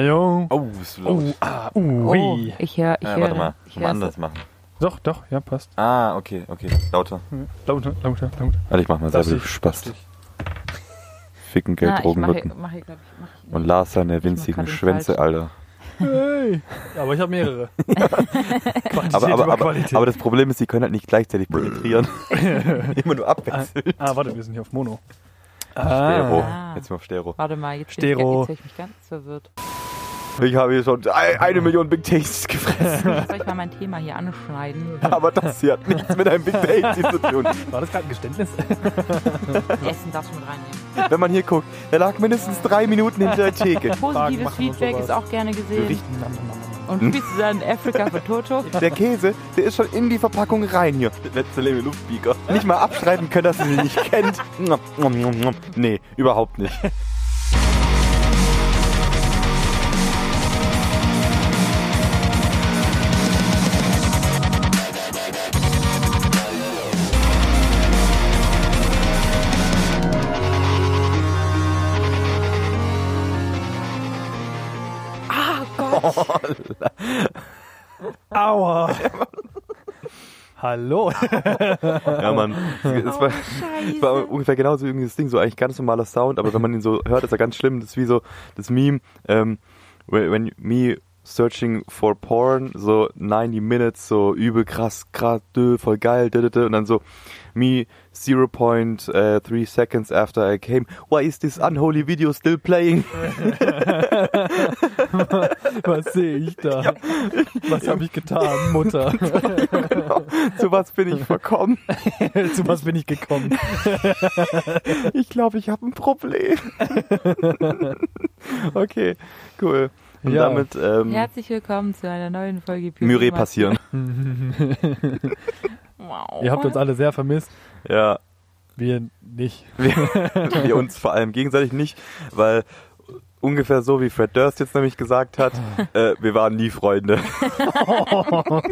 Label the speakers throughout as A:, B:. A: Hallo?
B: Oh, ist
A: Oh,
B: laut.
A: ah, ui.
C: Oh, ich höre, ich
B: äh,
C: höre.
B: warte mal,
C: ich
B: mal
C: höre
B: anders machen.
A: Doch, doch, ja, passt.
B: Ah, okay, okay. Lauter.
A: Lauter, lauter, lauter.
B: Warte, ich mach mal
A: Darf
B: selber, du
A: ich?
B: Spast.
A: Darf
B: Ficken,
C: es.
B: Geld,
C: Na, ich
B: Drogen,
C: mache,
B: Lücken.
C: mache, glaube ich, mache ich
B: Und Lars seine winzigen
C: grad den
B: Schwänze, Alter.
A: Hey. Aber ich habe mehrere. Quantität
B: Aber, aber,
A: über
B: aber,
A: Qualität.
B: aber das Problem ist, sie können halt nicht gleichzeitig penetrieren. Immer nur
A: ah,
B: abwechseln.
A: ah, warte, wir sind hier auf Mono.
B: Stero.
A: Ah.
C: Ah.
B: Jetzt mal auf Stero.
C: Warte mal, jetzt, bin ich,
A: Stero.
C: jetzt hab ich mich ganz verwirrt.
B: Ich habe hier schon ein- eine Million Big Tastes gefressen.
C: Soll ich mal mein Thema hier anschneiden?
B: Aber das hier hat nichts mit einem Big Tasty zu tun.
A: War das gerade ein Geständnis?
C: Essen darfst du mit reinnehmen.
B: Wenn man hier guckt, der lag mindestens drei Minuten hinter der Theke.
A: Fragen
C: Positives
A: machen und
C: Feedback
A: sowas.
C: ist auch gerne gesehen.
B: Riecht-
C: Und spielst du dann Africa für Toto?
B: Der Käse, der ist schon in die Verpackung rein hier. Letzte Lebe Luftbieger. Nicht mal abschreiben können, dass ihr sie nicht kennt. Nee, überhaupt nicht.
A: Aua. Hallo.
B: Ja, Mann.
C: Oh,
B: Es war, es war ungefähr genauso irgendwie das Ding. So eigentlich ganz normaler Sound, aber wenn man ihn so hört, ist er ganz schlimm. Das ist wie so das Meme, ähm, when when me searching for porn, so 90 minutes, so übel krass, krass, dö, voll geil, dö, dö, dö, und dann so me 0.3 seconds after I came. Why is this unholy video still playing?
A: Was sehe ich da? Was habe ich getan, Mutter?
B: Zu was bin ich verkommen?
A: Zu was bin ich gekommen?
B: Ich glaube, ich habe ein Problem. okay, cool. Und
A: Ja.
B: damit ähm,
C: Herzlich willkommen zu einer neuen Folge Beauty
B: Mürre
C: Mac-
B: passieren.
C: Wow.
A: Ihr habt uns alle sehr vermisst.
B: Ja,
A: Wir nicht.
B: wir uns vor allem gegenseitig nicht, weil ungefähr so wie Fred Durst jetzt nämlich gesagt hat, äh, wir waren nie Freunde.
C: Aber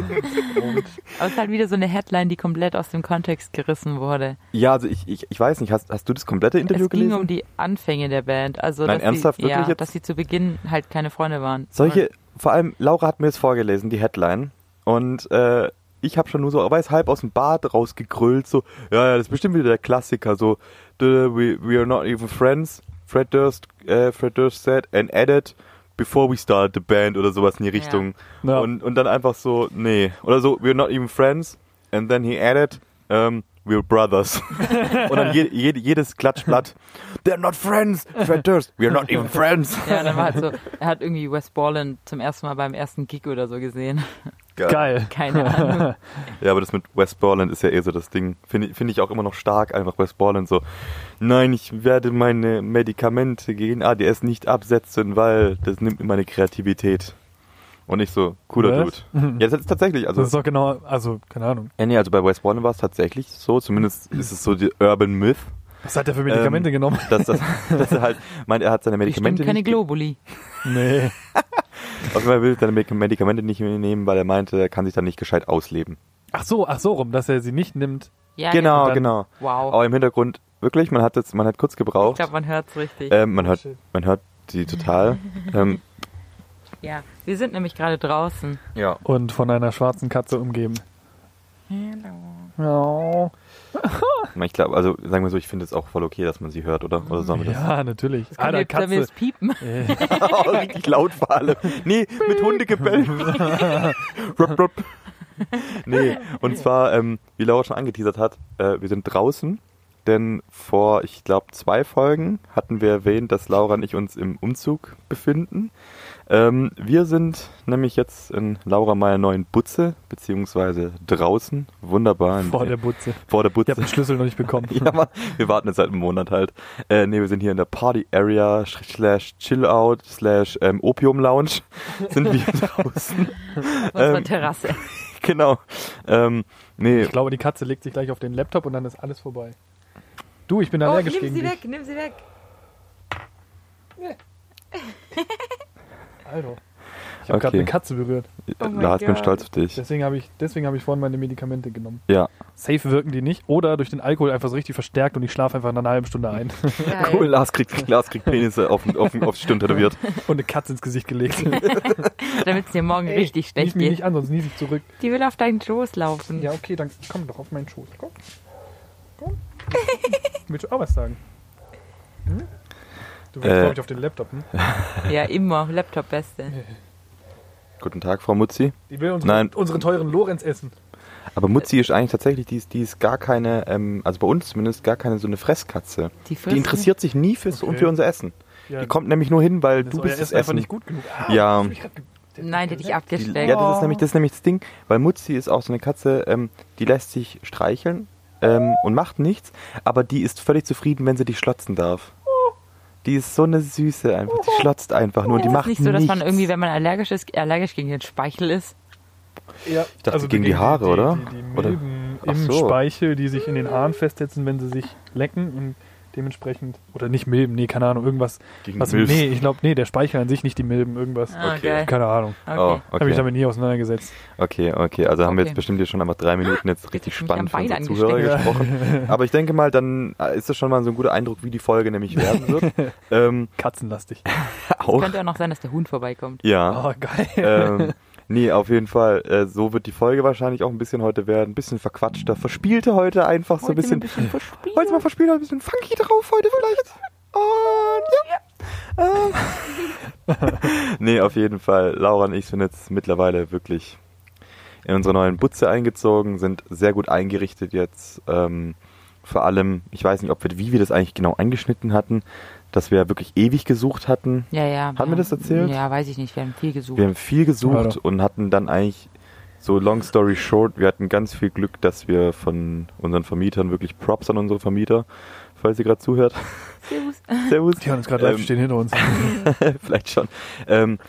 C: es ist halt wieder so eine Headline, die komplett aus dem Kontext gerissen wurde.
B: Ja, also ich, ich, ich weiß nicht, hast, hast du das komplette Interview
C: es ging
B: gelesen?
C: um die Anfänge der Band. Also,
B: Nein,
C: dass
B: ernsthaft?
C: die,
B: Wirklich
C: ja,
B: jetzt?
C: dass sie zu Beginn halt keine Freunde waren.
B: Solche, vor allem Laura hat mir das vorgelesen, die Headline. Und äh, ich habe schon nur so weiß halb aus dem Bad rausgegrölt, so, ja, ja, das ist bestimmt wieder der Klassiker, so, "Duh, we, we are not even friends, Fred Durst, äh, Fred Durst said and added before we started the band oder sowas in die Richtung.
A: Ja.
B: Und, und dann einfach so, nee. Oder so, we are not even friends and then he added, ähm, We're brothers. Und dann je, jede- jedes Klatschblatt. They're not friends. Fred Durst. We're not even friends.
C: Ja, dann war halt so, er hat irgendwie Wes Borland zum ersten Mal beim ersten Gig oder so gesehen.
A: Geil.
C: Keine Ahnung.
B: Ja, aber das mit West Borland ist ja eh so das Ding. Finde ich- finde ich auch immer noch stark, einfach West Borland so. Nein, ich werde meine Medikamente gegen ADS nicht absetzen, weil das nimmt mir meine Kreativität. Und nicht so, cooler
A: Was?
B: Dude. Ja, das ist tatsächlich, also,
A: Das ist doch genau, also, keine Ahnung.
B: äh, nee, also bei West Borland war es tatsächlich so, zumindest ist es so die Urban Myth,
A: Was hat der für Medikamente genommen?
B: dass, das, dass er halt meint, er hat seine
C: Bestimmt
B: Medikamente
C: keine
B: nicht,
C: Globuli.
A: Nee.
B: auf jeden Fall will er seine Medikamente nicht mehr nehmen, weil er meinte, er kann sich dann nicht gescheit ausleben.
A: Ach so, ach so rum, dass er sie nicht nimmt.
C: Ja,
B: genau,
A: dann-
B: genau.
C: Wow.
B: Aber im Hintergrund, wirklich, man hat jetzt, man hat kurz gebraucht.
C: Ich glaube, man hört es richtig.
B: Ähm, man, hört, man hört die total. Ähm,
C: Ja, wir sind nämlich gerade draußen.
B: ja.
A: Und von einer schwarzen Katze umgeben.
C: Hello.
A: Ja,
B: Ich glaube, also sagen wir so, ich finde es auch voll okay, dass man sie hört, oder? Oder sollen wir
A: ja natürlich.
B: Ah,
C: Kommt
A: Alter,
C: jetzt damit
A: Katze.
C: das Piepen.
B: das? Oh, richtig laut vor allem. Nee, mit Hundegebell. rup, rup. Nee, und zwar, ähm, wie Laura schon angeteasert hat, äh, wir sind draußen. Denn vor, ich glaube, zwei Folgen hatten wir erwähnt, dass Laura und ich uns im Umzug befinden. Ähm, wir sind nämlich jetzt in Laura meiner neuen Butze, beziehungsweise draußen. Wunderbar. in-
A: Vor der Butze.
B: vor der
A: Ich
B: Butze.
A: habe den Schlüssel noch nicht bekommen.
B: Ja, Mann, wir warten jetzt seit einem Monat halt. Äh, nee, wir sind hier in der Party Area sch- slash Chill Out slash ähm, Opium Lounge. Sind wir draußen.
C: Auf unserer
B: Ähm,
C: Terrasse.
B: genau. Ähm, nee,
A: Ich glaube, die Katze legt sich gleich auf den Laptop und dann ist alles vorbei. Du, ich bin
C: Oh,
A: allergisch
C: nimm
A: gegen
C: sie
A: dich.
C: weg, nimm sie weg.
A: Alter. Ich habe
B: Okay.
A: gerade eine Katze berührt.
C: Oh mein
B: äh, Lars, ich bin
C: Gott.
B: stolz auf dich.
A: Deswegen habe ich, deswegen hab ich vorhin meine Medikamente genommen.
B: Ja,
D: Safe wirken die nicht. Oder durch den Alkohol einfach so richtig verstärkt und ich schlafe einfach in einer halben Stunde ein.
C: Geil.
B: Cool, Lars kriegt, Lars kriegt Penisse auf, auf, auf Stirn tätowiert.
D: Und eine Katze ins Gesicht gelegt.
C: Damit es dir morgen richtig
D: Nies
C: schlecht
D: mich
C: geht.
D: nicht an, sonst nies ich zurück.
C: Die will auf deinen Schoß laufen.
D: Ja, okay, dann komm doch auf meinen Schoß. Komm. Komm. Willst du auch was sagen? Hm? Du willst,
B: Äh.
D: glaube ich, auf den Laptop, hm?
C: Ja, immer. Laptop beste.
B: Guten Tag, Frau Mutzi.
D: Die will unsere,
B: Nein.
D: unseren teuren Lorenz essen.
B: Aber Mutzi ist eigentlich tatsächlich, die ist, die ist gar keine, ähm, also bei uns zumindest, gar keine so eine Fresskatze.
C: Die frisst
B: Die interessiert sich nie fürs,
D: Okay.
B: für unser Essen.
D: Ja,
B: Die kommt nämlich nur hin, weil
D: das
B: du
D: euer
B: bist das
D: Essen einfach
B: Essen.
D: nicht gut genug. Ah,
B: Ja. ähm,
D: hast du mich grad ge-
C: Nein, der dich
B: Die,
C: abgeschleckt.
B: ja, das ist, nämlich, das ist nämlich das Ding, weil Mutzi ist auch so eine Katze, ähm, die lässt sich streicheln ähm, und macht nichts, aber die ist völlig zufrieden, wenn sie dich schlotzen darf. Die ist so eine Süße einfach, die schlotzt einfach nur, die
C: Ist Oh. es
B: macht
C: nicht so, dass man
B: nichts.
C: irgendwie, wenn man allergisch ist, allergisch gegen den Speichel ist.
D: Ja, ich
B: dachte, gegen die Haare,
D: die,
B: oder?
D: Die, die
B: Oder-
D: Milben
B: Ach
D: im
B: so.
D: Speichel, die sich in den Haaren festsetzen, wenn sie sich lecken und dementsprechend, oder nicht Milben, nee, keine Ahnung, irgendwas.
B: Gegen
D: Was,
B: Milben.
D: nee, ich glaube, nee, der Speichel an sich, nicht die Milben, irgendwas.
C: Ah,
B: Okay.
C: geil.
D: Keine Ahnung.
B: Oh,
C: Okay.
D: Habe ich
B: okay.
D: damit nie auseinandergesetzt.
B: okay, okay, also haben wir
C: Okay.
B: jetzt bestimmt hier schon einfach drei Minuten jetzt richtig
C: Jetzt bin ich am
B: spannend für unsere
C: Bein
B: Zuhörer
D: angesteckt.
B: gesprochen. Aber ich denke mal, dann äh, ist das schon mal so ein guter Eindruck, wie die Folge nämlich werden wird. ähm,
D: Katzenlastig.
B: auch,
C: Könnte auch noch sein, dass der Hund vorbeikommt.
B: ja.
D: Oh, geil.
B: ähm, nee, auf jeden Fall. Äh, so wird die Folge wahrscheinlich auch ein bisschen heute werden. Ein bisschen verquatschter, verspielter heute einfach so ein bisschen. Heute mal verspielt, ein bisschen funky drauf heute vielleicht. Und ja. Ähm. nee, auf jeden Fall. Laura und ich sind jetzt mittlerweile wirklich in unsere neuen Butze eingezogen, sind sehr gut eingerichtet jetzt. Ähm, vor allem, ich weiß nicht, ob wir, wie wir das eigentlich genau eingeschnitten hatten, dass wir wirklich ewig gesucht hatten.
C: Ja, ja.
B: Haben wir das erzählt?
C: Ja, weiß ich nicht. Wir haben viel gesucht.
B: Wir haben viel gesucht
D: Alter.
B: und hatten dann eigentlich, so long story short, wir hatten ganz viel Glück, dass wir von unseren Vermietern wirklich Props an unsere Vermieter, falls ihr gerade zuhört.
C: Servus.
B: Servus.
D: Die haben uns gerade live
B: Ähm,
D: stehen hinter uns.
B: Vielleicht schon. Ähm,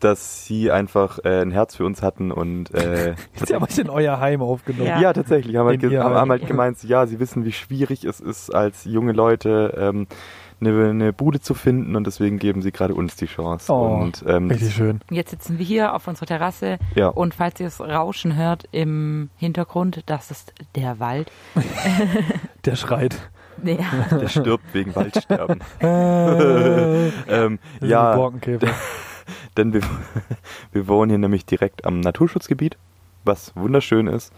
B: dass sie einfach äh, ein Herz für uns hatten und äh,
D: Sie haben euch in euer Heim aufgenommen.
B: ja. tatsächlich haben halt,
D: In
B: ge
D: ihr
B: haben,
D: Heim.
B: haben halt gemeint, so, ja, sie wissen, wie schwierig es ist, als junge Leute ähm, eine, eine Bude zu finden und deswegen geben sie gerade uns die Chance.
D: Oh,
B: und ähm,
D: Richtig schön.
C: Und Jetzt sitzen wir hier auf unserer Terrasse
B: ja,
C: und falls ihr es Rauschen hört im Hintergrund, das ist der Wald.
D: Der schreit.
C: Nee,
B: der stirbt wegen Waldsterben.
D: Äh,
B: ähm,
D: das ist ein
B: ja,
D: Borkenkäfer.
B: denn wir, wir wohnen hier nämlich direkt am Naturschutzgebiet, was wunderschön ist.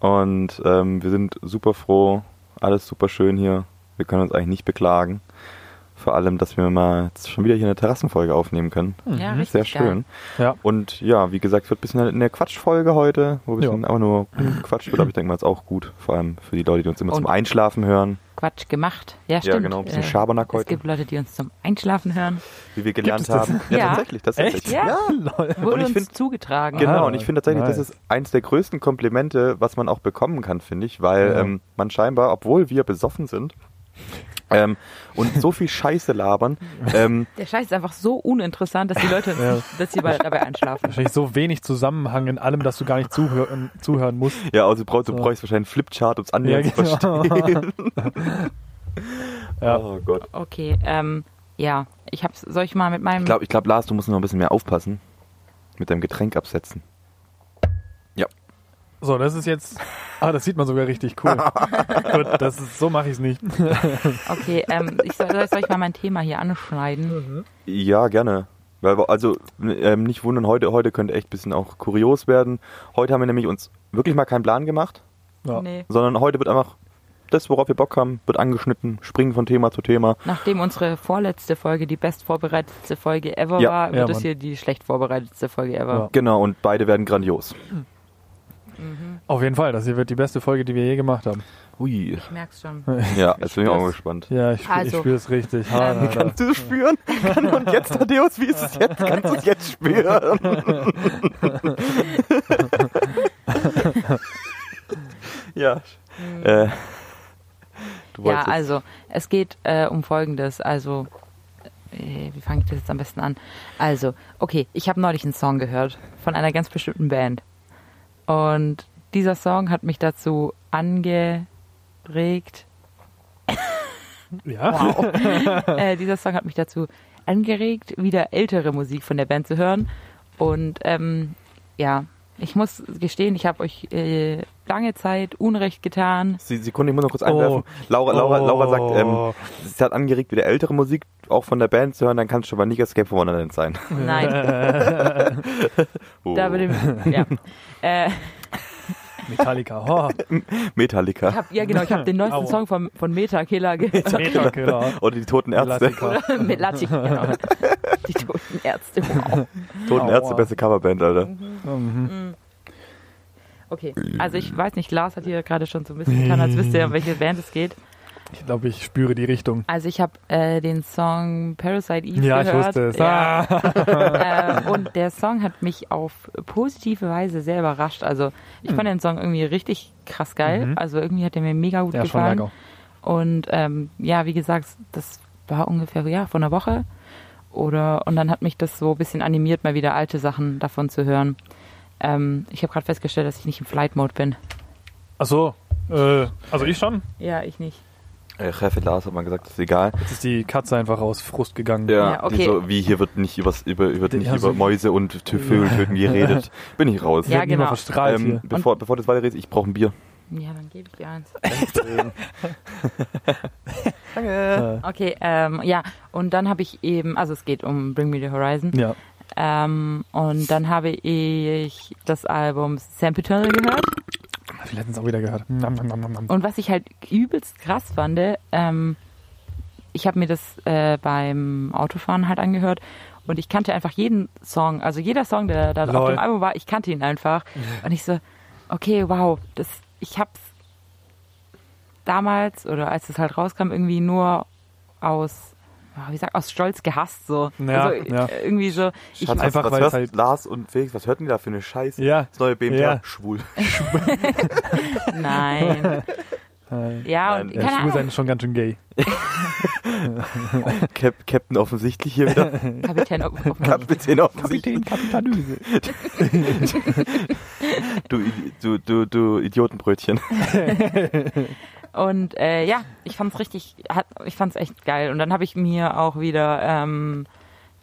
B: Und ähm, wir sind super froh, alles super schön hier. Wir können uns eigentlich nicht beklagen. Vor allem, dass wir mal jetzt schon wieder hier eine Terrassenfolge aufnehmen können.
C: ja,
D: Mhm.
C: richtig
B: Sehr
C: geil.
B: schön.
D: Ja.
B: Und ja, wie gesagt, wird ein bisschen eine Quatschfolge heute, wo ein bisschen
D: Ja.
B: einfach nur gequatscht wird, aber ich denke mal, ist auch gut. Vor allem für die Leute, die uns immer
C: Und-
B: zum Einschlafen hören.
C: Quatsch gemacht. Ja, stimmt.
B: Ja, genau, ein bisschen
C: Äh,
B: Schabernack
C: Es
B: heute,
C: gibt Leute, die uns zum Einschlafen hören.
B: wie wir gelernt
D: es das?
B: haben.
C: Ja.
B: tatsächlich, das ist
D: Echt?
B: tatsächlich.
C: Ja.
D: Lol.
B: Und
C: Wurde
B: ich
C: uns
B: find-
C: zugetragen.
D: Ge-
B: Genau,
D: Ah,
B: und ich finde tatsächlich, das
D: nice.
B: ist eins der größten Komplimente, was man auch bekommen kann, finde ich, weil
D: Ja.
B: ähm, man scheinbar, obwohl wir besoffen sind ähm, und so viel Scheiße labern, ähm,
C: Der Scheiß ist einfach so uninteressant, dass die Leute uns
D: Ja.
C: nicht- dass sie bald dabei einschlafen.
D: Wahrscheinlich so wenig Zusammenhang in allem, dass du gar nicht zuhören, zuhören musst.
B: ja, also du brauchst, du
D: So.
B: bräuchst wahrscheinlich einen Flipchart, um es annähernd
D: Ja, genau.
B: zu verstehen.
D: Ja.
B: Oh Gott.
C: Okay, ähm, ja. Ich hab's, soll ich mal mit meinem.
B: Ich glaube, ich glaub, Lars, du musst noch ein bisschen mehr aufpassen mit deinem Getränk absetzen.
D: So, das ist jetzt. Ah, das sieht man sogar richtig cool. Gut, das ist, so mache ich es nicht.
C: Okay, ähm, ich soll, soll ich mal mein Thema hier anschneiden?
B: Ja, gerne. Weil wir- Also ähm, nicht wundern, heute, heute könnte echt ein bisschen auch kurios werden. Heute haben wir nämlich uns wirklich mal keinen Plan gemacht.
D: Ja.
C: Nee.
B: sondern heute wird einfach das, worauf wir Bock haben, wird angeschnitten, springen von Thema zu Thema.
C: Nachdem unsere vorletzte Folge die best vorbereitetste Folge ever
B: Ja.
C: war, wird
D: Ja,
C: es
D: Mann.
C: hier die schlecht vorbereitetste Folge ever.
B: Genau, und beide werden grandios.
D: Auf jeden Fall, das hier wird die beste Folge, die wir je gemacht haben.
B: Ui.
C: Ich merk's schon.
B: Ja, jetzt bin ich auch
C: spür's.
B: gespannt.
D: Ja, ich, spü-
C: Also.
D: ich spüre es richtig. Ha,
C: Ähm.
D: da, da.
B: Kannst du es spüren? Kann, und jetzt, Tadeus, wie ist es jetzt? Kannst du es jetzt spüren? ja. Äh, du
C: Ja,
B: wolltest.
C: also, es geht äh, um Folgendes. Also, äh, wie fange ich das jetzt am besten an? Also, okay, ich habe neulich einen Song gehört von einer ganz bestimmten Band. Und dieser Song hat mich dazu angeregt,
D: Ja?
C: Wow. äh, dieser Song hat mich dazu angeregt, wieder ältere Musik von der Band zu hören. Und ähm, ja, ich muss gestehen, ich habe euch äh, lange Zeit Unrecht getan.
B: Sie- Sekunde, ich muss noch kurz einwerfen. Laura, Laura, Laura sagt,
D: Oh.
B: ähm, sie hat angeregt, wieder ältere Musik auch von der Band zu hören, dann kann es schon mal nicht Escape from Wonderland sein.
C: Nein,
B: Oh.
C: da würde ich, ja. Äh,
A: Metallica, ho,
C: ich
B: Oh. Metallica.
C: hab, ja genau, ich habe den neuesten
A: Aua.
C: Song von, von Meta Killer ge-
A: Metakiller,
B: Oder die Toten Ärzte.
A: Metallica.
C: mit Latschi, genau. Die toten Ärzte. Wow.
B: Toten
A: Aua.
B: Ärzte, beste Coverband, Alter.
A: Mhm.
C: Okay, also ich weiß nicht, Lars hat hier gerade schon so ein bisschen getan, als wisst ihr, um welche Band es geht.
A: Ich glaube, ich spüre die Richtung.
C: Also ich habe äh, den Song Parasite Eve
A: Ja, ich
C: gehört.
A: wusste es.
C: Ja.
A: Ah.
C: äh, und der Song hat mich auf positive Weise sehr überrascht. Also ich fand den Song irgendwie richtig krass geil.
A: Hm. Mhm.
C: Also irgendwie hat er mir mega gut
A: Ja, schon
C: gefallen.
A: lecker.
C: Und ähm, ja, wie gesagt, das war ungefähr ja vor einer Woche oder und dann hat mich das so ein bisschen animiert, mal wieder alte Sachen davon zu hören. Ähm, ich habe gerade festgestellt, dass ich nicht im Flight Mode bin.
A: Ach so, äh, also ich schon.
C: Ja, ich nicht.
B: Äh, Chefin Lars hat mal gesagt, das ist egal.
A: Jetzt ist die Katze einfach aus Frust gegangen.
B: Ja,
C: Ja,
B: die
C: okay.
B: so, wie hier wird nicht, übers, über, über,
A: Ja,
B: nicht
A: so-
B: über Mäuse und Tö- Vögel töten geredet. Bin ich raus.
C: Ja,
A: Wird niemand
C: genau.
A: verstrahlt
B: ähm,
A: hier.
B: bevor, bevor du jetzt weiterredest, ich brauche ein Bier. Ähm,
C: Ja, dann gebe ich dir eins.
A: Äh,
C: Okay, ähm, ja, und dann habe ich eben, also es geht um Bring Me the Horizon.
A: ja.
C: Ähm, und dann habe ich das Album Sempiternal gehört.
A: Hab ich letztens auch wieder gehört. Nam, nam, nam, nam, nam.
C: Und was ich halt übelst krass fand, ähm, ich habe mir das äh, beim Autofahren halt angehört und ich kannte einfach jeden Song, also jeder Song, der da auf
A: Lol.
C: dem Album war, ich kannte ihn einfach. Und ich so, okay, wow, das, ich hab's damals oder als es halt rauskam, irgendwie nur aus, ah, wie sagt, aus Stolz gehasst so.
A: Ja,
C: also,
A: ja.
C: äh, Irgendwie so, ich,
B: Schatz,
A: Einfach,
B: was, was
A: weil
B: hörst,
A: es halt-
B: Lars und Felix, was hörten die da für eine Scheiße?
A: Ja.
B: Das neue BMW,
A: Ja.
B: schwul.
C: nein. ja, und
B: Nein,
A: Ja,
C: keine
A: schwul sein
C: Ahnung,
A: ist schon ganz schön gay.
B: Cap Captain offensichtlich hier wieder.
C: Kapitän auf, auf
B: Kapitän offensichtlich.
A: Kapitanüse.
B: Du, I- du, du, du Idiotenbrötchen.
C: Und äh, ja, ich fand's richtig, hat, ich fand's echt geil. Und dann habe ich mir auch wieder ähm,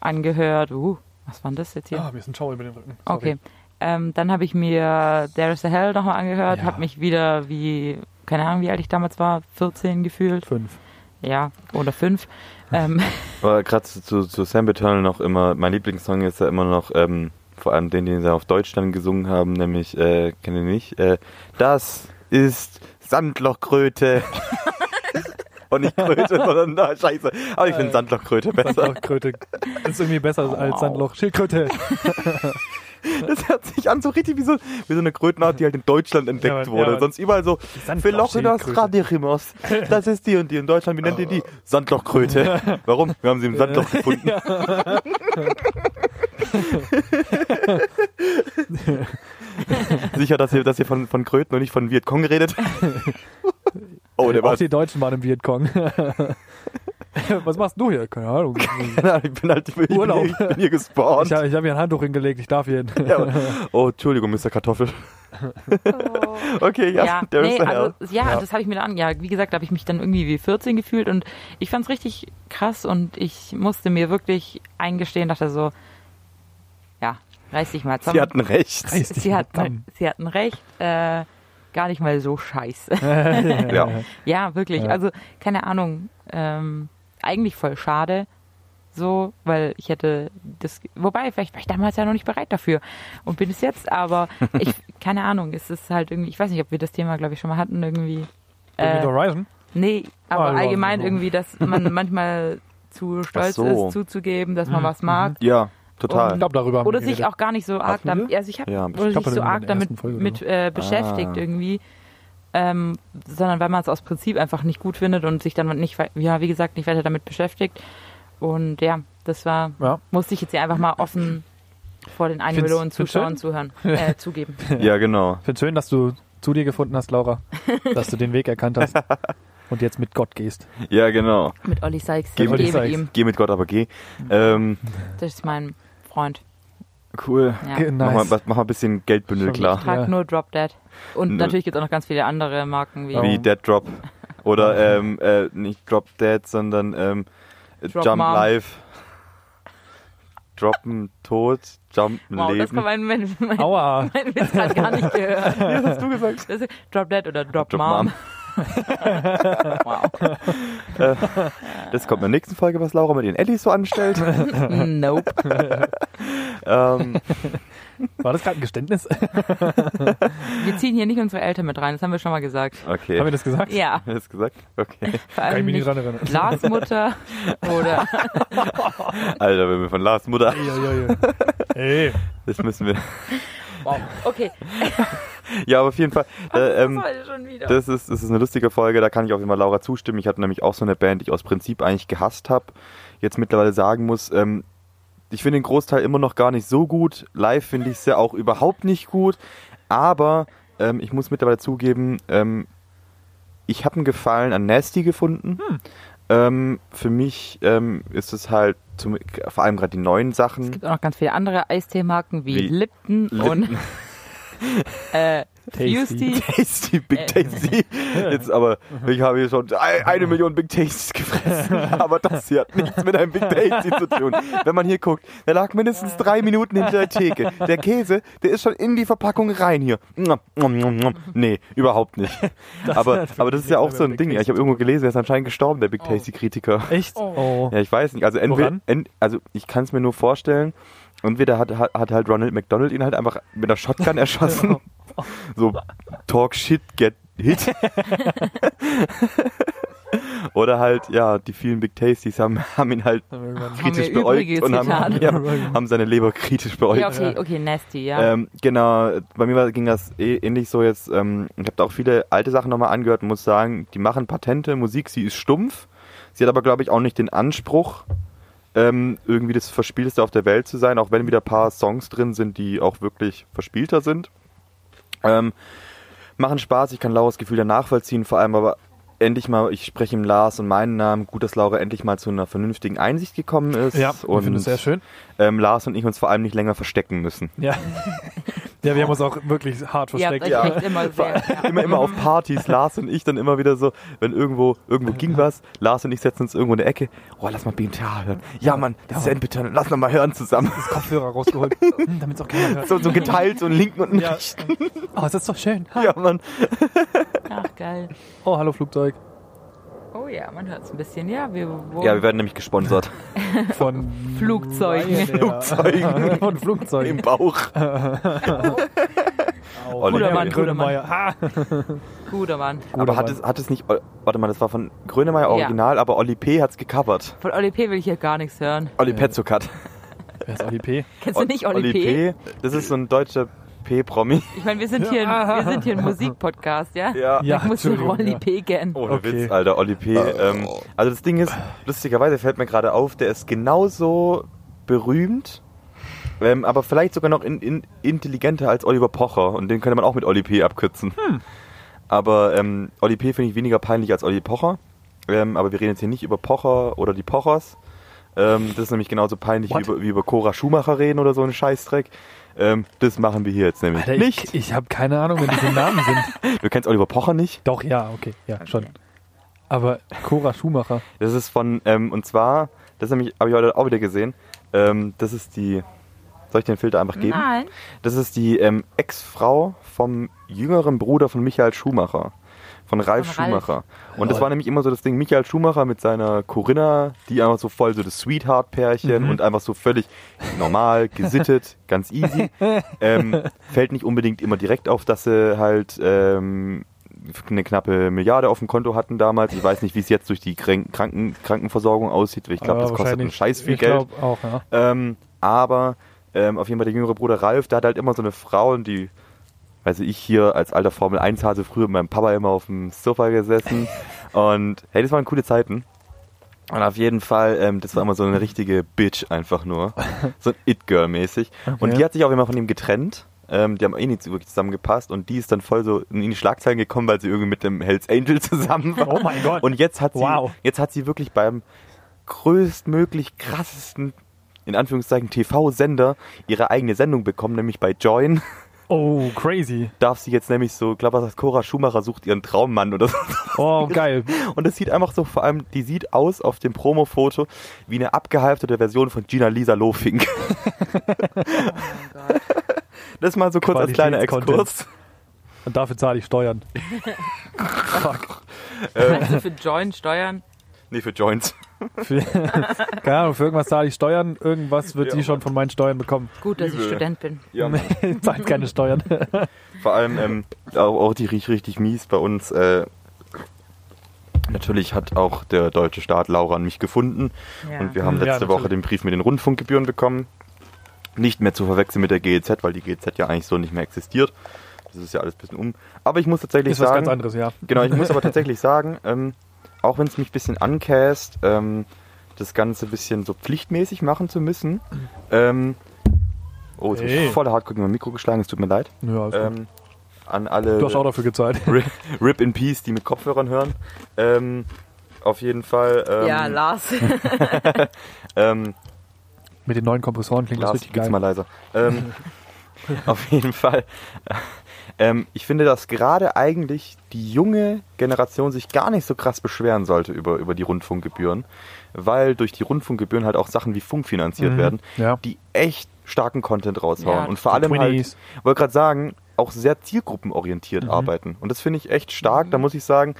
C: angehört, uh, was war denn das jetzt hier?
A: Ah, mir ist ein Schauer über den Rücken. Sorry.
C: okay. Ähm, dann habe ich mir There is a Hell nochmal angehört,
A: Ja.
C: habe mich wieder wie, keine Ahnung, wie alt ich damals war, 14 gefühlt.
A: Fünf.
C: Ja, oder 5. Ähm,
B: Aber gerade zu, zu, zu Sam Eternal noch immer, mein Lieblingssong ist ja immer noch, ähm, vor allem den, den sie auf Deutschland gesungen haben, nämlich, äh, kenne ich nicht, äh, das ist Sandlochkröte. Und nicht Kröte, sondern, na, scheiße. Aber ich
A: Äh.
B: finde Sandlochkröte besser.
A: Sandlochkröte Oh, ist irgendwie besser als
C: Wow.
A: Sandloch. Schildkröte.
B: Das hört sich an so richtig wie so, wie so eine Krötenart, die halt in Deutschland entdeckt
A: Ja, aber-
B: wurde.
A: ja, aber-
B: Sonst überall so, wir locken das
A: Sandlochschildkröte.
B: Radirimos. Das ist die und die in Deutschland. Wie nennt ihr die? Äh, Sandlochkröte. Warum? Wir haben sie im Sandloch gefunden. Sicher, dass ihr, dass ihr von, von Kröten und nicht von Vietcong redet? Oh, der
A: Auch
B: war...
A: die Deutschen waren im Vietcong. Was machst du hier? Keine Ahnung.
B: Keine Ahnung, Ich bin halt ich bin
A: Urlaub.
B: hier, ich bin hier gespawnt.
A: Ich habe hab hier ein Handtuch hingelegt, ich darf hier hin.
B: Ja, aber- oh, Entschuldigung, Mr. Kartoffel. Okay, ja,
C: ja,
B: there is
C: nee,
B: a hell.
C: also, ja, das habe ich mir dann, ja, wie gesagt, habe ich mich dann irgendwie wie 14 gefühlt und ich fand's richtig krass und ich musste mir wirklich eingestehen, dachte so, ja, reiß dich mal zusammen.
B: Sie hatten recht.
A: Reiß dich
C: sie,
A: mal
C: hatten,
A: zusammen.
C: sie hatten recht, äh, gar nicht mal so scheiße.
B: Ja.
C: ja, wirklich,
A: Ja.
C: also keine Ahnung, ähm, eigentlich voll schade, so, weil ich hätte das, wobei, vielleicht war ich damals ja noch nicht bereit dafür und bin es jetzt, aber ich, keine Ahnung, es ist halt irgendwie, ich weiß nicht, ob wir das Thema, glaube ich, schon mal hatten, irgendwie.
A: Mit Horizon?
C: Nee, aber
A: Ah, ja,
C: allgemein
A: so.
C: irgendwie, dass man manchmal zu stolz
B: so.
C: ist, zuzugeben, dass
A: Mhm,
C: man was mag.
B: Ja, total.
A: Ich glaube, darüber haben
C: Oder
A: wir
C: sich
A: geredet.
C: auch gar nicht so arg
A: Hatten wir?
C: damit, also ich habe
B: Ja, ich
C: oder
A: glaub,
C: sich
A: in
C: so
A: der
C: arg
A: ersten
C: damit
A: Folge oder
C: mit, äh, beschäftigt
B: Ah.
C: irgendwie. Ähm, sondern weil man es aus Prinzip einfach nicht gut findet und sich dann nicht, wei- ja, wie gesagt, nicht weiter damit beschäftigt. Und ja, das war,
A: Ja.
C: musste ich jetzt hier einfach mal offen vor den eine
A: Find's-
C: Million
A: find's
C: Zuschauern zuhören, äh, zugeben.
B: ja, genau.
A: Ich finde schön, dass du zu dir gefunden hast, Laura. Dass du den Weg erkannt hast. Und jetzt mit Gott gehst.
B: Ja, genau.
C: Mit Olli Sykes,
B: Geh
C: ich
B: mit
C: gehe mit
A: Sykes.
C: ihm.
B: Geh mit Gott, aber geh. Ähm,
C: Das ist mein Freund.
B: cool.
C: Ja.
A: Okay,
B: Mach, mal,
A: nice.
B: was- mach mal ein bisschen Geldbündel
A: Schon
B: klar.
C: Ich trage
A: Genau. Ja.
C: nur Drop Dead. Und
B: Nö.
C: natürlich gibt es auch noch ganz viele andere Marken wie
B: Wie Dead Drop. Oder ähm, äh, nicht Drop Dead, sondern ähm,
C: Drop
B: Jump
C: Mom.
B: Live. droppen, tot, jumpen,
C: Wow, das kann
B: leben.
C: mein, mein, mein,
A: Aua.
C: mein Witz hat gar nicht gehört.
B: Das hast du gesagt.
C: Das ist Drop Dead oder Drop,
B: Drop
C: Mom.
B: Mom.
C: wow.
B: Das kommt in der nächsten Folge, was Laura mit den Ellis so anstellt.
C: Nope.
B: ähm,
A: War das gerade ein Geständnis?
C: Wir ziehen hier nicht unsere Eltern mit rein, das haben wir schon mal gesagt.
B: okay.
A: Haben wir das gesagt?
C: Ja,
B: Hast du gesagt? Okay.
C: vor
A: Kann ich
C: allem
A: mich nicht
C: nicht
A: dran erinnern.
C: Lars Mutter oder
B: Alter, wenn wir von Lars Mutter.
A: Ja, ja, ja. Ey,
B: Das müssen wir.
C: wow. Okay,
B: Ja, aber auf jeden Fall. Äh, ähm,
C: heute schon wieder.
B: das ist, das ist eine lustige Folge, da kann ich auf jeden Fall Laura zustimmen. Ich hatte nämlich auch so eine Band, die ich aus Prinzip eigentlich gehasst habe. Jetzt mittlerweile sagen muss, ähm, ich finde den Großteil immer noch gar nicht so gut. Live finde ich es ja auch überhaupt nicht gut. Aber ähm, ich muss mittlerweile zugeben, ähm, ich habe einen Gefallen an Nasty gefunden.
C: Hm.
B: Ähm, für mich ähm, ist es halt zum, vor allem gerade die neuen Sachen.
C: Es gibt auch noch ganz viele andere Eisteemarken wie,
B: Wie
C: Lipton, und äh,
A: Tasty.
C: Fusty.
B: Tasty,
C: Äh.
B: Big Tasty. Jetzt aber, ich habe hier schon ei- eine Million Big Tasties gefressen, aber das hier hat nichts mit einem Big Tasty zu tun. Wenn man hier guckt, der lag mindestens drei Minuten hinter der Theke. Der Käse, der ist schon in die Verpackung rein hier. Nee, überhaupt nicht. Aber,
A: hat
B: aber das ist ja auch
A: wirklich
B: so ein
A: nichts mehr mit
B: Ding.
A: Big
B: Ich habe irgendwo gelesen, der ist anscheinend gestorben, der Big Tasty-Kritiker.
A: echt?
C: Oh.
A: Oh.
B: Ja, ich weiß nicht. Also, entweder,
A: Woran?
B: ent, also ich kann es mir nur vorstellen, entweder hat, hat, hat halt Ronald McDonald ihn halt einfach mit einer Shotgun erschossen. so, talk shit, get hit. Oder halt, ja, die vielen Big Tasties haben, haben ihn halt
A: Haben wir irgendwann-
B: kritisch
C: ihr
B: beäugt
C: Übriges
B: und haben,
C: getan.
B: ja, haben seine Leber kritisch beäugt.
C: Ja, okay, okay, nasty, ja.
B: Ähm, genau, bei mir war- ging das eh ähnlich so jetzt. Ähm, ich habe da auch viele alte Sachen nochmal angehört und muss sagen, die machen Patente, Musik, sie ist stumpf. Sie hat aber, glaube ich, auch nicht den Anspruch, ähm, irgendwie das Verspielteste auf der Welt zu sein, auch wenn wieder ein paar Songs drin sind, die auch wirklich verspielter sind. Ähm, machen Spaß, ich kann Lauras Gefühle nachvollziehen, vor allem aber endlich mal, ich spreche ihm Lars und meinen Namen, gut, dass Laura endlich mal zu einer vernünftigen Einsicht gekommen ist
A: Ja, ich
B: und
A: finde es sehr schön.
B: ähm, Lars und ich uns vor allem nicht länger verstecken müssen.
A: Ja. ja, wir haben uns auch wirklich hart
C: Ihr habt
A: versteckt.
C: euch
B: ja.
C: echt immer sehr. Ja.
B: immer, immer auf Partys, Lars und ich dann immer wieder so, wenn irgendwo, irgendwo ging was, Lars und ich setzen uns irgendwo in der Ecke, oh, lass mal BMTA hören. Ja, Mann, das ist Endbeton, lass noch mal hören zusammen.
A: Das Kopfhörer rausgeholt, damit es auch keiner hört.
B: So, so geteilt, so einen linken und einen
A: Ja. Oh, es ist doch schön.
B: rechten. Ja, Mann.
C: Ach, geil.
A: Oh, hallo Flugzeug.
C: Oh ja, man hört es ein bisschen. Ja, wir wohnen.
B: Ja, wir werden nämlich gesponsert.
A: Von Oh
C: Flugzeugen.
A: Flugzeugen. Von Flugzeugen.
B: Im Bauch.
C: Guter Mann, guter Mann.
A: Grönemeyer. Ha!
C: Guter oh Mann.
B: Aber hat
A: Mann.
B: es, hat es nicht, warte mal, das war von Grönemeyer Original, aber Oli P. hat's gecovert.
C: Von Oli P. will ich hier gar nichts hören.
B: Oli Petzokat.
A: Wer ist ODP?
C: Kennst du Also nicht Oli, P?
B: Das ist so ein deutscher P-Promi.
C: Ich meine, wir, sind hier ein- wir sind hier ein Musikpodcast, ja?
A: Ja,
C: Ich muss doch
A: Entschuldigung,
C: Oli
A: ja.
C: P. kennen.
B: Ohne
A: Okay.
B: Witz, Alter, Oli P. Ähm, also das Ding ist, lustigerweise fällt mir gerade auf, der ist genauso berühmt, ähm, aber vielleicht sogar noch in, in, intelligenter als Oliver Pocher. Und den könnte man auch mit Oli P. abkürzen.
A: Hm.
B: Aber ähm, Oli P. finde ich weniger peinlich als Oli Pocher. Ähm, aber wir reden jetzt hier nicht über Pocher oder die Pochers. Ähm, das ist nämlich genauso peinlich wie
A: What?
B: über, wie über Cora Schumacher reden oder so ein Scheißdreck. Ähm, das machen wir hier jetzt nämlich
A: Alter,
B: nicht.
A: ich, ich habe keine Ahnung, wenn diese Namen sind.
B: Du kennst Oliver Pocher nicht?
A: Doch, ja, okay, ja, schon. Aber Cora Schumacher.
B: Das ist von, ähm, und zwar, das nämlich, habe ich heute auch wieder gesehen. Ähm, das ist die. Soll ich den Filter einfach geben?
C: Nein.
B: Das ist die ähm, Ex-Frau vom jüngeren Bruder von Michael Schumacher. Von Ralf
C: Von Ralf.
B: Schumacher. Und
A: Oh.
B: das war nämlich immer so das Ding, Michael Schumacher mit seiner Corinna, die einfach so voll so das Sweetheart-Pärchen
A: Mhm.
B: und einfach so völlig normal, gesittet, ganz easy. Ähm, fällt nicht unbedingt immer direkt auf, dass sie halt ähm, eine knappe Milliarde auf dem Konto hatten damals. Ich weiß nicht, wie es jetzt durch die Kranken Kranken Krankenversorgung aussieht, weil ich glaube,
A: Aber
B: das kostet einen
A: wahrscheinlich-
B: scheiß viel
A: ich
B: Geld.
A: glaub auch, ja.
B: Ähm, aber ähm, auf jeden Fall der jüngere Bruder Ralf, der hat halt immer so eine Frau und die, also ich hier als alter Formel 1 Hase früher mit meinem Papa immer auf dem Sofa gesessen und hey, das waren coole Zeiten. Und auf jeden Fall, ähm, das war immer so eine richtige Bitch einfach nur. So ein It-Girl-mäßig. Und die hat sich auch immer von ihm getrennt. Ähm, die haben eh nicht so wirklich zusammengepasst und die ist dann voll so in die Schlagzeilen gekommen, weil sie irgendwie mit dem Hells Angel zusammen war.
A: Oh mein Gott.
B: Und jetzt hat sie,
A: Wow.
B: jetzt hat sie wirklich beim größtmöglich krassesten, in Anführungszeichen, TV-Sender ihre eigene Sendung bekommen, nämlich bei Join.
D: Oh, crazy.
B: darf sie jetzt nämlich so, ich glaube, was heißt Cora Schumacher sucht ihren Traummann oder so.
D: Oh, geil.
B: Und es sieht einfach so, vor allem, die sieht aus auf dem Promo-Foto wie eine abgehalfterte Version von Gina Lisa Lofink. Das mal so kurz als kleiner Exkurs.
D: Und dafür zahle ich Steuern. Fuck.
B: Äh.
C: Also für Join steuern.
B: Nee, für Joints.
D: Für, keine Ahnung, für irgendwas zahle ich Steuern. Irgendwas wird
B: Ja,
D: sie schon von meinen Steuern bekommen.
C: Gut, dass ich
B: Übel.
C: Student bin.
B: Ja,
D: Zahlt keine Steuern.
B: Vor allem, ähm, auch, auch die riecht richtig mies bei uns. Äh, natürlich hat auch der deutsche Staat Laura an mich gefunden.
C: Ja.
B: Und wir haben
D: Mhm. Ja,
B: letzte Woche
D: natürlich.
B: den Brief mit den Rundfunkgebühren bekommen. Nicht mehr zu verwechseln mit der GEZ, weil die GEZ ja eigentlich so nicht mehr existiert. Das ist ja alles ein bisschen um. Aber ich muss tatsächlich
D: Ist was ganz
B: sagen,
D: anderes, ja.
B: genau, ich muss aber tatsächlich sagen, ähm, auch wenn es mich ein bisschen ancast, ähm, das Ganze ein bisschen so pflichtmäßig machen zu müssen. Ähm, oh, jetzt habe
D: Hey.
B: ich voll hart gegen mein Mikro geschlagen, es tut mir leid.
D: ja ist gut.
B: Ähm, an alle
D: du hast auch dafür gezahlt.
B: Ri- Rip in Peace, die mit Kopfhörern hören. Ähm, auf jeden Fall. Ähm,
C: ja, Lars.
B: ähm,
D: Mit den neuen Kompressoren klingt
B: Lars,
D: das richtig
B: geht's
D: geil.
B: mal leiser. Ähm, auf jeden Fall. Ähm, ich finde, dass gerade eigentlich die junge Generation sich gar nicht so krass beschweren sollte über, über die Rundfunkgebühren, weil durch die Rundfunkgebühren halt auch Sachen wie Funk finanziert
D: Mhm,
B: werden,
D: ja.
B: die echt starken Content raushauen.
C: Ja,
B: Und vor allem halt,
D: Twinnies. Mhm.
B: wollte gerade sagen, auch sehr zielgruppenorientiert arbeiten. Und das finde ich echt stark. Da muss ich sagen,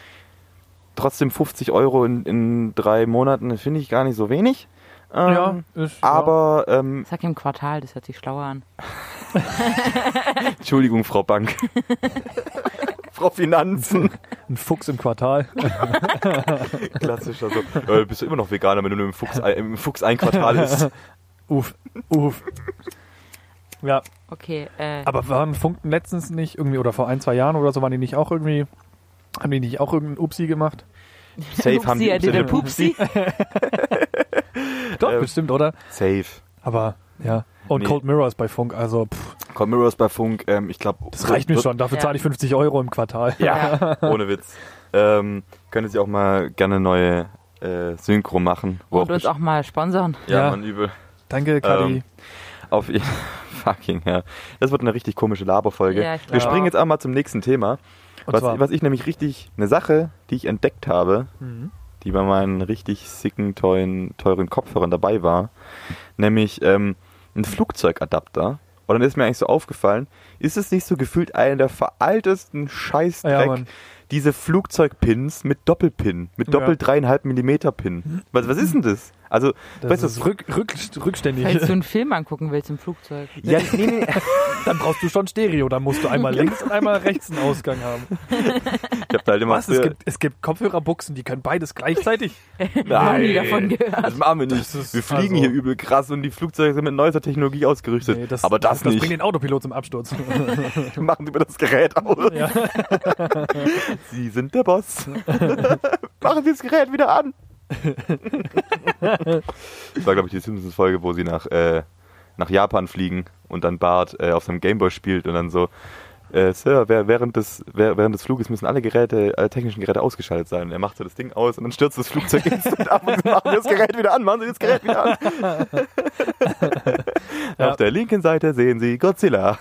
B: trotzdem 50 Euro in, in drei Monaten finde ich gar nicht so wenig. Ähm,
D: Ja, ist,
B: aber ähm,
C: Sag im Quartal, das hört sich schlauer an.
B: Entschuldigung, Frau Bank. Frau Finanzen.
D: ja. ein Fuchs im Quartal.
B: Klassischer so. Äh, bist du immer noch Veganer, wenn du nur im Fuchs, im Fuchs ein Quartal isst?
D: Uff, uff. Ja,
C: Okay, äh,
D: aber waren Funken letztens nicht irgendwie, oder vor ein, zwei Jahren oder so, waren die nicht auch irgendwie, haben die nicht auch irgendeinen Upsi gemacht?
B: Safe haben die
C: Upsi, äh, der
B: Upsi-
C: Pupsi.
D: Doch,
B: Ähm.
D: bestimmt, oder?
B: Safe.
D: Aber, ja. Und
B: Nee.
D: Cold Mirror ist bei Funk, also pff,
B: Komm, Mirrors bei Funk. Ähm, ich glaube,
D: das reicht mir schon. Dafür
C: Ja.
D: zahle ich 50 Euro im Quartal.
B: Ja, ohne Witz. Ähm, können Sie auch mal gerne neue äh, Synchro machen. Wo
C: Und uns
B: best-
C: auch mal sponsoren.
B: ja,
D: Ja.
B: man übel.
D: Danke, Kadi.
B: Ähm, Auf ihr- fucking ja. Das wird eine richtig komische Laberfolge.
C: Ja, ich glaub
B: Wir springen
C: auch.
B: jetzt einmal zum nächsten Thema.
D: Und
B: Was,
D: zwar-
B: was ich nämlich richtig, eine Sache, die ich entdeckt habe,
D: Mhm.
B: die bei meinen richtig sicken, teuren, teuren Kopfhörern dabei war, nämlich ähm, ein Flugzeugadapter. Und dann ist mir eigentlich so aufgefallen, ist es nicht so gefühlt einer der veraltesten
D: Ja,
B: Scheißdreck,
D: Mann.
B: diese Flugzeugpins mit Doppelpin, mit
D: Ja.
B: doppel dreieinhalb Millimeter Pin. Was, was ist denn das? Also,
D: Das
B: weißt du,
D: ist rück, rück, rückständig.
C: Falls du einen Film angucken willst im Flugzeug.
B: ja, nee, nee, nee.
D: Dann brauchst du schon Stereo, dann musst du einmal links und einmal rechts einen Ausgang haben.
B: ich hab da halt immer
D: Was? Es
B: früher-
D: gibt, es gibt Kopfhörerbuchsen, die können beides gleichzeitig.
C: Nein. nie davon gehört.
B: Das machen wir nicht.
D: Das ist
B: wir fliegen
D: also-
B: hier übel krass und die Flugzeuge sind mit neuester Technologie ausgerüstet.
D: Nee,
B: Aber das,
D: das bringt
B: nicht.
D: den Autopilot zum Absturz.
B: Machen Sie mir das Gerät aus.
D: Ja.
B: Sie sind der Boss. machen Sie das Gerät wieder an. das war, glaube ich, die Simpsons-Folge, wo sie nach, äh, nach Japan fliegen und dann Bart äh, auf seinem Gameboy spielt und dann so. Äh, Sir, wer- während des, wer- während des Fluges müssen alle Geräte, alle technischen Geräte ausgeschaltet sein. Und er macht so das Ding aus und dann stürzt das Flugzeug instant ab und sie machen Sie das Gerät wieder an, machen Sie das Gerät wieder an.
D: Ja.
B: Auf der linken Seite sehen Sie Godzilla.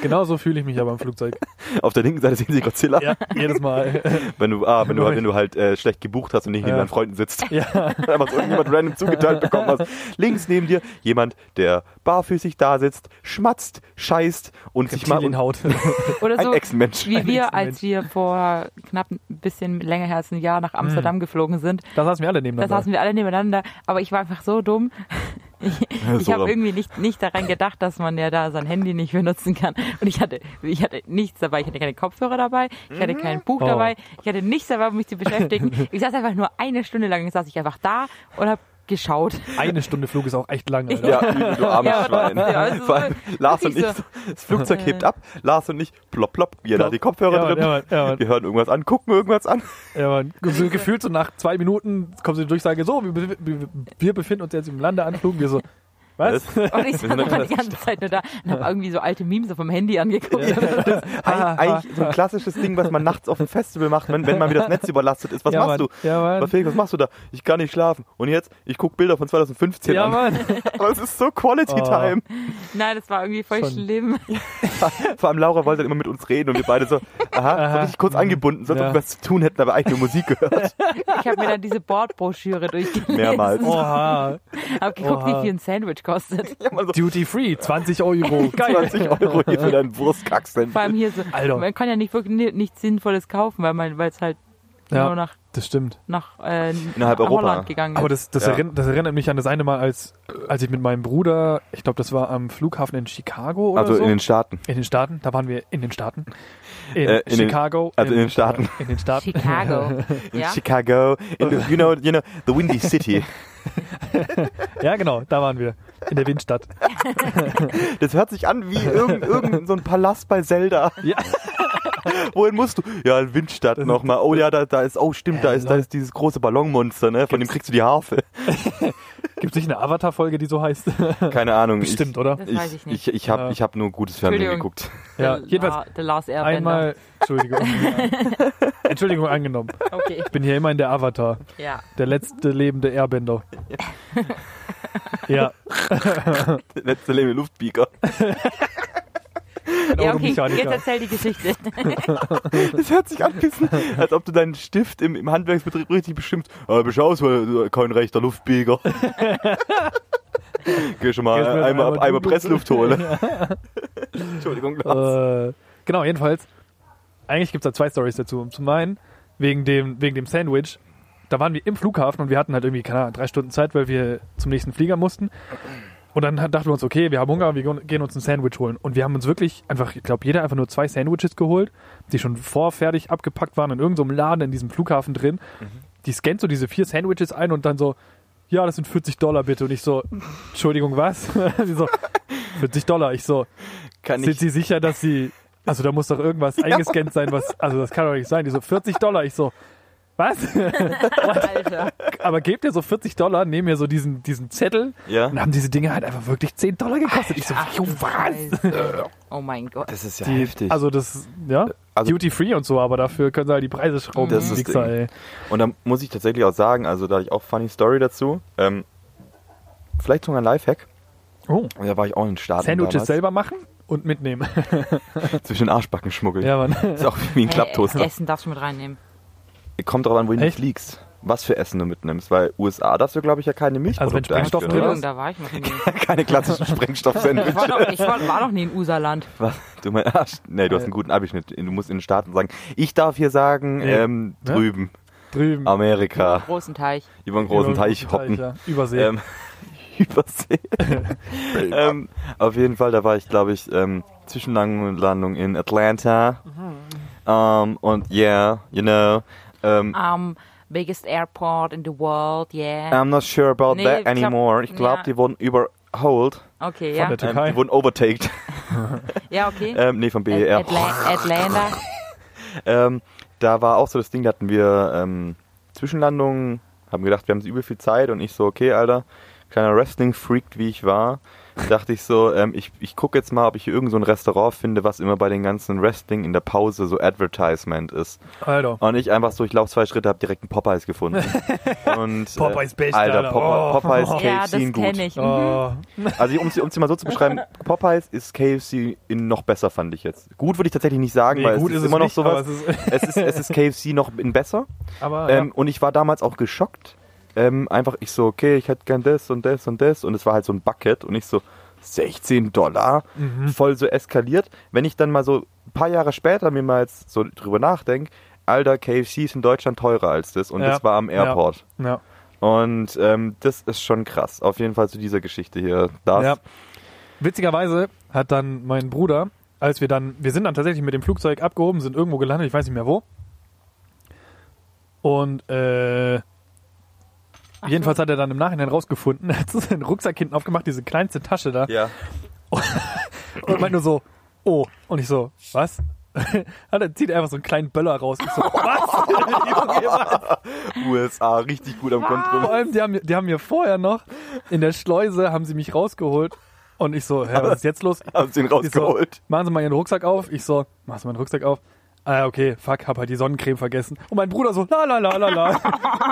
D: genau so fühle ich mich aber im Flugzeug.
B: Auf der linken Seite sehen Sie Godzilla.
D: Ja, jedes Mal.
B: Wenn du, ah, wenn du, wenn du halt äh, schlecht gebucht hast und nicht neben
D: Ja.
B: deinen Freunden sitzt.
D: ja.
B: Einfach so irgendjemand random zugeteilt bekommen hast. Links neben dir jemand, der barfüßig da sitzt, schmatzt, scheißt und sich mal und
D: Reptilienhaut.
C: Oder
B: ein
C: so,
B: Ex-Mensch.
C: Also, wie wir,
D: Ex-Mensch.
C: als wir vor knapp ein bisschen länger her als ein Jahr nach
A: Hm.
C: Amsterdam geflogen sind,
D: Da saßen wir alle
C: da
D: nebeneinander.
C: saßen wir alle nebeneinander, aber ich war einfach so dumm. Ich
B: So
C: habe
B: dumm.
C: irgendwie nicht, nicht daran gedacht, dass man ja da sein Handy nicht benutzen kann. Und ich hatte, ich hatte nichts dabei. Ich hatte keine Kopfhörer dabei, ich hatte kein Buch
D: Oh.
C: dabei, ich hatte nichts dabei, um mich zu beschäftigen. Ich saß einfach nur eine Stunde lang, saß ich einfach da und habe geschaut.
D: Eine Stunde Flug ist auch echt lang, Alter.
B: Ja, übel, du armes
C: Ja,
B: Schwein.
C: ja, also
B: Vor allem,
C: wirklich
B: Lars und ich,
C: so.
B: das Flugzeug hebt ab, Lars und ich, plopp, plopp, wir da
D: Plopp.
B: die Kopfhörer
D: Ja, Mann,
B: drin.
D: ja, Mann, ja, Mann.
B: Wir hören irgendwas an, gucken irgendwas an.
D: Ja, man, so gefühlt so nach zwei Minuten kommt sie die Durchsage, so, wir, be- wir befinden uns jetzt im Landeanflug. Wir so,
A: Was?
C: Und ich saß einfach die ganze Zeit nur da und habe irgendwie so alte Memes auf dem Handy angeguckt.
B: Eig eigentlich so ein klassisches Ding, was man nachts auf dem Festival macht, wenn, wenn man wieder das Netz überlastet ist. Was
D: Ja,
B: machst
D: Mann.
B: du?
D: Ja, Mann.
B: was, Felix, was machst du da? Ich kann nicht schlafen. Und jetzt, ich gucke Bilder von 2015
D: Ja,
B: an.
D: Mann.
B: Aber es ist so Quality
A: Oh.
B: Time.
C: Nein, das war irgendwie voll
A: Schon.
C: schlimm.
B: Vor allem Laura wollte dann immer mit uns reden und wir beide so, aha, so richtig kurz angebunden, sonst
D: Ja.
B: ob wir was zu tun hätten, aber eigentlich nur Musik gehört.
C: Ich habe mir dann diese Bordbroschüre durchgelesen.
B: Mehrmals.
D: Oha.
C: Habe geguckt,
D: Oha.
C: wie viel ein Sandwich kostet.
B: Ja, man so,
D: Duty Free, 20 Euro.
B: 20 Euro hier für deinen Wurstkacksen.
C: Vor allem hier so.
D: Alter.
C: Man kann ja nicht wirklich ni- nichts Sinnvolles kaufen, weil man, weil es halt
D: Ja.
C: nur nach,
D: Das stimmt.
C: nach äh,
B: Innerhalb
C: nach
B: Europa.
C: Holland gegangen ist.
D: Aber das, das,
B: Ja.
D: erinnert, das erinnert mich an das eine Mal, als, als ich mit meinem Bruder, ich glaube, das war am Flughafen in Chicago oder
B: Also
D: so.
B: in den Staaten.
D: in den Staaten, da waren wir in den Staaten. In,
B: Äh, in den-
D: Chicago.
B: also in den Staaten.
D: In den Staaten.
C: Chicago.
B: In
C: ja?
B: Chicago, in the, you know, you know, the Windy City.
D: Ja, genau, da waren wir. In der Windstadt.
B: Das hört sich an wie irgendein irgend so ein Palast bei Zelda.
D: Ja.
B: Wohin musst du? Ja, in Windstadt nochmal. Oh ja, da, da ist, oh stimmt,
D: Äh,
B: da ist, da ist dieses große Ballonmonster, ne? Von dem kriegst du die Harfe.
D: Gibt es nicht eine Avatar-Folge, die so heißt?
B: Keine Ahnung.
D: Bestimmt, oder?
C: Das
B: Ich,
C: weiß
B: ich,
C: ich
B: ich,
C: nicht.
B: ich, ich habe
D: Ja.
B: ich hab nur gutes Fernsehen
C: Entschuldigung.
B: geguckt.
D: Ja,
C: The
D: jedenfalls
C: La- The Last Airbender.
D: einmal. Entschuldigung. Entschuldigung angenommen.
C: Okay,
D: Ich bin hier immer in der Avatar.
C: ja.
D: Der letzte lebende Airbender. Ja,
B: Letzte Level Luftbeaker.
D: ein Genau,
C: ja okay, jetzt
D: Automechaniker.
C: erzähl die Geschichte.
B: Das hört sich anpissen, als ob du deinen Stift im, im Handwerksbetrieb richtig beschimpft. Aber bist du aus, weil du kein rechter Luftbeager. Geh schon mal
D: Gehst mal
B: äh, einmal,
D: einmal
B: ab, einmal
D: Luft-
B: Pressluft hole. Entschuldigung, Lars.
D: Äh, genau, jedenfalls. Eigentlich gibt es da zwei Stories dazu. Zum einen wegen dem, wegen dem Sandwich. Da waren wir im Flughafen und wir hatten halt irgendwie, keine Ahnung, drei Stunden Zeit, weil wir zum nächsten Flieger mussten. Und dann hat- dachten wir uns, okay, wir haben Hunger, wir gehen- gehen uns ein Sandwich holen. Und wir haben uns wirklich einfach, ich glaube, jeder einfach nur zwei Sandwiches geholt, die schon vorfertig abgepackt waren in irgendeinem Laden in diesem Flughafen drin. Die scannt so diese vier Sandwiches ein und dann so, ja, das sind 40 Dollar bitte. Und ich so, Entschuldigung, was? Sie so, 40 Dollar. Ich so,
B: Kann
D: sind
B: ich,
D: Sie sicher, dass Sie. Also da muss doch irgendwas eingescannt sein, was. Also das kann doch nicht sein. Die so 40 Dollar. Ich so. Was?
C: Alter.
D: Aber gebt ihr so 40 Dollar, nehmt ihr so diesen, diesen Zettel
B: ja?
D: und haben diese Dinge halt einfach wirklich 10 Dollar gekostet. Ich so,
C: Ach,
D: jo,
C: du
D: was?
C: Scheiße. Oh mein Gott.
B: Das ist ja
D: Die,
B: heftig.
D: also das, ja,
B: Also-
D: Duty Free und so, aber dafür können sie halt die Preise schrauben.
B: Das
D: die
B: ist das
D: Wichser,
B: Ding.
D: ey.
B: Und da muss ich tatsächlich auch sagen, also da habe ich auch funny Story dazu. Ähm, vielleicht sogar ein Lifehack.
D: Oh,
B: Und da war ich auch in den Staaten.
D: Sandwiches
B: damals.
D: selber machen und mitnehmen.
B: Zwischen den Arschbacken schmuggeln.
D: ja, Mann.
B: Ist ne? auch wie
C: Äh,
B: ein Klapptoaster.
C: Essen darfst du mit reinnehmen.
B: Kommt drauf an, wohin
D: Echt?
B: du fliegst. Was für Essen du mitnimmst. Weil USA darfst du, glaube ich, ja keine
D: Also
B: Milchprodukte
D: wenn Sprengstoff
B: einführen,
D: drin
C: Entschuldigung,
D: ist.
C: da war ich noch nie.
B: oder? Keine klassischen
C: Ich war
B: Sprengstoff-Sandwiches.
C: noch, ich war, war noch nie in USA-Land.
B: Was? Du mein Arsch. Nee, du hast einen guten Abischnitt. Du musst in den Staaten sagen. Ich darf hier sagen,
D: Ja.
B: ähm,
D: Ja?
B: drüben.
D: Drüben.
B: Amerika.
C: Großen Teich.
B: Über einen großen
D: Über-
B: Teich hoppen.
D: ja. Übersee.
B: Ähm, Übersee. ähm, auf jeden Fall, da war ich, glaube ich, ähm, Zwischenlandung in Atlanta.
D: Mhm.
B: Ähm, und yeah, you know, ähm,
C: Um, biggest airport in the world, yeah.
B: I'm not sure about
C: Nee,
B: that
C: ich glaub-
B: anymore. Ich glaube,
C: ja.
B: die wurden überholt.
C: Okay,
D: Von
C: ja.
D: der
B: Ähm,
D: Türkei.
B: die wurden overtaked.
C: Ja, okay.
B: ähm, nee, vom
C: Äh,
B: BER.
C: Atla Atlanta.
B: Ähm, da war auch so das Ding, da hatten wir ähm, Zwischenlandungen, haben gedacht, wir haben so übel viel Zeit und ich so, okay, Alter, kleiner Wrestling-Freak, wie ich war, dachte ich so, ähm, ich, ich gucke jetzt mal, ob ich hier irgend so ein Restaurant finde, was immer bei den ganzen Wrestling in der Pause so Advertisement ist.
D: Alter.
B: Und ich einfach so, ich laufe zwei Schritte, habe direkt einen Popeyes gefunden. Und, äh,
D: Popeyes Best,
B: Alter.
D: Alter.
B: Pope-
D: Oh.
B: Popeyes KFC
C: Ja, das
B: in gut.
C: kenne ich.
D: Oh.
B: Also um sie, um sie mal so zu beschreiben, Popeyes ist KFC in noch besser, fand ich jetzt. Gut würde ich tatsächlich nicht sagen,
D: Nee,
B: weil
D: gut
B: es
D: ist
B: ist,
D: es
B: immer noch
D: nicht, aber
B: sowas. Es ist, es ist KFC noch in besser.
D: Aber
B: Ähm, Und ich war damals auch geschockt. Ähm, einfach, ich so, okay, ich hätte gern das und das und das. Und es war halt so ein Bucket. Und ich so, 16 Dollar,
D: Mhm.
B: voll so eskaliert. Wenn ich dann mal so ein paar Jahre später mir mal jetzt so drüber nachdenke, alter, KFC ist in Deutschland teurer als das. Und
D: Ja.
B: das war am
D: Ja.
B: Airport.
D: ja. ja.
B: Und ähm, das ist schon krass. Auf jeden Fall zu dieser Geschichte hier. Das,
D: Ja. Witzigerweise hat dann mein Bruder, als wir dann, wir sind dann tatsächlich mit dem Flugzeug abgehoben, sind irgendwo gelandet, ich weiß nicht mehr wo. Und äh, jedenfalls hat er dann im Nachhinein rausgefunden, hat so seinen Rucksack hinten aufgemacht, diese kleinste Tasche da,
B: ja.
D: und meint nur so, oh. Und ich so, was? Und dann zieht er einfach so einen kleinen Böller raus. Ich so, was? Junge, was?
B: USA richtig gut am
D: Vor
B: Kontrollen.
D: allem, die haben, die haben mir vorher noch in der Schleuse haben sie mich rausgeholt und ich so, hä, was ist jetzt los?
B: Haben sie ihn
D: Die so,
B: rausgeholt.
D: machen Sie mal Ihren Rucksack auf. Ich so, machen Sie mal den Rucksack auf. Ah, okay, fuck, hab halt die Sonnencreme vergessen. Und mein Bruder so, la la la la la.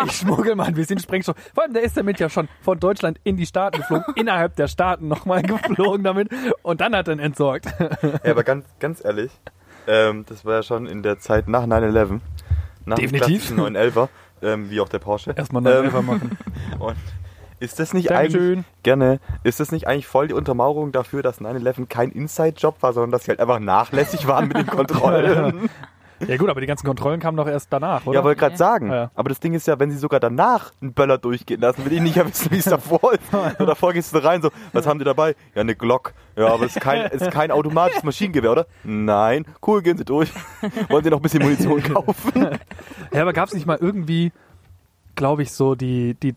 D: Ich schmuggel mal ein bisschen Sprengstoff. Vor allem, der ist damit ja schon von Deutschland in die Staaten geflogen, innerhalb der Staaten nochmal geflogen damit. Und dann hat er ihn entsorgt.
B: Ja, aber ganz, ganz ehrlich, ähm, das war ja schon in der Zeit nach 9-11. Nach
D: Definitiv.
B: dem klassischen 911er, ähm, wie auch der Porsche.
D: Erstmal noch
B: Ähm,
D: einfach machen.
B: Und ist das nicht
D: Dankeschön.
B: eigentlich gerne, ist das nicht eigentlich voll die Untermauerung dafür, dass 9-11 kein Inside-Job war, sondern dass sie halt einfach nachlässig waren mit den Kontrollen?
D: Ja gut, aber die ganzen Kontrollen kamen doch erst danach, oder?
B: ja, wollte gerade sagen.
D: Ja.
B: Aber das Ding ist ja, wenn sie sogar danach einen Böller durchgehen lassen, will ich nicht ja wissen, wie es davor ist. So, davor gehst du rein, so, was haben die dabei? Ja, eine Glock. Ja, aber es ist kein, ist kein automatisches Maschinengewehr, oder? Nein. Cool, gehen sie durch. Wollen sie noch ein bisschen Munition
D: Genau.
B: kaufen?
D: Ja, aber gab es nicht mal irgendwie, glaube ich, so die, die,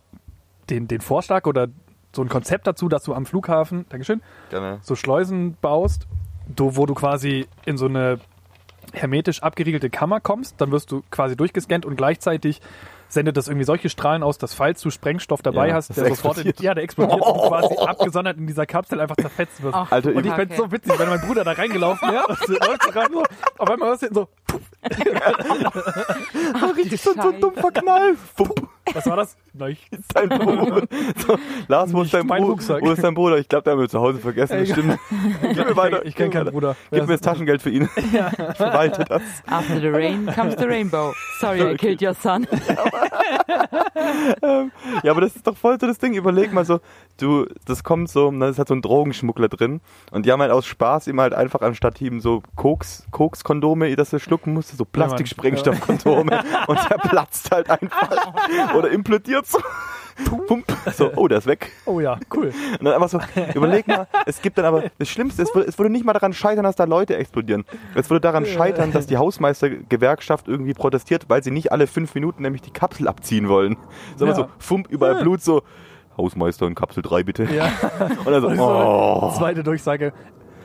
D: den, den Vorschlag oder so ein Konzept dazu, dass du am Flughafen, Dankeschön,
B: Gerne.
D: so Schleusen baust, du, wo du quasi in so eine hermetisch abgeriegelte Kammer kommst, dann wirst du quasi durchgescannt und gleichzeitig sendet das irgendwie solche Strahlen aus, dass falls du Sprengstoff dabei
B: Ja,
D: hast,
B: das
D: der sofort in,
B: explodiert.
D: ja, der explodiert und quasi abgesondert in dieser Kapsel einfach zerfetzt wirst.
C: Ach,
B: Alter,
D: Und ich
C: Kacke.
D: find's so witzig, wenn mein Bruder da reingelaufen wäre, und so läuft so rein so, auf einmal hörst du ihn so,
B: richtig so, so dumm verknallt. Pump.
D: was war das? Nichts.
B: dein Bruder. So, Lars, wo ist,
D: Nicht
B: dein
D: mein
B: Bruder?
D: Rucksack.
B: wo ist dein Bruder? Ich glaube, der haben wir zu Hause vergessen.
D: Ey,
B: Bestimmt. Gib mir weiter.
D: Ich kenne
B: gib mir
D: keinen
B: weiter.
D: Bruder.
B: Gib mir das Taschengeld für ihn. Ich verwalte das.
C: After the rain comes the rainbow. Sorry, I killed your son.
B: Ja, aber das ist doch voll so das Ding. Überleg mal so, du, das kommt so, da ist halt so ein Drogenschmuggler drin. Und die haben halt aus Spaß ihm halt einfach anstatt ihm so Koks, Koks-Kondome, dass er schlucken musste, so
D: Mann.
B: Plastiksprengstoff-Kondome. Und der platzt halt einfach. Oder implodiert so. Pump. So, oh, der ist weg.
D: Oh ja, cool.
B: Und dann einfach so, überleg mal, es gibt dann aber, das Schlimmste, es würde, es würde nicht mal daran scheitern, dass da Leute explodieren. Es würde daran scheitern, dass die Hausmeistergewerkschaft irgendwie protestiert, weil sie nicht alle fünf Minuten nämlich die Kapsel abziehen wollen. Sondern
D: Ja.
B: so, fump, überall Blut, so, Hausmeister in Kapsel 3 bitte.
D: Ja. Also,
B: Und dann so,
D: So,
B: oh.
D: Zweite Durchsage.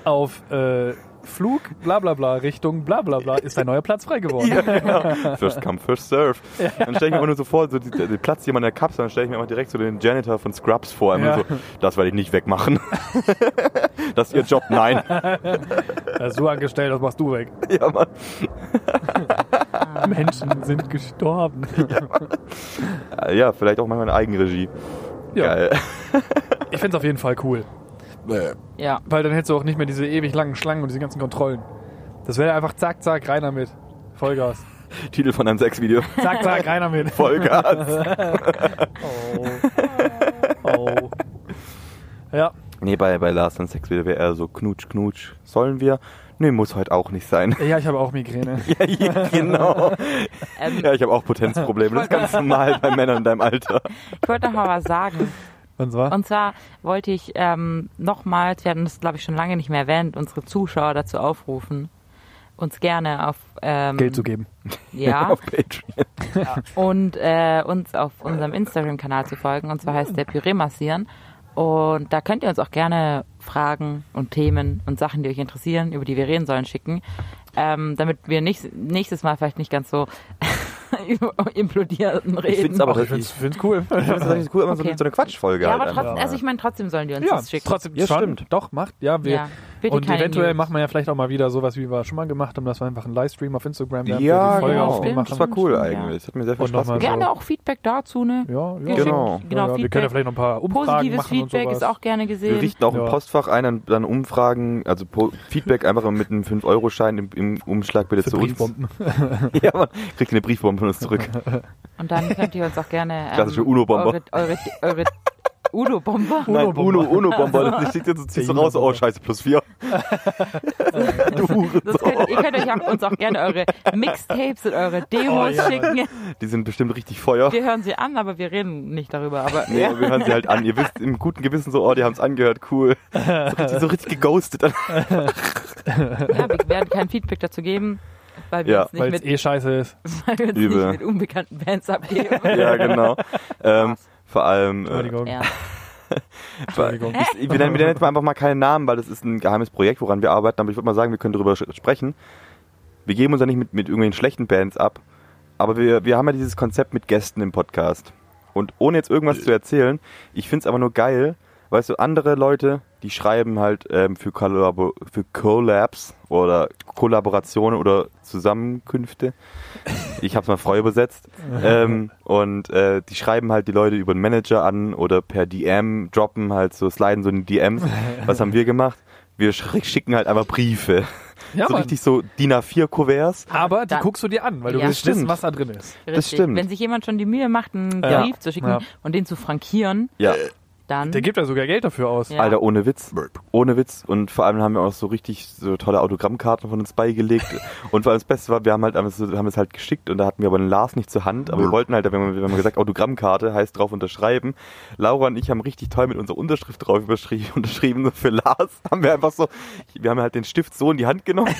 D: Auf äh, Flug, bla bla bla, Richtung bla bla bla, ist ein neuer Platz frei geworden.
B: Ja, genau. First come, first serve. Dann stelle ich mir immer nur so vor, so die, der Platz jemand in der Kapsel, dann stelle ich mir immer direkt so den Janitor von Scrubs vor. Immer
D: Ja.
B: so, das werde ich nicht wegmachen. das ist ihr Job, nein.
D: Das ist so angestellt, das machst du weg.
B: Ja, Mann.
C: Ah.
D: Menschen sind gestorben.
B: Ja, vielleicht auch manchmal eine Eigenregie.
D: Ja,
B: Geil.
D: ich find's auf jeden Fall cool.
C: Ja,
D: Weil dann hättest du auch nicht mehr diese ewig langen Schlangen und diese ganzen Kontrollen. Das wäre einfach zack, zack, rein damit. Vollgas.
B: Titel von einem Sexvideo.
D: Zack, zack, rein damit.
B: Vollgas.
D: Oh. Oh. Ja,
B: nee, bei, bei Lars und Sexvideo wäre eher so knutsch, knutsch. Sollen wir? Nee, muss heute auch nicht sein.
D: ja, ich habe auch Migräne.
B: ja, ja, genau.
C: ähm,
B: Ja, ich habe auch Potenzprobleme. Das ist ganz normal bei Männern in deinem Alter.
C: ich wollte noch mal was sagen.
D: Und zwar?
C: Und zwar wollte ich ähm, nochmals, wir hatten das glaube ich schon lange nicht mehr erwähnt, unsere Zuschauer dazu aufrufen, uns gerne auf ähm,
D: Geld zu geben.
C: ja
B: Auf Patreon.
C: und äh, uns auf unserem Instagram-Kanal zu folgen. Und zwar heißt der Püree massieren. Und da könnt ihr uns auch gerne Fragen und Themen und Sachen, die euch interessieren, über die wir reden sollen, schicken, ähm, damit wir nicht, nächstes Mal vielleicht nicht ganz so implodieren reden.
B: Ich find's aber
D: Ich find's,
B: richtig
D: find's cool.
B: cool, wenn man so
C: Okay.
B: eine- so eine Quatschfolge
C: ja,
B: halt
C: aber
B: einfach
C: trotzdem,
B: mal-
C: also ich meine, trotzdem sollen die uns
D: Ja,
C: das schicken.
D: trotzdem
B: Ja,
D: schon.
B: stimmt.
D: Doch, macht. Ja, wir.
C: Ja, bitte
D: Und
C: keine
D: eventuell
C: News.
D: machen wir ja vielleicht auch mal wieder sowas, wie wir schon mal gemacht haben, dass wir einfach einen Livestream auf Instagram während wir
B: Ja,
D: die Folge
C: genau.
D: aufnehmen
B: genau.
D: machen.
B: Das war cool
C: Ja.
B: eigentlich. Das hat mir sehr viel
D: Und
B: Spaß
D: nochmal
B: gemacht.
C: Gerne auch Feedback dazu, ne?
D: also Ja, ja.
C: Ihr
B: Genau.
D: Ja,
C: schickt- genau
D: ja, wir
C: Feedback.
D: können ja vielleicht noch ein paar Umfragen
C: Positives
D: machen
C: Feedback
D: und
C: ist
D: sowas.
C: auch gerne
B: Wir
C: gesehen.
B: richten auch im
D: Ja.
B: Postfach ein und dann Umfragen, also Po- Feedback einfach mit einem 5-Euro-Schein im, im Umschlag bitte zu uns.
D: Briefbomben.
B: Ja, man kriegt eine Briefbombe von uns zurück.
C: Und dann könnt ihr uns auch gerne ähm,
B: Klassische UNO-Bomber.
C: eure, eure, eure Udo-Bomber.
B: Nein,
D: Uno-Bomber.
B: Uno, Uno-Bomber. Das liegt jetzt so ziehst du
D: Der
B: raus. Oh,
D: Uno-Bomber.
B: scheiße, plus vier. du
C: Das könnt,
B: Hurensohn.
C: ihr könnt euch auch, uns auch gerne eure Mixtapes und eure Demos
D: Oh, ja.
C: schicken.
B: Die sind bestimmt richtig Feuer.
C: Wir hören sie an, aber wir reden nicht darüber. Aber
B: Nee, aber wir hören sie halt an. Ihr wisst im guten Gewissen so, oh, die haben es angehört, cool. So richtig, so richtig geghostet.
C: ja, wir werden kein Feedback dazu geben, weil wir
B: Ja,
C: uns nicht,
D: Weil es
C: mit,
D: eh scheiße ist.
C: weil wir uns
B: Übel.
C: nicht mit unbekannten Bands abgeben.
B: ja, genau. Ähm, vor allem, äh,
D: Entschuldigung.
C: Ja.
B: bei-
D: Entschuldigung.
B: ich- wir nennen, wir nennen jetzt mal einfach mal keinen Namen, weil das ist ein geheimes Projekt, woran wir arbeiten. Aber ich würde mal sagen, wir können darüber sch- sprechen. Wir geben uns ja nicht mit, mit irgendwelchen schlechten Bands ab. Aber wir, wir haben ja dieses Konzept mit Gästen im Podcast. Und ohne jetzt irgendwas zu erzählen, ich finde es aber nur geil, weißt du, andere Leute, die schreiben halt ähm, für, Kollabo für Collabs oder Kollaborationen oder Zusammenkünfte. Ich habe es mal frei übersetzt. ähm, und äh, die schreiben halt die Leute über den Manager an oder per DM, droppen halt so, sliden so in die DMs. Was haben wir gemacht? Wir sch- schicken halt einfach Briefe.
D: Ja,
B: so
D: Mann.
B: richtig so DIN A4-Kuverts.
D: Aber die
C: Dann-
D: guckst du dir an, weil du
C: Ja. Mhm.
D: willst wissen,
B: Stimmt.
D: was da drin ist.
C: Richtig.
B: stimmt.
C: Wenn sich jemand schon die Mühe macht, einen
D: Ja.
C: Brief zu schicken
D: Ja.
C: und den zu frankieren,
B: Ja.
C: dann.
D: Der gibt ja sogar Geld dafür aus.
C: Ja.
B: Alter, ohne Witz. Ohne Witz. Und vor allem haben wir auch so richtig so tolle Autogrammkarten von uns beigelegt. und vor allem das Beste war, wir haben halt einfach so, haben es halt geschickt und da hatten wir aber den Lars nicht zur Hand. Aber wir wollten halt, wir haben, wir haben gesagt, Autogrammkarte heißt drauf unterschreiben. Laura und ich haben richtig toll mit unserer Unterschrift drauf überschrieben, unterschrieben. Für Lars haben wir einfach so, wir haben halt den Stift so in die Hand genommen.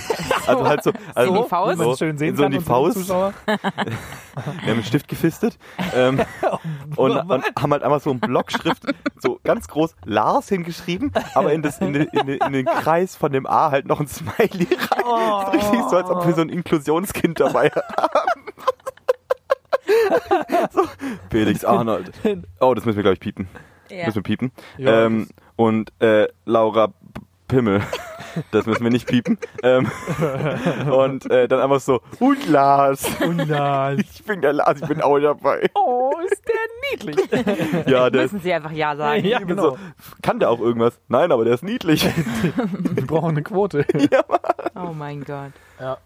B: Also halt so, also
C: die Faust?
D: Wie man
B: So,
D: es schön sehen
B: in so in
D: kann
B: die
D: und für die
B: Faust.
D: Zuschauer.
B: Wir haben einen Stift gefistet ähm, und, und haben halt einmal so einen Blockschrift, so ganz groß Lars hingeschrieben, aber in, das, in, den- in, den- in den Kreis von dem A halt noch ein Smiley rein. Das ist richtig so, als ob wir so ein Inklusionskind dabei haben. so, Felix Arnold. Oh, das müssen wir, glaube ich, piepen.
C: Ja.
B: Müssen wir piepen.
D: Ja,
B: ähm, und äh, Laura P- Pimmel. Das müssen wir nicht piepen. Ähm, und äh, dann einfach so, und Lars.
D: Und dann,
B: Ich bin der Lars, ich bin auch dabei.
D: oh, ist der niedlich.
B: Ja, der ist,
C: Müssen sie einfach Ja sagen.
D: Ja,
B: ich bin
D: genau.
B: so, kann der auch irgendwas? Nein, aber der ist niedlich.
D: Wir brauchen eine Quote.
C: Oh mein Gott.
D: Ja.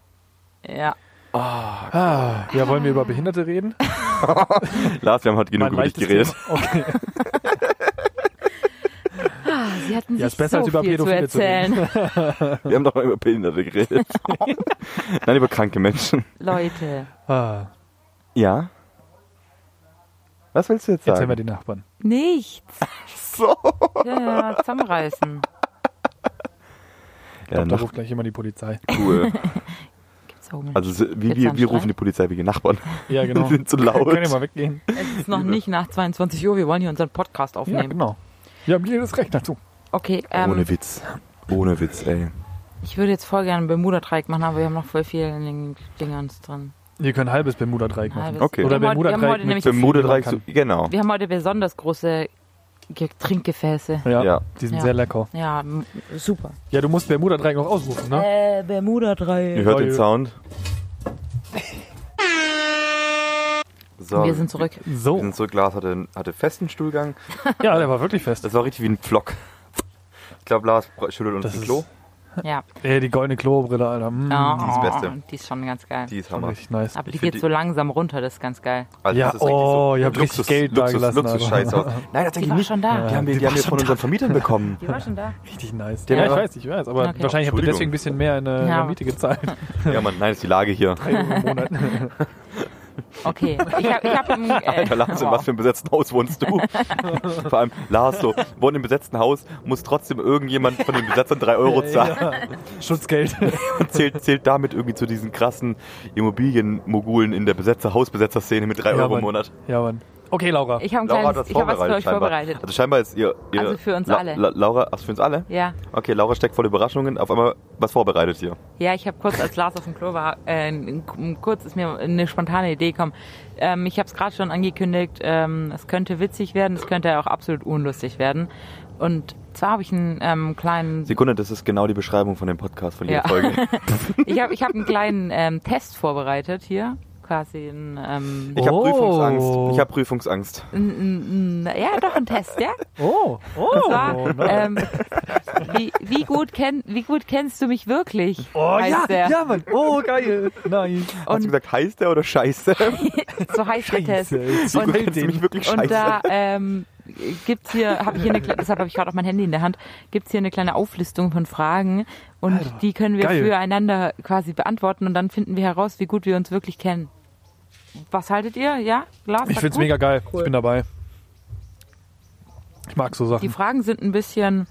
C: Ja.
D: Ah, ja, wollen wir über Behinderte reden?
B: Lars, wir haben heute genug
D: Mein
B: über dich
D: leichtes
B: geredet.
D: Thema. Okay.
C: Sie hatten
D: Ja, ist
C: sich
D: besser,
C: so
D: als über
C: viel zu
D: Pädophile zu
C: erzählen.
B: Wir haben doch mal über Behinderte geredet. Nein, über kranke Menschen.
C: Leute.
D: Ah,
B: Ja? Was willst du jetzt
D: jetzt haben
B: sagen?
D: wir die Nachbarn.
C: Nichts.
B: so.
C: Ja, ja, zusammenreißen.
D: Ich
B: Ja,
D: glaube, da ruft gleich immer die Polizei.
B: Nachbarn.
C: So,
B: Also so- wie,
C: Jetzt
B: wir,
C: am
B: wir
C: Streit?
B: rufen die Polizei wegen Nachbarn.
D: Ja,
B: Die sind zu laut.
D: Können Genau. wir mal weggehen?
C: es ist noch nicht nach 22 Uhr. Wir wollen hier unseren Podcast
D: Ja, Oh,
C: aufnehmen.
D: genau. Wir haben jedes Recht dazu.
C: Okay, ähm,
B: Ohne Witz. Ohne Witz, ey.
C: ich würde jetzt voll gerne einen Bermuda-Dreieck machen, aber wir haben noch voll viel in den Dingern drin.
D: Wir können ein halbes Bermuda-Dreieck machen.
C: Halbes-
B: Okay.
C: Wir
D: Oder
C: haben heute- wir haben
D: Bermuda-Dreieck
C: heute
D: mit
C: nämlich-
B: Für Mode
D: man
B: dreigst du, genau.
C: Wir haben heute besonders große Getränkgefäße.
D: Ja,
B: Ja.
D: die sind
C: Ja.
D: sehr lecker.
C: Ja, m- super.
D: Ja, du musst Bermuda-Dreieck noch ausrufen, ne?
C: Äh, Bermuda-Dreieck.
B: Ihr hört den
D: Neue-
B: Sound. So,
C: Wir sind zurück.
B: Wir
D: So.
B: sind zurück. Lars hatte, hatte festen Stuhlgang.
D: Ja, der war wirklich fest.
B: Das war richtig wie ein Pflock. Ich glaube, Lars schüttelt uns
D: Das
B: die
D: ist-
B: Klo.
C: Ja.
D: Ey, Äh, die goldene Klobrille, Alter. Mm,
C: Oh,
B: Hm, die ist beste.
C: Die ist schon ganz geil.
B: Die ist
D: schon
B: Hammer.
D: richtig nice.
C: Aber die
B: Ich find
C: geht
B: die-
C: so langsam runter, das ist ganz geil.
B: Also
D: Ja,
B: das ist richtig
D: oh,
B: so
D: ihr habt
B: Luxus,
D: richtig Geld
B: Luxus,
D: dagelassen,
B: Luxus,
D: aber-
B: Scheiß aus. Nein,
C: Die
B: tatsächlich
C: war
B: nicht.
C: schon da.
B: Die haben wir, die haben wir von unseren Vermietern bekommen.
C: Die war schon da.
D: Richtig nice.
C: Ja.
D: Ja, ich weiß, ich weiß. Aber
C: Okay.
D: wahrscheinlich habt ihr
B: Entschuldigung.
D: deswegen ein bisschen mehr in äh,
C: Ja.
D: Miete gezahlt.
B: Ja, Mann, nein, ist die Lage hier.
D: Drei Euro im Monat.
C: Okay. Ich hab, ich hab einen, äh,
B: Alter, Lars, in
C: wow.
B: was für einem besetzten Haus wohnst du? Vor allem, Lars, so, wohnt im besetzten Haus, muss trotzdem irgendjemand von den Besetzern 3 Euro zahlen
D: Schutzgeld.
B: und zählt, zählt damit irgendwie zu diesen krassen Immobilienmogulen in der Besetzer, Hausbesetzer-Szene mit 3 Euro im
D: Mann.
B: Monat.
D: Ja, Mann. Okay, Laura.
C: ich hab ein
B: Laura hat was
C: kleines, ich hab was für
B: vorbereitet,
C: euch
B: scheinbar.
C: vorbereitet.
B: Also scheinbar ist ihr... ihr
C: Also für uns alle.
B: La Laura, ach, für uns alle?
C: Ja,
B: Okay, Laura steckt voll Überraschungen. Auf einmal was vorbereitet hier.
C: ja, ich habe kurz, als Lars auf dem Klo war, äh, in- in- kurz ist mir eine spontane Idee gekommen. Ähm, ich habe es gerade schon angekündigt, ähm, es könnte witzig werden, es könnte auch absolut unlustig werden. Und zwar habe ich einen ähm, kleinen,
B: Sekunde, das ist genau die Beschreibung von dem Podcast von jeder
C: Ja.
B: Folge.
C: ich habe ich hab einen kleinen ähm, Test vorbereitet hier, quasi ein, ähm,
B: Ich habe
D: Oh.
B: Prüfungsangst. Ich habe Prüfungsangst.
C: ein, ein, ja doch ein Test, ja.
D: Oh, oh.
C: Und zwar,
D: ne?
C: ähm, wie, wie, gut kenn, wie gut kennst du mich wirklich?
D: oh ja,
C: heißt der.
D: ja, Mann. Oh, geil. Nein.
B: Hast du
C: Und
B: gesagt, heißt der oder scheiße?
C: so heißt der Test.
D: Scheiße.
C: Und-
B: Du kennst mich wirklich scheiße.
C: Und da ähm, gibt's hier, habe ich hier eine, kle- deshalb habe ich gerade auch mein Handy in der Hand, gibt's hier eine kleine Auflistung von Fragen und die können wir
D: geil.
C: füreinander quasi beantworten und dann finden wir heraus, wie gut wir uns wirklich kennen. Was haltet ihr? Ja, Lars?
D: Ich
C: sagt
D: find's
C: gut?
D: mega geil.
C: Cool.
D: Ich bin dabei. Ich mag so
C: Die
D: Sachen.
C: Fragen sind ein bisschen,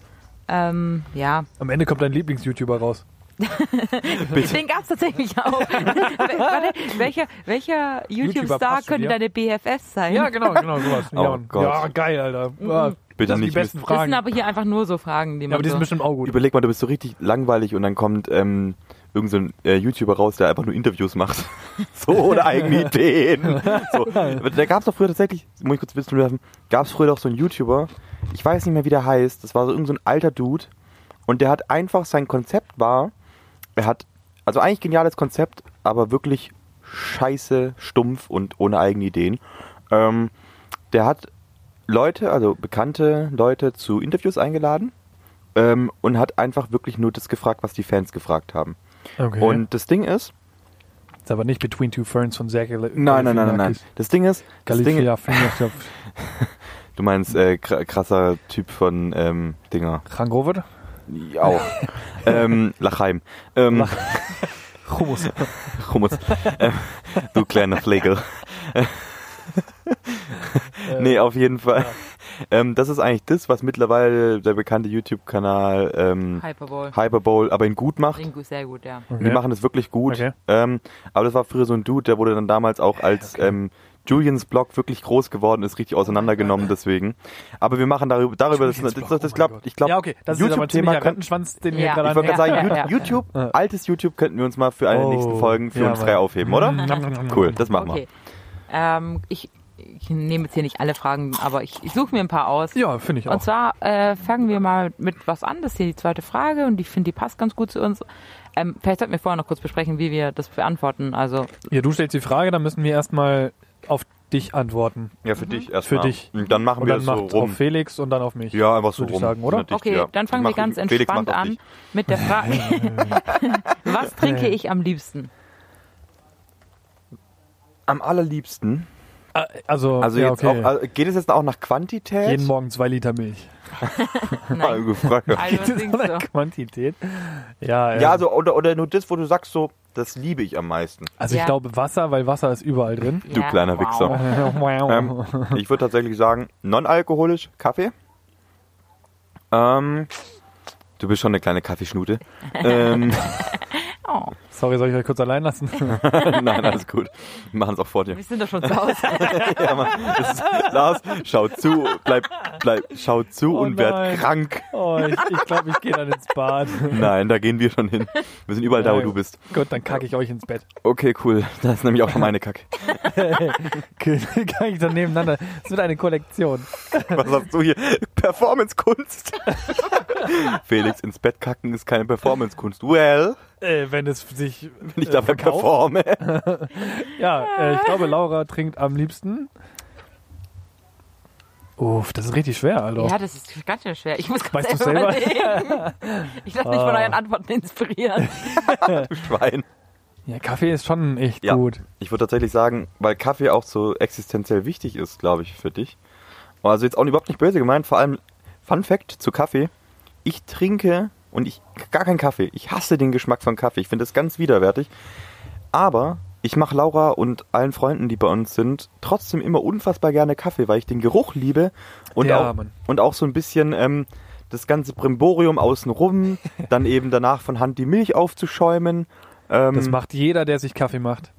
C: ähm, ja.
D: Am Ende kommt dein Lieblings-YouTuber raus.
C: Den gab's tatsächlich auch. Wel- Warte, welcher welcher YouTube-Star
D: passt zu
C: könnte
D: dir?
C: deine BFF sein?
D: Ja, genau, genau, sowas.
B: Oh
D: ja, und-
B: Gott.
D: ja, geil, Alter. Ja,
B: Mhm.
D: das
B: Bitte
D: sind die
B: nicht
D: besten
C: das
D: Fragen.
C: sind aber hier einfach nur so Fragen, die
D: ja,
C: man
D: aber die sind
C: so...
D: bestimmt auch gut.
B: Überleg mal, du bist so richtig langweilig und dann kommt ähm, irgend so ein äh, YouTuber raus, der einfach nur Interviews macht. so ohne eigene Ideen. So. Aber Da gab es doch früher tatsächlich, muss ich kurz ein bisschen werfen, gab es früher doch so einen YouTuber, ich weiß nicht mehr, wie der heißt, das war so irgend so ein alter Dude und der hat einfach, sein Konzept war, er hat, also eigentlich geniales Konzept, aber wirklich scheiße, stumpf und ohne eigene Ideen. Ähm, der hat Leute, also bekannte Leute zu Interviews eingeladen ähm, und hat einfach wirklich nur das gefragt, was die Fans gefragt haben.
D: Okay.
B: Und das Ding ist,
D: ist aber nicht Between Two Ferns von Zach Galifi-
B: nein, nein, nein, nein, nein. Das Ding ist, das Ding,
D: Galifianakis.
B: du meinst äh, kr- krasser Typ von ähm, Dinger,
D: Hangover?
B: Ja, auch, ähm, Lachheim, ähm,
D: Hummus.
B: Hummus, ähm, du kleiner Flegel. nee, auf jeden Fall. Ähm, das ist eigentlich das, was mittlerweile der bekannte YouTube-Kanal ähm,
C: Hyperball.
B: Hyperbowl aber in gut macht.
C: Klingt gut, sehr gut, ja.
D: Okay.
B: Die machen das wirklich gut.
D: Okay.
B: Ähm, aber das war früher so ein Dude, der wurde dann damals auch als ähm, Julians Blog wirklich groß geworden ist, richtig auseinandergenommen deswegen. Aber wir machen darüber, darüber das, das,
D: Oh Julians Blog,
B: das, das
D: oh
B: glaub-
D: mein Gott.
B: ich glaube,
D: ja, okay, das ist aber ein ziemlicher Rattenschwanz, den wir
C: Ja.
D: gerade
B: ich wollte
C: Ja,
B: gerade sagen,
C: ja,
B: Ju-
C: ja.
B: YouTube,
D: Ja.
B: altes YouTube könnten wir uns mal für eine der
D: Oh,
B: nächsten Folgen für
D: ja, Mhm.
B: uns
D: Mann.
B: frei aufheben, oder?
D: anhaben.
B: Cool, das machen
C: okay. Ähm, ich, ich nehme jetzt hier nicht alle Fragen, aber ich, ich suche mir ein paar aus.
D: Ja, finde ich auch.
C: Und zwar äh, fangen wir mal mit was an. Das ist hier die zweite Frage und ich finde, die passt ganz gut zu uns. Ähm, vielleicht sollten wir vorher noch kurz besprechen, wie wir das beantworten. Also,
D: ja, du stellst die Frage, dann müssen wir erstmal auf dich antworten.
B: Ja, für
C: Mhm.
B: dich
D: Für
B: erstmal.
D: dich.
B: Und Dann machen
D: Und
B: wir
D: dann
B: das
D: macht
B: so
D: auf
B: rum.
D: Felix und dann auf mich.
B: Ja, einfach so
D: Würde ich
B: rum.
D: sagen, oder?
B: Na, dich,
C: okay,
B: ja.
C: dann fangen
B: Mach-
C: wir ganz
B: Felix macht
C: entspannt
B: auf
C: an
B: dich.
C: mit der Frage: Was trinke ich am liebsten?
B: Am allerliebsten.
D: Ah, Also,
B: Also
D: ja,
B: jetzt
D: okay.
B: auch, also geht es jetzt auch nach Quantität?
D: jeden Morgen zwei Liter Milch.
B: Mal gefragt.
C: Also,
D: Das ist
C: singst
D: so
C: du.
D: eine Quantität. Ja, ähm,
B: Ja, also oder, oder nur das, wo du sagst so, das liebe ich am meisten.
D: also ich
C: Ja.
D: glaube Wasser, weil Wasser ist überall drin.
B: Du kleiner Wichser. Ähm,
D: Wow.
B: ich würde tatsächlich sagen, non-alkoholisch Kaffee. Ähm, du bist schon eine kleine Kaffeeschnute. Ähm,
C: Oh,
D: Sorry, soll ich euch kurz allein lassen?
B: nein, alles gut. Wir machen es auch vor dir.
C: wir sind doch schon zu Hause.
B: Ja, Mann, das ist, Lars, schaut zu, bleib, bleib, schaut zu
D: Oh
B: und werd
D: nein.
B: krank.
D: Oh, ich glaube, ich, glaub, ich gehe dann ins Bad.
B: Nein, da gehen wir schon hin. Wir sind überall da, wo
D: Ja.
B: du bist.
D: Gut, dann kacke ich euch ins Bett.
B: Okay, cool. Das ist nämlich auch schon meine Kacke.
D: Kacke ich dann nebeneinander. Es wird eine Kollektion.
B: Was hast du hier? Performance-Kunst. Felix, ins Bett kacken ist keine Performance-Kunst. Well,
D: Äh, wenn es sich.
B: wenn ich dabei
D: verkauft?
B: performe.
D: Ja, äh, ich glaube, Laura trinkt am liebsten. Uff, das ist richtig schwer, also. Alter.
C: Ja, das ist ganz schön schwer. Ich muss ganz
D: Weißt du
C: selber
D: selber? Ah.
C: überlegen. Ich lasse mich von euren Antworten inspirieren.
B: Du Schwein.
D: Ja, Kaffee ist schon echt
B: Ja.
D: gut.
B: Ich würde tatsächlich sagen, weil Kaffee auch so existenziell wichtig ist, glaube ich, für dich. Also jetzt auch überhaupt nicht böse gemeint, vor allem Fun Fact zu Kaffee. Ich trinke und ich gar keinen Kaffee. Ich hasse den Geschmack von Kaffee. Ich finde das ganz widerwärtig. Aber ich mache Laura und allen Freunden, die bei uns sind, trotzdem immer unfassbar gerne Kaffee, weil ich den Geruch liebe und,
D: Ja,
B: auch,
D: Mann.
B: und auch so ein bisschen ähm, das ganze Brimborium außenrum, dann eben danach von Hand die Milch aufzuschäumen. Ähm,
D: Das macht jeder, der sich Kaffee macht.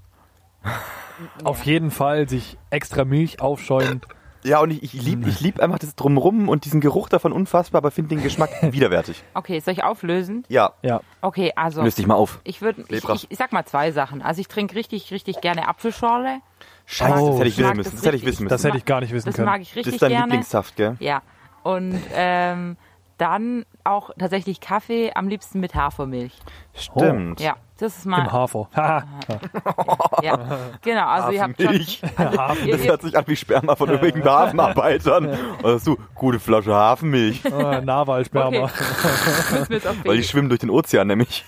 D: Auf jeden Fall sich extra Milch aufschäumen.
B: Ja, und ich, ich liebe ich lieb einfach das Drumrum und diesen Geruch davon unfassbar, aber finde den Geschmack widerwärtig.
C: Okay, soll ich auflösen?
B: Ja,
D: Ja.
C: Okay, also
B: löst dich mal auf.
C: ich würde, ich,
B: Lebra.
C: ich, ich sag mal zwei Sachen. Also ich trinke richtig, richtig gerne Apfelschorle.
B: Scheiße,
D: Oh,
B: das hätte ich
C: ich mag
B: wissen müssen.
C: das
B: Das hätte ich
C: richtig.
B: wissen müssen.
D: Das hätte ich gar nicht wissen
C: Das
D: können.
C: mag ich
B: das
C: richtig
B: ist dein
C: gerne.
B: Lieblingssaft, gell?
C: Ja. Und ähm, dann auch tatsächlich Kaffee, am liebsten mit Hafermilch.
B: Stimmt.
C: Ja, das ist
D: Im
C: mal.
D: Hafer.
C: Ah.
D: Haha.
C: Ja. Genau, also ihr habt schon.
B: Milch.
C: Also ihr,
B: Das
C: ihr,
B: hört sich an wie Sperma von irgendwelchen Oh, Hafenarbeitern. Oder du, gute Flasche Hafenmilch.
D: Ah, Narwalsperma.
C: Okay. müssen wir jetzt auf
B: Weil die schwimmen durch den Ozean nämlich.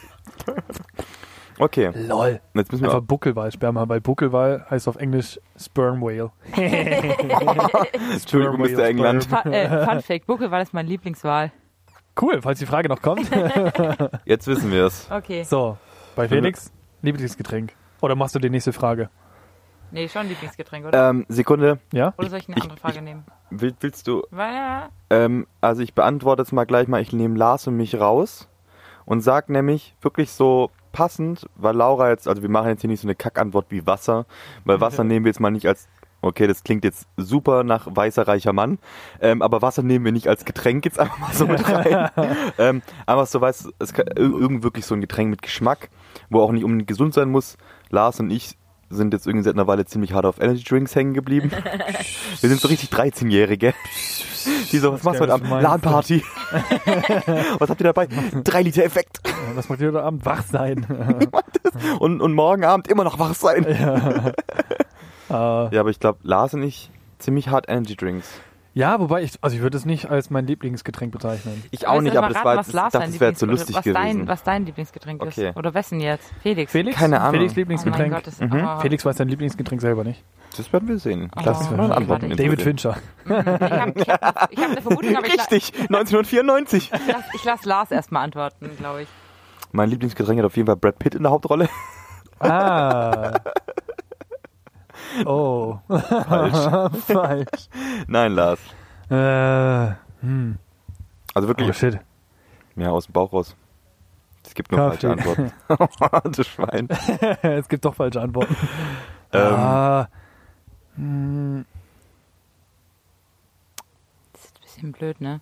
B: Okay, und
D: Lol.
B: jetzt müssen wir
D: Einfach Buckelwalsperma, weil Buckelwal heißt auf Englisch Sperm Whale.
B: Entschuldigung, Mr.
D: Sperma,
B: England.
D: Sperma.
C: Fun, äh, Fun Fact, Bucke war das mein Lieblingswahl.
D: Cool, falls die Frage noch kommt.
B: Jetzt wissen wir es.
C: Okay.
D: So, bei Felix, Lieblingsgetränk. Oder machst du die nächste Frage?
C: Nee, schon Lieblingsgetränk, oder?
B: Ähm, Sekunde.
D: Ja?
C: Oder soll ich eine
B: ich-
C: andere Frage nehmen?
B: Will- Willst du
C: Weil,
B: Ähm, also ich beantworte jetzt mal gleich mal, ich nehme Lars und mich raus und sag nämlich wirklich so passend, weil Laura jetzt, also wir machen jetzt hier nicht so eine Kackantwort wie Wasser, weil Wasser nehmen wir jetzt mal nicht als Okay, das klingt jetzt super nach weißer, reicher Mann. Ähm, aber Wasser nehmen wir nicht als Getränk jetzt einfach mal so mit rein. ähm, aber so weißt es kann, ir- irgend wirklich so ein Getränk mit Geschmack, wo auch nicht unbedingt gesund sein muss. Lars und ich sind jetzt irgendwie seit einer Weile ziemlich hart auf Energy Drinks hängen geblieben. Wir sind so richtig 13-Jährige. Die so, was machst du heute
D: Was
B: Abend?
D: meinst du?
B: LAN-Party. was habt ihr dabei? Drei Liter Effekt.
D: Was macht ihr heute Abend? Wach sein.
B: Und, und morgen Abend immer noch wach sein.
D: Äh,
B: Ja, aber ich glaube, Lars und ich ziemlich hart Energy Drinks.
D: ja, wobei ich, also ich würde es nicht als mein Lieblingsgetränk bezeichnen.
B: Ich auch nicht, aber das war jetzt, ich dachte,
C: dein
B: das wäre jetzt so
C: Lieblings-
B: lustig
C: was
B: gewesen.
C: Dein, was dein Lieblingsgetränk
B: Okay.
C: ist. Oder wessen jetzt? Felix.
D: Felix?
B: Keine Ahnung.
D: Felix
C: Oh mein
D: Lieblingsgetränk.
C: Gott, das ist
B: Mhm.
C: aber-
D: Felix weiß sein Lieblingsgetränk selber nicht.
B: das werden wir sehen.
C: Oh,
B: Lass uns mal
D: warte,
B: antworten.
C: ich-
B: jetzt
D: David
B: bitte.
D: Fincher.
C: Mhm. Ich habe ich hab, ich hab eine Vermutung, aber ich, la
B: Richtig, 1994.
C: ich lasse ich lass Lars erstmal antworten, glaube ich.
B: mein Lieblingsgetränk hat auf jeden Fall Brad Pitt in der Hauptrolle.
D: Ah. Oh.
B: Falsch.
D: Falsch.
B: Nein, Lars.
D: Äh, hm.
B: Also
D: Oh
B: wirklich,
D: shit.
B: ja, aus dem Bauch raus. Es gibt nur falsche
D: Kaffee.
B: Antworten. du Schwein.
D: es gibt doch falsche Antworten.
B: Ähm,
D: Ah. Hm.
C: Das ist ein bisschen blöd, ne?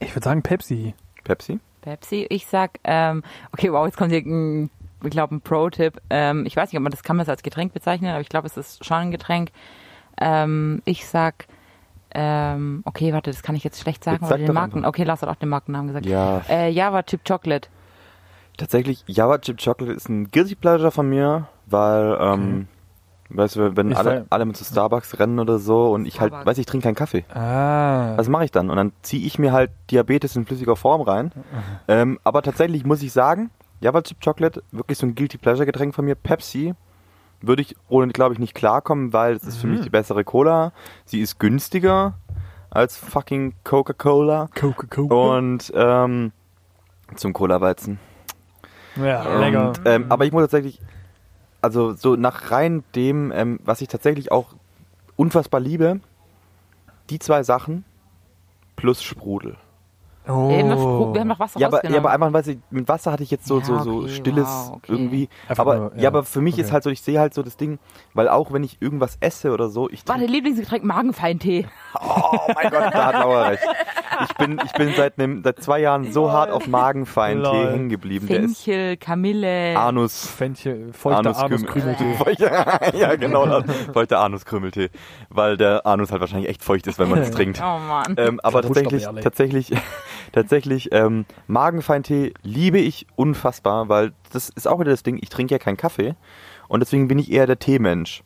D: Ich würde sagen Pepsi.
B: Pepsi?
C: Pepsi. Ich sag, ähm, okay, wow, jetzt kommt hier, ein, ich glaube, ein Pro-Tipp. Ähm, ich weiß nicht, ob man das kann man es als Getränk bezeichnen, aber ich glaube, es ist schon ein Getränk. Ähm, ich sag, ähm, okay, warte, das kann ich jetzt schlecht sagen,
B: Jetzt
C: weil
B: sag
C: wir
B: doch
C: den Marken, okay, Lars hat auch den Markennamen gesagt.
B: Ja.
C: Äh, Java Chip Chocolate.
B: Tatsächlich, Java Chip Chocolate ist ein Guilty Pleasure von mir, weil, ähm, weißt du, wenn
D: Ich
B: alle,
D: weiß-
B: alle mit zu Starbucks rennen oder so und ich halt,
C: Starbucks.
B: weiß ich, trinke keinen Kaffee.
D: Ah.
B: Was mache ich dann? Und dann ziehe ich mir halt Diabetes in flüssiger Form rein. Ähm, aber tatsächlich muss ich sagen, Java Chip Chocolate, wirklich so ein Guilty Pleasure Getränk von mir. Pepsi würde ich ohne, glaube ich, nicht klarkommen, weil es ist für mich die bessere Cola. Sie ist günstiger als fucking Coca-Cola.
D: Coca-Cola.
B: Und ähm, zum Cola-Weizen.
D: Ja,
C: Und-
D: lecker.
B: Und, ähm, aber ich muss tatsächlich, also so nach rein dem, ähm, was ich tatsächlich auch unfassbar liebe, die zwei Sachen plus Sprudel.
D: Oh.
C: Wir, haben noch, wir haben noch Wasser
B: Ja aber, ja,
C: rausgenommen.
B: aber einfach, weiß ich, mit Wasser hatte ich jetzt so,
C: genau? Ja,
B: so, so
C: okay,
B: stilles
C: wow, okay.
B: irgendwie.
D: Einfach
B: aber,
D: nur,
B: ja.
D: ja.
B: aber für mich ist
D: Okay.
B: halt so, ich sehe halt so das Ding, weil auch wenn ich irgendwas esse oder so, ich
C: Warte,
B: trinke,
C: Lieblingsgetränk Magenfeintee.
B: oh mein Gott, da hat Laura recht. Ich bin, ich bin seit, nem, seit zwei Jahren so hart auf Magenfein-Tee
D: Lol.
B: hängen geblieben. Der ist Ah,
C: Fenchel, Kamille.
B: Anus.
D: Fenchel, feuchter
B: Äh,
D: Anuskrümeltee.
B: Feuchter- ja, genau. das. Feuchter Anuskrümeltee. Weil der Anus halt wahrscheinlich echt feucht ist, wenn man es trinkt.
C: Oh Mann.
B: Ähm, aber
D: Kaputt,
B: tatsächlich,
D: Doppel-Ehrlich.
B: tatsächlich, tatsächlich, ähm, Magenfeintee liebe ich unfassbar, weil das ist auch wieder das Ding, ich trinke ja keinen Kaffee und deswegen bin ich eher der Teemensch.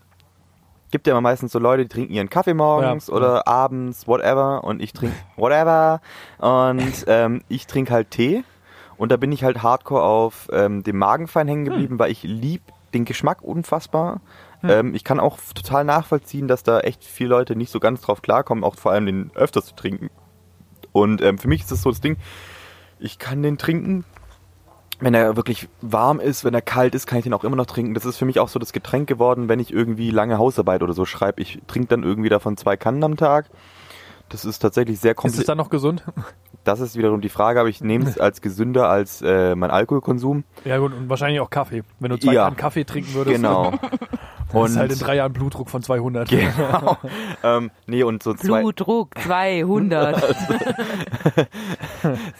B: Gibt ja immer meistens so Leute, die trinken ihren Kaffee morgens
D: Ja.
B: oder abends, whatever, und ich trinke whatever. Und ähm, ich trinke halt Tee und da bin ich halt hardcore auf ähm, dem Magenfein hängen geblieben, weil ich lieb den Geschmack unfassbar. Ähm, ich kann auch f- total nachvollziehen, dass da echt viele Leute nicht so ganz drauf klarkommen, auch vor allem den öfters zu trinken. Und ähm, für mich ist das so das Ding, ich kann den trinken, wenn er wirklich warm ist, wenn er kalt ist, kann ich den auch immer noch trinken. Das ist für mich auch so das Getränk geworden, wenn ich irgendwie lange Hausarbeit oder so schreibe. Ich trinke dann irgendwie davon zwei Kannen am Tag. Das ist tatsächlich sehr
D: Ist es
B: kompliziert.
D: dann noch gesund?
B: Das ist wiederum die Frage, aber ich nehme es als gesünder als äh, mein Alkoholkonsum.
D: Ja gut, und wahrscheinlich auch Kaffee. Wenn du zwei
B: Ja.
D: Gramm Kaffee trinken würdest,
B: Genau.
D: dann ist
B: Und
D: halt in drei Jahren Blutdruck von 200.
B: genau. ähm, nee, und so zwei.
C: Blutdruck 200.
B: Das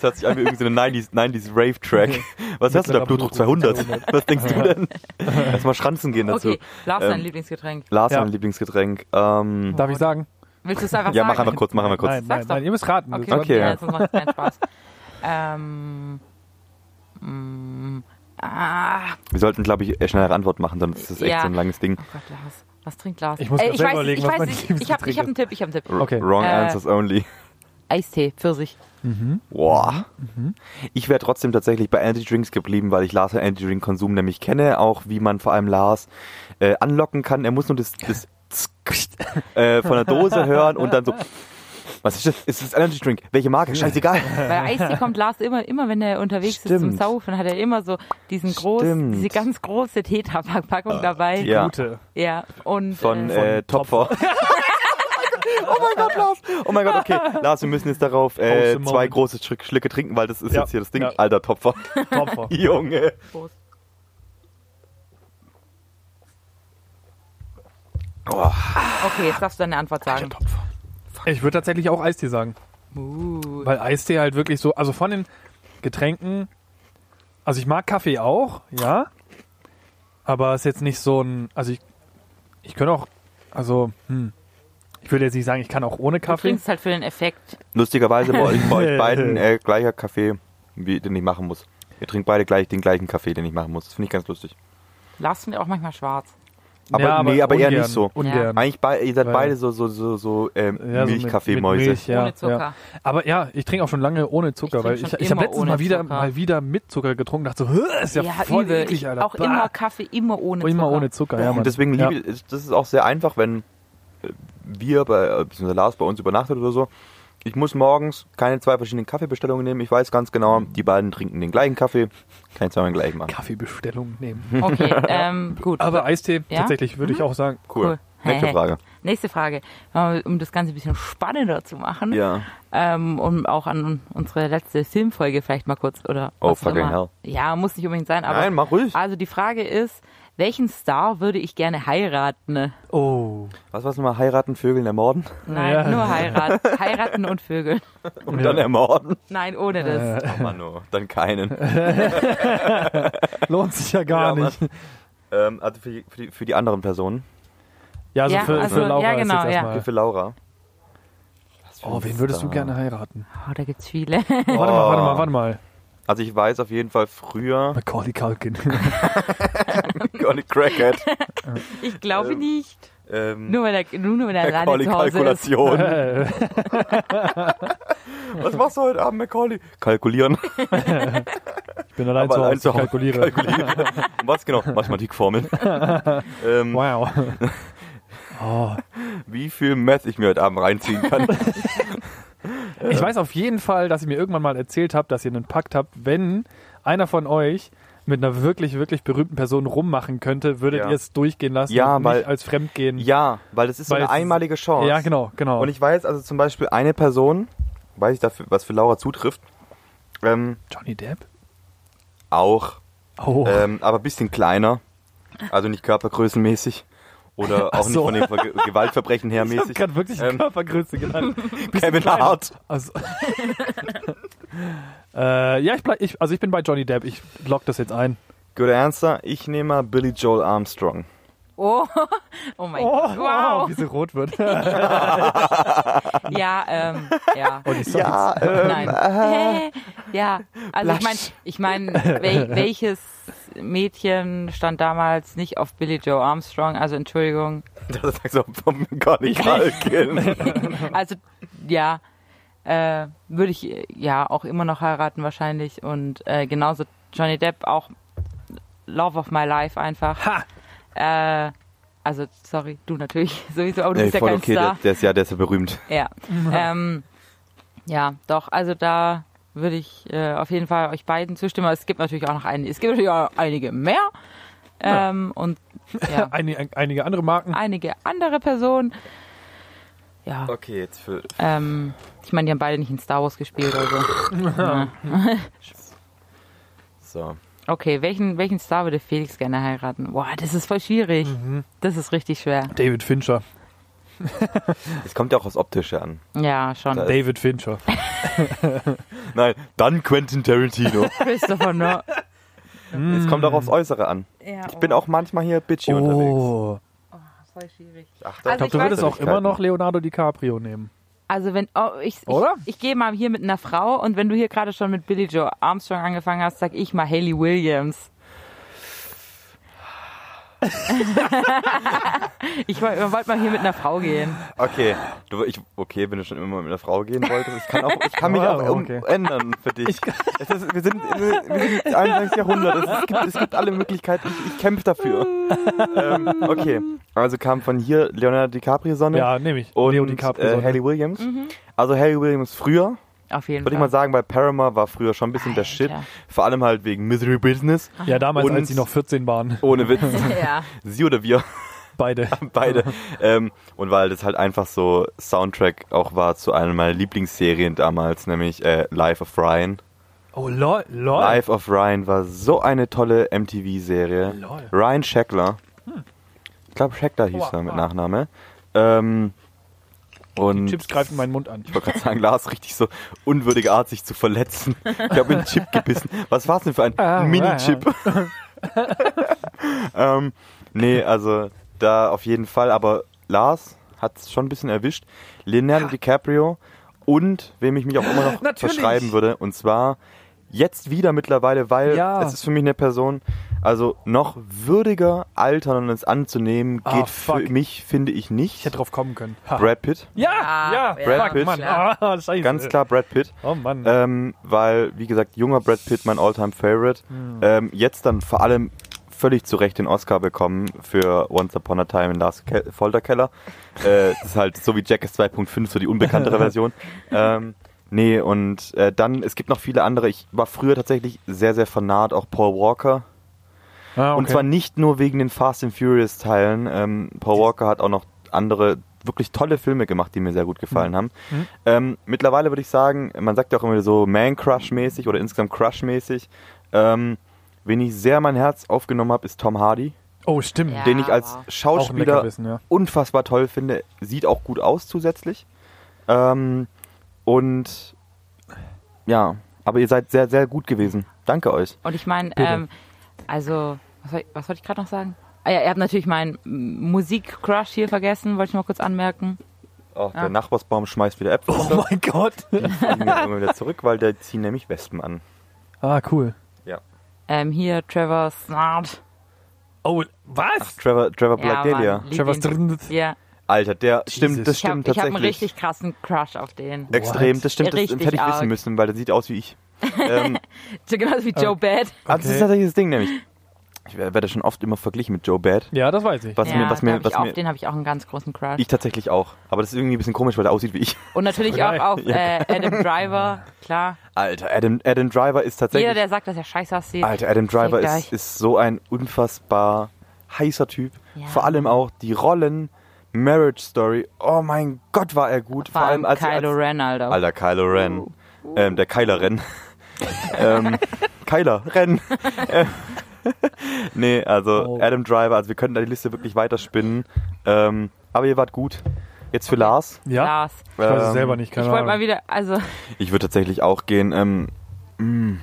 B: hört sich an wie irgendeine 90s, 90s Rave-Track. Was hast du da?
D: Mittlerer
B: Blutdruck
D: Blutdruck
B: 200. Was denkst du denn? Lass mal schranzen gehen dazu.
C: okay, Lars, dein
B: Ähm,
C: Lieblingsgetränk.
B: Lars,
D: Ja.
B: mein Lieblingsgetränk. Ähm,
D: Darf ich sagen?
C: Willst du es einfach
B: ja,
C: sagen?
B: mach einfach kurz, mach einfach kurz.
D: Nein, nein,
C: Sag's doch.
D: nein, ihr müsst raten.
C: Okay,
D: Das war-
B: Okay, ja.
C: ja, das Also macht keinen Spaß. ähm, mm, ah,
B: Wir sollten, glaube ich, eher schnellere Antwort machen, sonst ist das echt
C: Ja.
B: so ein langes Ding.
C: oh Gott, Lars. Was trinkt Lars? Äh,
D: Ich muss grad
C: ich
D: selber
C: weiß, es,
D: überlegen,
C: ich
D: was
C: weiß,
D: mein
C: es, ich habe ich hab einen Tipp, ich habe einen Tipp.
D: Okay.
B: Wrong
C: Äh,
B: answers only.
C: Eistee, Pfirsich.
B: Boah.
D: Mhm.
B: Ich wäre trotzdem tatsächlich bei Energy Drinks geblieben, weil ich Lars Energy Drink Konsum nämlich kenne, auch wie man vor allem Lars äh, anlocken kann. Er muss nur das, das äh, von der Dose hören und dann so. Was ist das? Ist das Energy Drink? Welche Marke? Scheißegal.
C: Bei Eistee kommt Lars immer, immer wenn er unterwegs ist zum
B: Stimmt.
C: Saufen, hat er immer so diesen groß,
B: Stimmt.
C: diese ganz große Tetra-Packung
D: Äh,
C: dabei.
B: ja.
D: Gute.
C: Ja, und
B: Von,
C: äh,
B: äh, Topfer. oh mein Gott, Lars. Oh mein Gott, okay. Lars, wir müssen jetzt darauf
D: Aus
B: äh,
D: dem
B: zwei
D: Moment.
B: große Schluck- Schlücke trinken, weil das ist
D: Ja,
B: jetzt hier das Ding.
D: ja.
B: Alter Topfer.
D: Topfer.
B: Junge.
C: Prost. Okay, jetzt darfst du deine Antwort sagen.
D: Ich würde tatsächlich auch Eistee sagen.
C: Uh,
D: Weil Eistee halt wirklich so, also von den Getränken, also ich mag Kaffee auch, ja, aber ist jetzt nicht so ein, also ich, ich könnte auch, also, hm, ich würde jetzt nicht sagen, ich kann auch ohne
C: du
D: Kaffee.
C: trinkst halt für den Effekt.
B: Lustigerweise bei euch, bei euch beiden äh, gleicher Kaffee, wie, den ich machen muss. Ihr trinkt beide gleich den gleichen Kaffee, den ich machen muss. Das finde ich ganz lustig.
C: Lars sind auch manchmal schwarz.
B: Aber, nee, aber eher
D: ungern,
B: nicht so.
D: Ungern.
B: Eigentlich bei, ihr seid
D: Weil-
B: beide so, so, so, so ähm,
D: Ja, so mit-
B: Milchkaffeemäuse.
D: mit Milch, ja,
C: Ohne Zucker.
D: Ja. Aber ja, ich trinke auch schon lange ohne Zucker,
C: Ich
D: weil
C: trinke
D: ich,
C: schon
D: ich habe
C: immer
D: letztens
C: ohne
D: mal wieder,
C: Zucker.
D: mal wieder mit Zucker getrunken und dachte so, "Hö, ist ja, voll
C: übel.
D: eklig,
C: Ich-
D: Alter.
C: Auch
D: Bah.
C: immer Kaffee, immer ohne Zucker.
D: immer ohne Zucker, ja, Mann.
B: Und deswegen
D: ja.
B: liebe ich, das ist auch sehr einfach, wenn äh, wir, bei, äh, beziehungsweise Lars bei uns übernachtet oder so. Ich muss morgens keine zwei verschiedenen Kaffeebestellungen nehmen. Ich weiß ganz genau, die beiden trinken den gleichen Kaffee. Kann ich zweimal den gleichen machen.
D: Kaffeebestellung nehmen.
C: Okay, ähm, gut.
D: Aber Eistee
C: Ja? Mhm.
D: tatsächlich würde ich auch sagen.
B: Cool. Nächste Frage.
C: Nächste Frage. Äh, Um das Ganze ein bisschen spannender zu machen
B: Ja.
C: ähm, und auch an unsere letzte Filmfolge vielleicht mal kurz oder
B: Oh,
C: was auch
B: fucking
C: immer.
B: hell.
C: Ja, muss nicht unbedingt sein, aber
B: Nein, mach ruhig.
C: also die Frage ist, welchen Star würde ich gerne heiraten?
D: Oh.
B: Was war's nochmal? Heiraten, Vögeln, ermorden?
C: Nein,
D: Ja.
C: nur heiraten. heiraten und Vögel.
B: Und dann ermorden?
C: Nein, ohne das.
D: äh,
B: Oh Mann, oh, dann keinen.
D: Lohnt sich ja gar
B: Ja,
D: nicht.
B: Ähm, also für die, für, die, für die anderen Personen.
D: Ja, also
C: Ja,
D: für,
C: also,
D: für Laura
C: ja, genau,
D: ist jetzt
C: ja.
B: Hier
D: erstmal.
B: für Laura.
D: Oh, wen würdest du gerne heiraten?
C: Oh, da gibt's viele.
D: Oh. Warte mal, warte mal, warte mal.
B: Also ich weiß auf jeden Fall früher.
D: Macaulay Culkin.
B: Golly Crackhead.
C: Ich glaube
B: Ähm,
C: nicht.
B: Ähm,
C: Nur wenn er, nur wenn er
B: Macaulay
C: alleine zu Hause ist.
B: Kalkulation.
D: Äh,
B: Was machst du heute Abend, Macaulay? Kalkulieren.
D: ich bin allein zu Hause, ich kalkuliere.
B: Was genau? Mathematikformel. ähm,
D: Wow. Oh.
B: wie viel Meth ich mir heute Abend reinziehen kann.
D: Ich weiß auf jeden Fall, dass ihr mir irgendwann mal erzählt habt, dass ihr einen Pakt habt, wenn einer von euch mit einer wirklich, wirklich berühmten Person rummachen könnte, würdet
B: Ja.
D: ihr es durchgehen lassen
B: Ja,
D: und
B: weil-
D: nicht als Fremdgehen.
B: ja, weil das ist so
D: Weil
B: eine
D: es-
B: einmalige Chance.
D: Ja, genau, genau.
B: Und ich weiß also zum Beispiel eine Person, weiß ich dafür, was für Laura zutrifft, ähm,
D: Johnny Depp?
B: auch,
D: Oh.
B: ähm, aber ein bisschen kleiner, also nicht körpergrößenmäßig oder auch
D: so.
B: nicht von den Ver Gewaltverbrechen her
D: ich hab
B: mäßig.
D: grad wirklich
B: ähm,
D: Körpergröße genannt.
B: Kevin
D: kleiner.
B: Hart.
D: Also, äh, ja, ich, bleib, ich, also ich bin bei Johnny Depp. Ich lock das jetzt ein.
B: Good answer. Ich nehme mal Billy Joel Armstrong.
C: Oh, oh mein Gott. Wow.
D: wie sie rot wird. Oh,
C: Ja, ähm, ja.
B: Ja, ähm,
C: Nein. Hä? ja, also ich meine, ich mein, wel, welches Mädchen stand damals nicht auf Billy Joe Armstrong? Also Entschuldigung.
B: das sagst du vom Golly Culkin.
C: Also ja, äh, würde ich äh, ja auch immer noch heiraten wahrscheinlich und äh, genauso Johnny Depp auch Love of my life einfach. Ha. Äh, also sorry, du natürlich sowieso, aber du
B: Nee,
C: bist ja
B: voll
C: kein
B: okay, der,
C: Star.
B: der ist ja, der ist ja berühmt.
C: Ja. Ähm, ja, doch, also da würde ich äh, auf jeden Fall euch beiden zustimmen. Aber es gibt natürlich auch noch einige, es gibt natürlich auch einige mehr. Ähm, Und ja,
D: Einige, einige andere Marken.
C: einige andere Personen. Ja,
B: Okay, jetzt für.
C: ähm, ich meine, die haben beide nicht in Star Wars gespielt oder so. Ja.
B: So.
C: Okay, welchen, welchen Star würde Felix gerne heiraten? Boah, das ist voll schwierig.
B: Mhm.
C: Das ist richtig schwer.
D: David Fincher.
B: Es kommt ja auch aufs Optische an.
C: Ja, schon.
B: Da-
D: David Fincher.
B: Nein, dann Quentin Tarantino.
C: Christopher, ne?
B: es kommt auch aufs Äußere an.
C: Ja,
B: Ich bin auch manchmal hier bitchy unterwegs.
D: Hm. Oh.
C: voll schwierig.
B: Ich achte
C: Also
B: auf
D: Ich glaube, du würdest auch immer
B: Äußerlichkeiten.
D: noch Leonardo DiCaprio nehmen.
C: Also wenn oh, ich, ich,
D: Oder?
C: ich gehe mal hier mit einer Frau und wenn du hier gerade schon mit Billy Joe Armstrong angefangen hast, sag ich mal Haley Williams. ich wollte wollt mal hier mit einer Frau gehen.
B: Okay, du, ich, okay, wenn du schon immer mit einer Frau gehen wolltest, ich kann, auch, ich kann mich
D: Wow,
B: auch um,
D: okay.
B: ändern für dich. Es ist, wir sind wir sind im 21. Jahrhundert, es, gibt, es gibt alle Möglichkeiten, ich, ich kämpfe dafür. ähm, okay, also kam von hier Leonardo DiCaprio Sonne
D: Ja, nehme ich.
B: und
D: Leo DiCaprio.
B: äh,
D: so, ne?
B: Haley Williams. Also Haley Williams früher,
C: Auf jeden
B: würde ich
C: Fall.
B: mal sagen, bei Paramore war früher schon ein bisschen der
C: Alter.
B: Shit, vor allem halt wegen Misery Business,
D: ja, damals,
B: und-
D: als sie noch 14 waren.
B: ohne Witz,
C: Ja.
B: sie oder wir.
D: Beide.
B: Beide. ähm, und weil das halt einfach so Soundtrack auch war zu einer meiner Lieblingsserien damals, nämlich äh, Life of Ryan.
D: Oh, lol. lol.
B: Life of Ryan war so eine tolle MTV-Serie.
D: Lol.
B: Ryan Scheckler. glaube Schecter hieß er mit Nachname. Ähm, und
D: Chips greift in meinen Mund an.
B: ich wollte gerade sagen, Lars richtig so unwürdige Art, sich zu verletzen. Ich habe einen Chip gebissen. Was war es denn für ein
D: Ah,
B: Mini-Chip? ähm, nee, also da auf jeden Fall. Aber Lars hat es schon ein bisschen erwischt. Leonardo DiCaprio und wem ich mich auch immer noch
D: Natürlich.
B: verschreiben würde. Und zwar jetzt wieder mittlerweile, weil
D: Ja.
B: es ist für mich eine Person, also noch würdiger altern und es anzunehmen,
D: Ah,
B: geht für
D: fuck.
B: mich, finde ich,
D: Ich
B: nicht.
D: hätte drauf kommen können. Ha.
B: Brad Pitt,
D: Ah, ja, ja,
C: ja,
B: Brad
D: Brad
B: Pitt.
D: Mann.
C: klar.
D: Ah, scheiße.
B: ganz klar Brad Pitt.
D: Oh Mann.
B: Ähm, weil, wie gesagt, junger Brad Pitt, mein Alltime favorite Ähm, jetzt dann vor allem völlig zu Recht den Oscar bekommen für Once Upon a Time in Lars Ke Folterkeller. Äh, das ist halt so wie Jackass 2.5, so die unbekanntere Version. Ähm, nee, und äh, dann, es gibt noch viele andere. Ich war früher tatsächlich sehr, sehr fanat, auch Paul Walker.
D: ah, okay.
B: Und zwar nicht nur wegen den Fast and Furious Teilen. Ähm, Paul Walker hat auch noch andere wirklich tolle Filme gemacht, die mir sehr gut
D: Mhm.
B: gefallen haben. Ähm, mittlerweile würde ich sagen, man sagt ja auch immer so Man-Crush-mäßig oder insgesamt Crush-mäßig. Ähm, wen ich sehr mein Herz aufgenommen habe, ist Tom Hardy,
D: oh, stimmt.
C: Ja.
B: den ich als
C: wow.
D: Auch ein lecker
B: Schauspieler
D: Wissen, ja.
B: unfassbar toll finde. Sieht auch gut aus zusätzlich. Ähm, und ja, aber ihr seid sehr, sehr gut gewesen. Danke euch.
C: Und ich meine, ähm, also, was, soll- was wollte ich gerade noch sagen? Ah ja, ihr habt natürlich meinen mm, Musik-Crush hier vergessen, wollte ich noch kurz anmerken.
B: Auch
C: Ah.
B: Oh, der Nachbarsbaum schmeißt wieder Äpfel. runter.
D: Oh mein Gott.
B: fliegen wir immer wieder zurück, weil da ziehen nämlich Wespen an.
D: Ah, cool.
C: Ähm, hier, Trevor Snart.
D: Oh, was?
B: Trevor, Trevor
C: Ja,
B: Black
C: Mann,
B: Dahlia.
C: lieb
D: Trevor
C: ihn.
D: Strindt.
C: Ja,
B: Alter, der stimmt, das
D: Jesus.
C: ich habe
B: stimmt
C: hab einen
B: tatsächlich.
C: richtig krassen Crush auf den.
B: Extrem,
D: What?
B: das stimmt, das, das
C: Richtig
B: hätte ich
C: arg.
B: wissen müssen, weil der sieht aus wie ich. Ähm,
C: So Genauso wie Joe Bad.
B: also das ist tatsächlich das Ding, nämlich. Ich wer- werde schon oft immer verglichen mit Joe Bad.
D: Ja, das weiß ich.
B: Was
C: ja,
B: mir, was
C: da
B: mir,
C: hab ich
B: was
C: auch,
B: mir.
C: den habe ich auch einen ganz großen Crush.
B: Ich tatsächlich auch. Aber das ist irgendwie ein bisschen komisch, weil der aussieht wie ich.
C: Und natürlich auch
D: Geil.
C: auf äh, Adam Driver, klar.
B: Alter, Adam, Adam Driver ist
C: Jeder,
B: tatsächlich.
C: der sagt, dass er scheiße aussieht.
B: Alter, Adam Driver
C: Fickt
B: ist,
C: euch.
B: ist so ein unfassbar heißer Typ.
C: Ja.
B: Vor allem auch die Rollen. Marriage Story. Oh mein Gott, war er gut.
C: Vor allem
B: als, als,
C: Kylo Ren,
D: Oh.
C: Alter.
B: Alter, Kylo Ren. Ähm, der Kyler Ren. ähm, Kyler Ren. Äh, nee, also
D: Oh.
B: Adam Driver, also wir könnten da die Liste wirklich weiterspinnen. Ähm, aber ihr wart gut. Jetzt für Lars.
D: Ja.
C: Lars.
D: Ich weiß es
B: Ähm,
D: selber nicht,
C: Ich
D: keine
C: wollte mal
D: Ahnung.
C: wieder, also,
B: Ich würde tatsächlich auch gehen. Ähm, mm.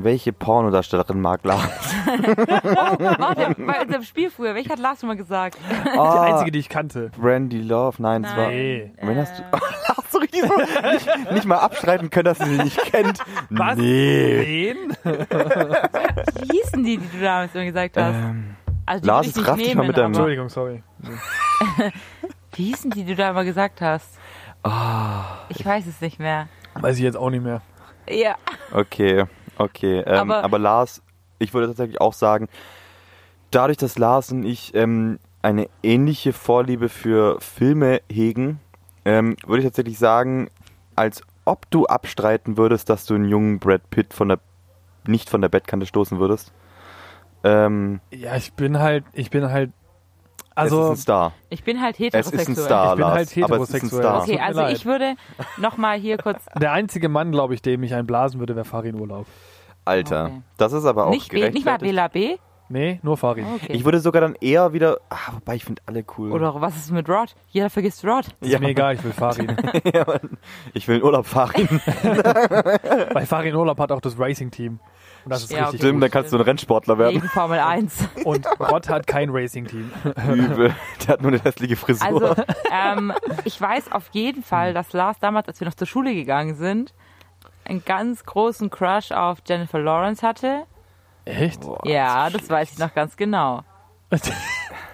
B: welche Pornodarstellerin mag Lars?
C: warte, bei unserem Spiel früher, welcher hat Lars schon mal gesagt?
D: Die
B: Ah,
D: einzige, die ich kannte.
B: Brandy Love. Nein, es war.
D: Nee.
B: Wen
C: Äh,
B: hast du, hast du richtig so, nicht, nicht mal abschreiben können, dass sie sie nicht kennt?
D: Was?
B: Nee.
D: Wen?
C: Wie hießen die, die du damals immer gesagt hast?
B: Ähm,
C: Also, die
B: Lars,
C: will
B: jetzt
C: ich nicht
B: raff dich mal
C: nehmen,
B: mit deinem-
C: aber-
D: Entschuldigung, sorry.
C: Wie hießen die, die du da immer gesagt hast?
B: Ah,
C: Ich weiß es nicht mehr.
D: Weiß ich jetzt auch nicht mehr.
C: Ja,
B: Okay, okay. Ähm, aber,
C: Aber-
B: Lars, ich würde tatsächlich auch sagen, dadurch, dass Lars und ich ähm, eine ähnliche Vorliebe für Filme hegen, ähm, würde ich tatsächlich sagen, als ob du abstreiten würdest, dass du einen jungen Brad Pitt von der nicht von der Bettkante stoßen würdest. Ähm,
D: Ja, ich bin halt, ich bin halt,
B: es
D: also,
B: ist ein Star.
C: ich bin halt
B: Es
C: heterosexuell.
B: ist ein Star,
D: Ich bin
B: Lars.
D: halt
B: aber es ist ein
D: heterosexuell.
B: Star.
D: Tut
C: Okay,
D: mir
C: also
D: leid.
C: ich würde nochmal hier kurz
D: der einzige Mann, glaube ich, dem ich einblasen würde, wäre Farin Urlaub.
B: Alter,
C: Okay.
B: das ist aber auch
C: nicht, B, nicht mal
B: gerechtfertigt.
C: Bela B.
D: Nee, nur Farin.
C: Okay.
B: Ich würde sogar dann eher wieder. Ah, wobei ich finde alle cool.
C: Oder was ist mit Rod? Jeder vergisst Rod.
D: Ist
B: Ja.
D: mir egal, ich will Farin.
B: Ja, Mann. ich will in Urlaub fahren.
D: Bei Farin Urlaub hat auch das Racing-Team. Und das ist
C: Ja,
D: richtig
B: Stimmt, dann kannst du ein Rennsportler werden.
C: Wegen Formel 1.
D: gut. Und Rott hat kein Racing-Team.
B: Übel. Der hat nur eine hässliche Frisur.
C: Also, ähm, ich weiß auf jeden Fall, dass Lars damals, als wir noch zur Schule gegangen sind, einen ganz großen Crush auf Jennifer Lawrence hatte.
D: Echt?
B: Boah.
C: Ja, das weiß ich noch ganz genau.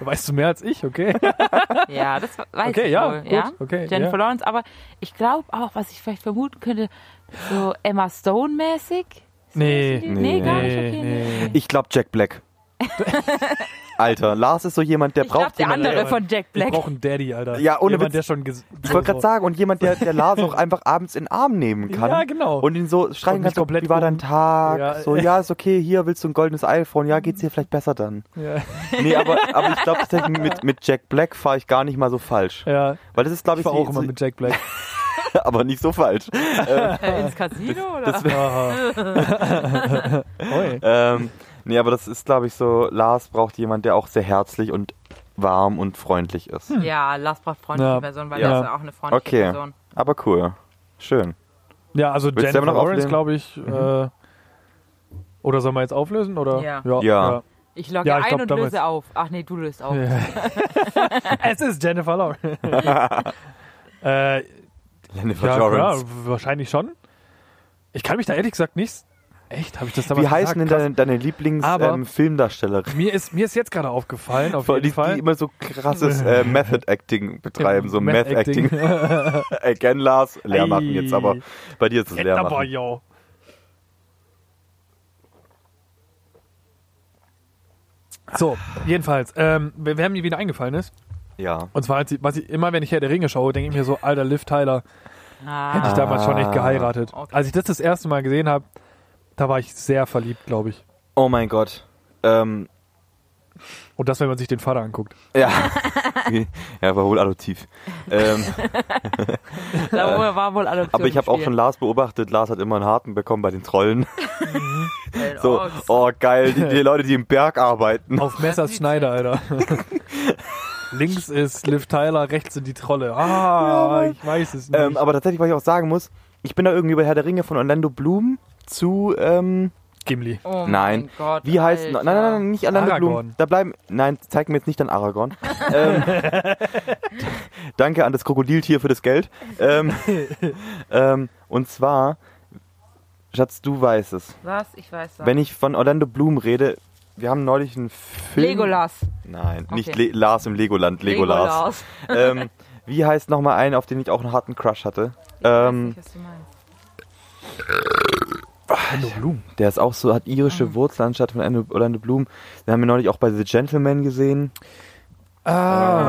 D: Weißt du mehr als ich, okay?
C: Ja, das weiß
D: Okay,
C: ich
D: ja,
C: wohl.
D: gut, okay,
C: Jennifer
D: ja.
C: Lawrence, aber ich glaube auch, was ich vielleicht vermuten könnte, so Emma Stone-mäßig.
D: Nee.
C: Nee, gar nicht, okay.
D: nee.
B: ich glaube Jack Black. Alter, Lars ist so jemand, der
C: Ich glaube,
B: braucht
C: der
B: jemanden.
C: andere
D: der-
C: von Jack
D: Ich
C: Black.
D: brauche einen Daddy, Alter.
B: Ja, ohne Witz.
D: Jemand, der schon ges-
B: Ich wollte gerade sagen, und jemand, der, der Lars auch einfach abends in den Arm nehmen kann.
D: Ja, genau.
B: Und ihn so schreien
D: Und
B: kann,
D: nicht
B: so,
D: komplett
B: wie war dein
D: um-
B: Tag?
D: Ja.
B: So, ja, ist okay, hier willst du ein goldenes iPhone, ja, geht's dir vielleicht besser dann.
D: Ja.
B: Nee, aber, aber ich glaube tatsächlich, mit, mit Jack Black fahre ich gar nicht mal so falsch.
D: ja.
B: Weil das ist, glaube ich,
D: Ich war
B: so-
D: auch immer mit Jack Black.
B: so, aber nicht so falsch.
C: Äh, ins Casino, oder?
B: Das,
D: Aha. Oi.
B: Ähm, Nee, aber das ist, glaube ich, so, Lars braucht jemand, der auch sehr herzlich und warm und freundlich ist.
D: Hm.
C: Ja, Lars braucht freundliche
D: Ja.
C: Personen, weil
B: Ja.
C: das ist auch eine freundliche
B: Okay.
C: Person.
B: Aber cool. Schön.
D: Ja, also
B: Willst
D: Jennifer
B: du aber noch Mhm.
D: Lawrence,
B: auflösen?
D: glaube ich. Äh, oder sollen wir jetzt auflösen? Oder?
C: Ja.
D: Ja.
B: Ja.
C: Ich logge
D: Ja, ich
C: ein
D: glaub,
C: und
D: damals-
C: löse auf. Ach nee, du löst auf.
D: es ist Jennifer Lawrence. äh,
B: Jennifer
D: ja, ja,
B: Lawrence.
D: wahrscheinlich schon. Ich kann mich da ehrlich gesagt nicht. Echt? Habe ich das damals
B: Wie heißen denn
D: gesagt? Krass.
B: deine, deine
D: Aber-
B: Lieblings-Filmdarstellerin?
D: Mir ist, mir ist jetzt gerade aufgefallen, auf
B: Vor allem
D: jeden
B: die,
D: Fall.
B: die immer so krasses äh, Method-Acting betreiben, so
D: Method-Acting.
B: Meth-Acting. Again, Lars, leer machen
D: Ei.
B: jetzt, aber bei dir ist es leer
D: aber,
B: machen.
D: yo. So, jedenfalls, ähm, wer wer mir wieder eingefallen ist,
B: Ja.
D: und zwar, als ich, was ich, immer wenn ich Herr der Ringe schaue, denke ich mir so, alter Liv Tyler, hätte
C: Ah,
D: ich damals schon echt
B: Ah.
D: geheiratet.
C: Okay.
D: Als ich das das erste Mal gesehen habe, da war ich sehr verliebt, glaube ich.
B: Oh mein Gott. Ähm,
D: Und das, wenn man sich den Vater anguckt.
B: ja. ja, war wohl adoptiv. Ähm,
C: da wo- war wohl Adoption.
B: aber ich habe
C: im
B: auch schon
C: Spiel.
B: Lars beobachtet, Lars hat immer einen harten bekommen bei den Trollen.
C: Äh,
B: So,
C: oh, das-
B: oh geil, die, die Leute, die im Berg arbeiten.
D: Auf Messers Schneider, Alter. Links ist Liv Tyler, rechts sind die Trolle. Ah, ich weiß es nicht.
B: Ähm, aber tatsächlich, was ich auch sagen muss, ich bin da irgendwie bei Herr der Ringe von Orlando Bloom zu, ähm,
D: Gimli.
C: oh
B: nein.
C: Mein Gott,
B: wie heißt,
C: Alter.
B: nein, nein, nein, nicht Orlando
D: Aragorn.
B: Bloom. Da bleiben, nein, zeig mir jetzt nicht an Aragorn. ähm, danke an das Krokodiltier für das Geld. Ähm, ähm, und zwar, Schatz, du weißt es.
C: Was? Ich weiß das.
B: Wenn ich von Orlando Bloom rede, wir haben neulich einen Film.
C: Legolas.
B: Nein, nicht
C: Okay.
B: Le Lars im Legoland, Legolas. ähm, wie heißt nochmal ein, auf den ich auch einen harten Crush hatte? Ähm,
C: Ich weiß nicht, was du meinst.
D: Hallo Blum.
B: der ist auch so, hat irische Wurzeln anstatt von Orlando- Orlando Bloom. Den haben wir neulich auch bei The Gentleman gesehen.
D: Ah,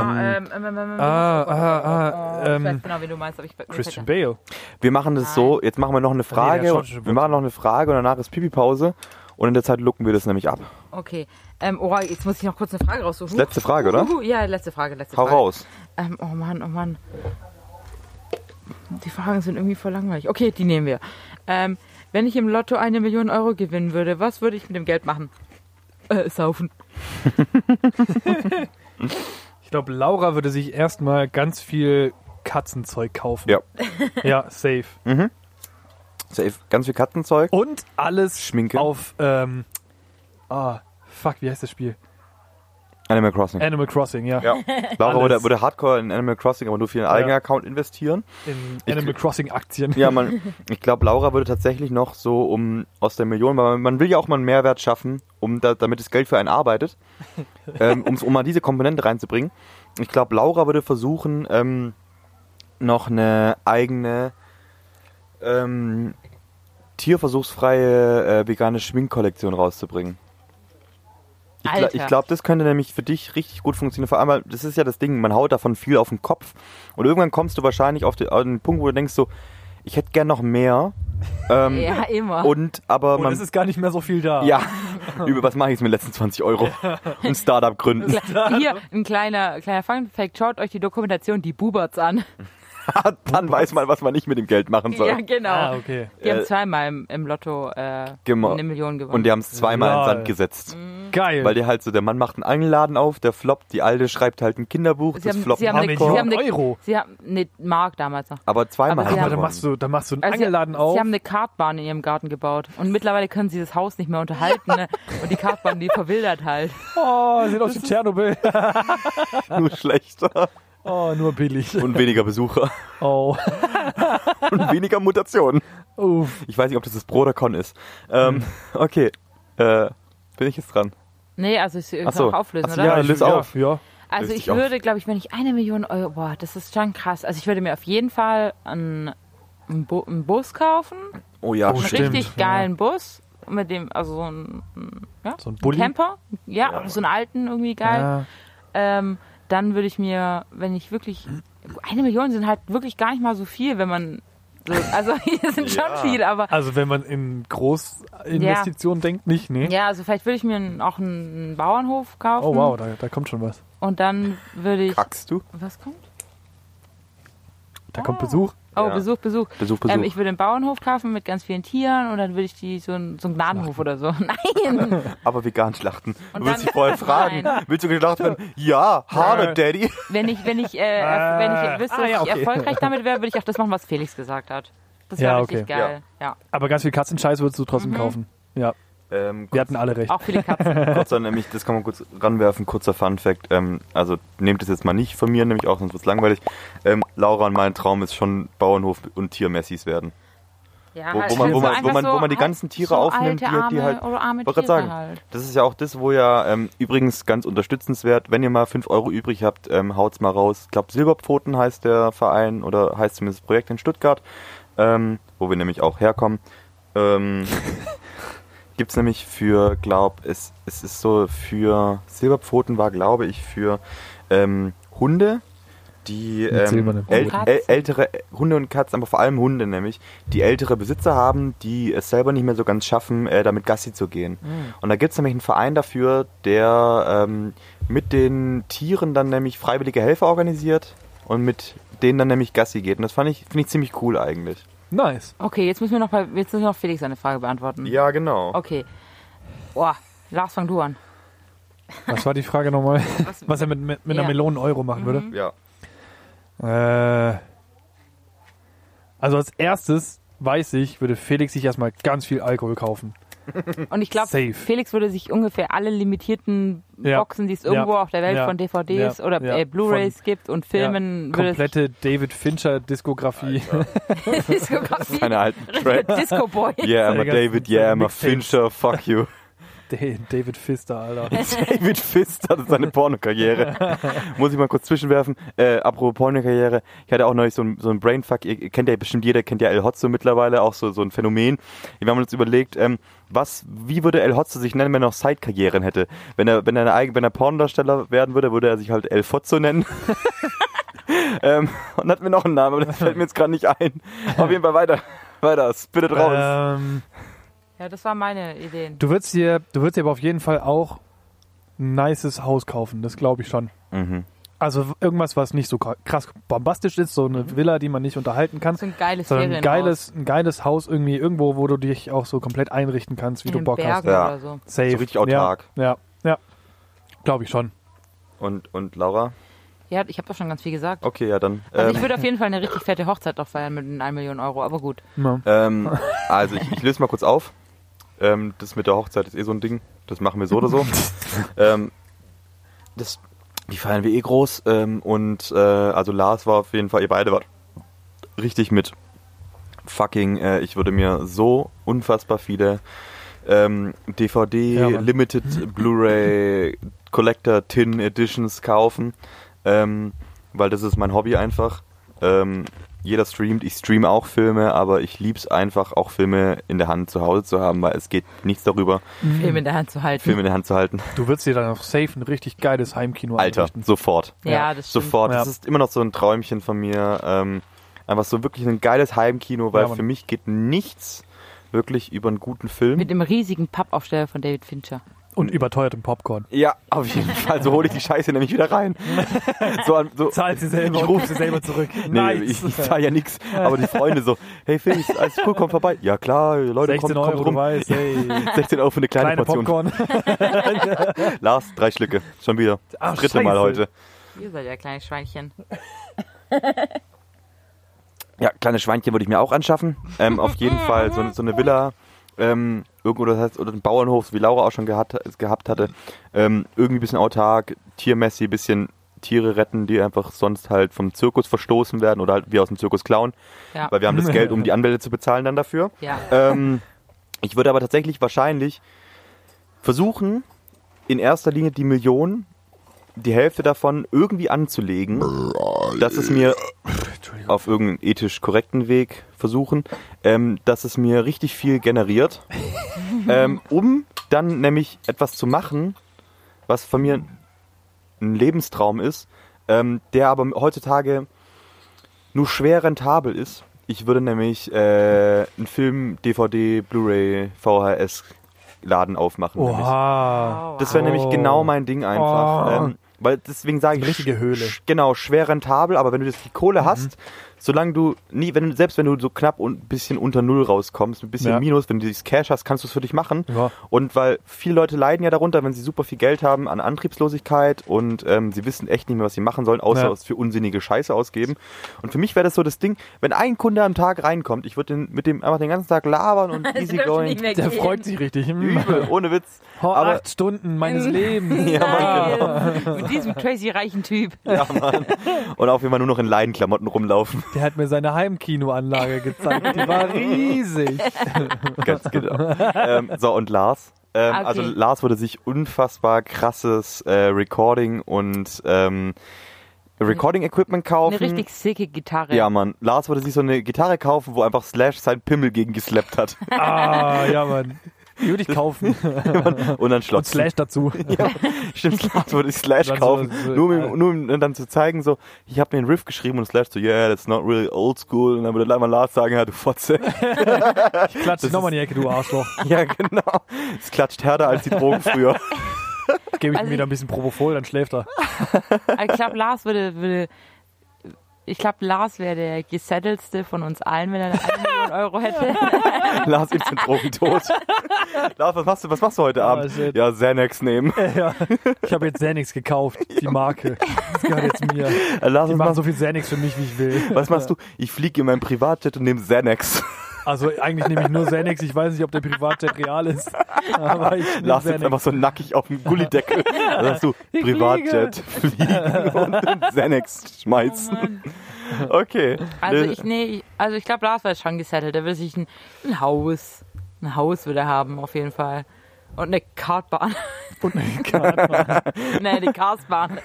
C: Ah, ähm, ähm, ähm, ähm,
D: ah, ah,
C: oh,
D: ah,
C: ich
D: ähm,
C: weiß genau, wie du meinst, aber ich mir
D: Christian
C: fällt
D: Bale.
B: Wir machen das so, jetzt machen wir noch eine
D: der hat
B: Frage.
D: schottische Wurzeln.
B: wir machen noch eine Frage und danach ist Pipi-Pause. Und in der Zeit lucken wir das nämlich ab.
C: der- Okay. Ähm, oh, jetzt muss ich noch kurz eine Frage raussuchen.
B: Letzte Frage, oder?
C: Uhuhu, ja, Uh. letzte Frage, letzte
B: Hau
C: Frage.
B: raus.
C: Ähm, oh Mann, oh Mann. Die Fragen sind irgendwie voll langweilig. Okay, die nehmen wir. Ähm, wenn ich im Lotto eine Million Euro gewinnen würde, was würde ich mit dem Geld machen? Äh, saufen.
D: Ich glaube, Laura würde sich erstmal ganz viel Katzenzeug kaufen.
B: Ja.
D: Ja, safe.
B: Safe. Ganz viel Katzenzeug.
D: Und alles
B: Schminke.
D: auf, ähm, ah, fuck, wie heißt das Spiel?
B: Animal Crossing.
D: Animal Crossing, ja.
B: ja. Laura
D: Äh. Alles.
B: würde, würde hardcore in Animal Crossing, aber nur für ihren eigenen Account investieren.
D: In
B: Ich-
D: Animal Crossing Aktien.
B: Ja, man, ich glaube, Laura würde tatsächlich noch so um aus der Million, weil man, man will ja auch mal einen Mehrwert schaffen, um da, damit das Geld für einen arbeitet, ähm, um's, um mal diese Komponente reinzubringen. Ich glaube, Laura würde versuchen, ähm, noch eine eigene ähm, tierversuchsfreie äh, vegane Schminkkollektion rauszubringen. Ich, gla-
C: Alter.
B: ich glaube, das könnte nämlich für dich richtig gut funktionieren. Vor allem, weil das ist ja das Ding, man haut davon viel auf den Kopf. Und irgendwann kommst du wahrscheinlich auf den, auf den Punkt, wo du denkst so, ich hätte gern noch mehr. Ähm,
C: Ja, immer.
B: Und, aber
D: Und
B: man.
D: es ist gar nicht mehr so viel da.
B: ja, über was mache ich jetzt mit den letzten 20 Euro? Ein Startup gründen.
C: Hier ein kleiner, kleiner Fun-Fact. Schaut euch die Dokumentation Die Buberts an.
B: Dann weiß man, was man nicht mit dem Geld machen soll.
C: Ja, genau.
D: Ah, okay.
C: Die haben
B: Äh,
C: zweimal im, im Lotto äh,
B: Genau.
C: eine Million gewonnen.
B: Und die haben es zweimal in den
D: Lol.
B: Sand gesetzt.
C: Mhm.
D: Geil.
B: Weil der halt so, der Mann macht einen Angelladen auf, der floppt, die Alte schreibt halt ein Kinderbuch,
C: Sie
B: das
C: haben-
B: floppt.
C: Sie haben
D: Ah,
C: eine-
D: Million
C: Sie haben eine-
D: Euro.
C: sie haben, nee, Mark damals noch.
B: aber zweimal
C: Aber sie
B: haben
D: Aber
B: sie
C: haben-
D: dann machst
B: gewonnen.
D: du, dann machst du einen
C: Also sie-
D: Angelladen auf.
C: Sie haben eine Kartbahn in ihrem Garten gebaut. Und mittlerweile können sie das Haus nicht mehr unterhalten. Ne? Und die Kartbahn, die verwildert halt.
D: oh, sind aus wie Tschernobyl.
B: Nur schlechter.
D: Oh, nur billig.
B: Und weniger Besucher.
D: Oh,
B: Und weniger Mutationen.
D: uff.
B: Ich weiß nicht, ob das das Pro oder Con ist.
D: Mhm.
B: Ähm, okay. Äh, bin ich jetzt dran?
C: Nee, also ich kann
B: Ach so.
C: auch auflösen,
B: Ach so,
C: oder?
B: Ja, lös auf.
D: Ja.
C: also
B: löst
C: ich
B: dich auf.
C: würde, glaube ich, wenn ich eine Million Euro... Boah, das ist schon krass. Also ich würde mir auf jeden Fall einen, einen, Bu einen Bus kaufen.
B: Oh ja,
D: Oh,
C: Einen
D: Stimmt,
C: richtig
D: ja.
C: geilen Bus. Mit dem, also so einen ja,
D: So ein Bulli?
C: Camper. Ja, so einen alten irgendwie geil.
D: Ja.
C: ähm, dann würde ich mir, wenn ich wirklich, eine Million sind halt wirklich gar nicht mal so viel, wenn man, so, also hier sind schon
B: Ja.
C: viel, aber
D: Also wenn man in Großinvestitionen denkt, nicht,
B: Hm?
D: ne?
C: ja, also vielleicht würde ich mir einen- auch einen Bauernhof kaufen
D: Oh wow, da, da kommt schon was.
C: und dann würde ich,
B: Kackst du?
C: was kommt?
D: Da kommt Besuch.
C: Oh,
B: Ja.
C: Besuch, Besuch.
B: Besuch, Besuch.
C: Ähm, ich würde einen Bauernhof kaufen mit ganz vielen Tieren und dann würde ich die so, ein, so einen Gnadenhof oder so. Nein!
B: Aber vegan schlachten. Du
C: Und
B: willst
C: dann-
B: dich vorher fragen.
C: Nein.
B: Willst du geschlachtet werden? Ja, Haare,
D: Äh.
B: Daddy.
C: Wenn ich, wenn ich, äh, erf- wenn ich wüsste,
D: Ah,
C: dass
D: ja,
C: ich
D: okay.
C: erfolgreich damit wäre, würde ich auch das machen, was Felix gesagt hat. Das
D: Ja,
C: wäre
D: okay.
C: richtig geil. Ja.
D: Aber ganz viel Katzenscheiß würdest du trotzdem kaufen. Ja,
B: Ähm,
D: wir hatten alle recht.
C: Mhm. Auch für die Katzen.
B: kurzer, nämlich, das kann man kurz ranwerfen, kurzer Fun-Fact. Ähm, also nehmt es jetzt mal nicht von mir, nämlich auch, sonst wird es langweilig. Ähm, Laura und mein Traum ist schon Bauernhof und Tiermessis werden.
C: Ja,
B: Wo- wo
C: halt
B: man- wo
C: so
B: man- wo
C: einfach
B: man- wo
C: so
B: man die
C: halt
B: ganzen Tiere
C: so
B: aufnimmt,
C: alte,
B: die- die
C: arme
B: halt-
C: Oder arme
B: Wollte
C: Tiere
B: gerade sagen,
C: halt.
B: das ist ja auch das, wo ja ähm, übrigens ganz unterstützenswert, wenn ihr mal 5 Euro übrig habt, ähm, haut's mal raus. Ich glaube, Silberpfoten heißt der Verein oder heißt zumindest das Projekt in Stuttgart, ähm, wo wir nämlich auch herkommen. Ähm, gibt's nämlich für, glaub, es, es ist so für Silberpfoten war, glaube ich, für ähm, Hunde, die
D: Mit
B: ähm,
D: silbernen
B: äl
C: Pfoten.
B: äl ältere Hunde und Katzen, aber vor allem Hunde nämlich, die ältere Besitzer haben, die es selber nicht mehr so ganz schaffen, äh, damit Gassi zu gehen. Und da gibt es nämlich einen Verein dafür, der ähm, mit den Tieren dann nämlich freiwillige Helfer organisiert und mit denen dann nämlich Gassi geht. Und das fand ich, finde ich ziemlich cool eigentlich.
D: Nice.
C: Okay, jetzt müssen wir noch, mal- jetzt müssen wir noch Felix seine Frage beantworten.
B: Ja, genau.
C: Okay. Boah, Lars, fang du an.
D: Was war die Frage nochmal?
C: Was-
D: Was er mit, mit, mit einer
C: Ja. Mhm.
D: Melonen Euro machen würde?
B: Ja.
D: Äh, also als erstes weiß ich, würde Felix sich erstmal ganz viel Alkohol kaufen.
C: Und ich glaube,
D: Safe.
C: Felix würde sich ungefähr alle limitierten
D: Ja.
C: Boxen, die es irgendwo
D: Ja.
C: auf der Welt
D: Ja.
C: von DVDs
D: Ja.
C: oder
D: Ja.
C: äh, Blu-rays gibt und Filmen
D: ja,
C: würde es-
D: komplette David Fincher Diskografie.
C: Diskografie.
B: Meine alten Tracks.
C: Disco Boy.
B: Yeah, I'm a
D: Seine ganzen-
B: David, yeah, I'm a
D: Mixtapes.
B: Fincher, fuck you.
D: Da- David Fister, Alter.
B: David Fist hatte seine Pornokarriere. Muss ich mal kurz zwischenwerfen. Äh, apropos Pornokarriere, ich hatte auch neulich so ein, so ein Brainfuck. Ihr ihr kennt ja bestimmt jeder, kennt ja El Hotzo mittlerweile, auch so, so ein Phänomen. Wir haben uns überlegt, ähm, was, wie würde El Hotzo sich nennen, wenn er noch Sidekarrieren hätte? Wenn er, wenn er, eine, eigene- wenn er Pornodarsteller werden würde, würde er sich halt El Fotzo nennen. ähm, und hat mir noch einen Namen, aber das fällt mir jetzt gerade nicht ein. Auf jeden Fall weiter. Weiter, spittet raus.
D: Ähm,
C: Ja, das waren meine Ideen.
D: du würdest dir, du würdest dir aber auf jeden Fall auch ein nices Haus kaufen, das glaube ich schon.
B: Mhm.
D: Also irgendwas, was nicht so kra- krass bombastisch ist, so
C: Mhm.
D: eine Villa, die man nicht unterhalten kann,
C: So ein geiles
D: sondern ein
C: Ferienhaus.
D: geiles, ein geiles Haus irgendwie irgendwo, wo du dich auch so komplett einrichten kannst, wie
C: in
D: du
C: den
D: Bock
C: Bergen
D: hast.
B: Ja.
C: oder so.
D: Safe.
B: So richtig autark.
D: Ja, ja. ja. Glaube ich schon.
B: Und, und Laura?
C: Ja, ich habe doch schon ganz viel gesagt.
B: Okay, ja dann.
C: Also
B: ähm,
C: ich würde auf jeden Fall eine richtig fette Hochzeit doch feiern mit den 1 Million Euro, aber gut.
D: Ja.
B: Ähm, also ich, ich löse mal kurz auf. Ähm, das mit der Hochzeit ist eh so ein Ding. Das machen wir so oder so. ähm, das, die feiern wir eh groß. Ähm, und äh, also Lars war auf jeden Fall, ihr beide wart richtig mit. Fucking, äh, ich würde mir so unfassbar viele ähm, DVD,
D: Ja, Mann.
B: Limited, Blu-ray, Collector, Tin Editions kaufen. Ähm, weil das ist mein Hobby einfach. Ähm, jeder streamt, ich streame auch Filme, aber ich lieb's einfach, auch Filme in der Hand zu Hause zu haben, weil es geht nichts darüber,
D: Mhm.
C: Film in der Hand zu halten.
B: Filme in der Hand zu halten.
D: Du würdest dir dann auch safe ein richtig geiles Heimkino
B: Alter,
D: einrichten.
B: sofort.
C: ja,
D: Ja,
C: das stimmt.
B: Sofort. Das
D: Ja.
B: ist immer noch so ein Träumchen von mir. Ähm, einfach so wirklich ein geiles Heimkino, weil
D: Ja, Mann.
B: für mich geht nichts wirklich über einen guten Film.
C: Mit dem riesigen Pappaufsteller von David Fincher.
D: Und überteuertem Popcorn.
B: ja, auf jeden Fall. So hole ich die Scheiße nämlich wieder rein. so, an- so,
D: Zahlst sie selber
B: Ich
D: und
B: ruf-
D: rufst sie selber zurück.
B: Nee,
D: nice.
B: ich, ich zahle ja nichts. Aber die Freunde so, hey Felix, alles cool, komm vorbei. Ja klar, Leute,
D: 16
B: kommt,
D: Euro,
B: kommt
D: du
B: rum.
D: weißt, ey.
B: 16 Euro für eine kleine,
D: Kleine
B: Portion.
D: Popcorn.
B: Lars, drei Schlücke. Schon wieder.
D: Ah,
B: Das dritte Mal
D: scheiße.
B: heute.
C: Ihr seid ja kleine Schweinchen.
B: Ja, kleine Schweinchen würde ich mir auch anschaffen. Ähm, auf jeden Fall so, so eine Villa. Ähm, irgendwo, das heißt, oder einen Bauernhof, wie Laura auch schon gehat, gehabt hatte. Ähm, irgendwie ein bisschen autark, tiermessi, ein bisschen Tiere retten, die einfach sonst halt vom Zirkus verstoßen werden oder halt wir aus dem Zirkus klauen.
C: Ja.
B: Weil wir haben das Geld, um die Anwälte zu bezahlen dann dafür.
C: Ja.
B: Ähm, ich würde aber tatsächlich wahrscheinlich versuchen, in erster Linie die Million, die Hälfte davon irgendwie anzulegen, dass es mir auf irgendeinen ethisch korrekten Weg versuchen, ähm, dass es mir richtig viel generiert, ähm, um dann nämlich etwas zu machen, was von mir ein Lebenstraum ist, ähm, der aber heutzutage nur schwer rentabel ist. Ich würde nämlich äh, einen Film, DVD, Blu-ray, VHS-Laden aufmachen. Nämlich.
D: Oha.
C: Wow.
B: Das wäre nämlich
D: Oh.
B: genau mein Ding einfach.
D: Oh.
B: Ähm, weil deswegen sage ich.
D: Richtige
B: sch-
D: Höhle. Mhm.
B: sch- Genau, schwer rentabel, aber wenn du jetzt die Kohle hast, solange du nie, wenn du, selbst wenn du so knapp und ein bisschen unter Null rauskommst, ein bisschen
D: Ja.
B: Minus, wenn du dieses Cash hast, kannst du es für dich machen.
D: Ja.
B: Und weil viele Leute leiden ja darunter, wenn sie super viel Geld haben an Antriebslosigkeit und ähm, sie wissen echt nicht mehr, was sie machen sollen, außer
D: Ja.
B: es für unsinnige Scheiße ausgeben. Und für mich wäre das so das Ding, wenn ein Kunde am Tag reinkommt, ich würde den- mit dem einfach den ganzen Tag labern und
E: Das
B: easy
E: darf schon Also, nicht
B: going.
E: mehr
D: Der
E: gehen.
C: ähm,
D: freut sich richtig. Hm.
B: Übel, ohne Witz.
D: Oh,
B: Aber-
D: acht Stunden meines Lebens.
B: Ja, genau.
E: Nein.
C: Mit diesem crazy reichen Typ.
B: Und auch wenn man nur noch in Leinenklamotten rumlaufen.
D: Der hat mir seine Heimkinoanlage gezeigt. Die war riesig.
B: Ganz genau. ähm, so, und Lars. Ähm,
C: Ah, Okay.
B: Also Lars würde sich unfassbar krasses äh, Recording und ähm, Recording-Equipment kaufen.
C: Eine richtig sicke Gitarre.
B: ja, Mann. Lars würde sich so eine Gitarre kaufen, wo einfach Slash sein Pimmel gegen geslappt hat.
D: Ah, ja, Mann. Die Würde ich kaufen.
B: und dann
D: Und
B: schlotzen.
D: Slash dazu.
B: Stimmt, Lars würde sich Slash
D: Dann so-
B: kaufen,
D: so-
B: nur, um, nur um dann zu zeigen, so, ich habe mir einen Riff geschrieben und Slash so, yeah, that's not really old school. Und dann würde mal Lars sagen, ja, du Fotze.
D: Ich klatsche nochmal in die Ecke, du Arschloch.
B: ja, genau. Es klatscht härter als die Drogen früher.
D: Gebe ich
C: Also
D: ihm wieder ein bisschen Propofol, dann schläft er.
C: Ich glaube, Lars würde, würde ich glaube, Lars wäre der gesettelste von uns allen, wenn er eine 1 Million Euro hätte.
B: Lars ist in Drogen tot. Lars, was machst du, was machst du heute Abend?
D: shit.
B: ja, Xanax nehmen.
D: Ja. Ich habe jetzt Xanax gekauft, die Marke. Das gehört jetzt mir.
B: Äh,
D: Die
B: Lars, was
D: machen
B: machst,
D: so viel Xanax für mich, wie ich will.
B: was machst du? Ich fliege in meinem Privatjet und nehme Xanax.
D: Also eigentlich nehme ich nur Xanax. Ich weiß nicht, ob der Privatjet real ist. Aber ich nehme
B: Lars sitzt
D: Xanax.
B: einfach so nackig auf dem Gullideckel. Dann sagst du, Privatjet fliegen und Xanax schmeißen. Okay.
C: Oh Also
B: Nee,
C: ich, nee, ich- also ich glaube, Lars wäre schon gesettelt. Er würde sich ein, ein Haus, ein Haus würde er haben, auf jeden Fall. Und eine Kartbahn. nee, die Kartbahn.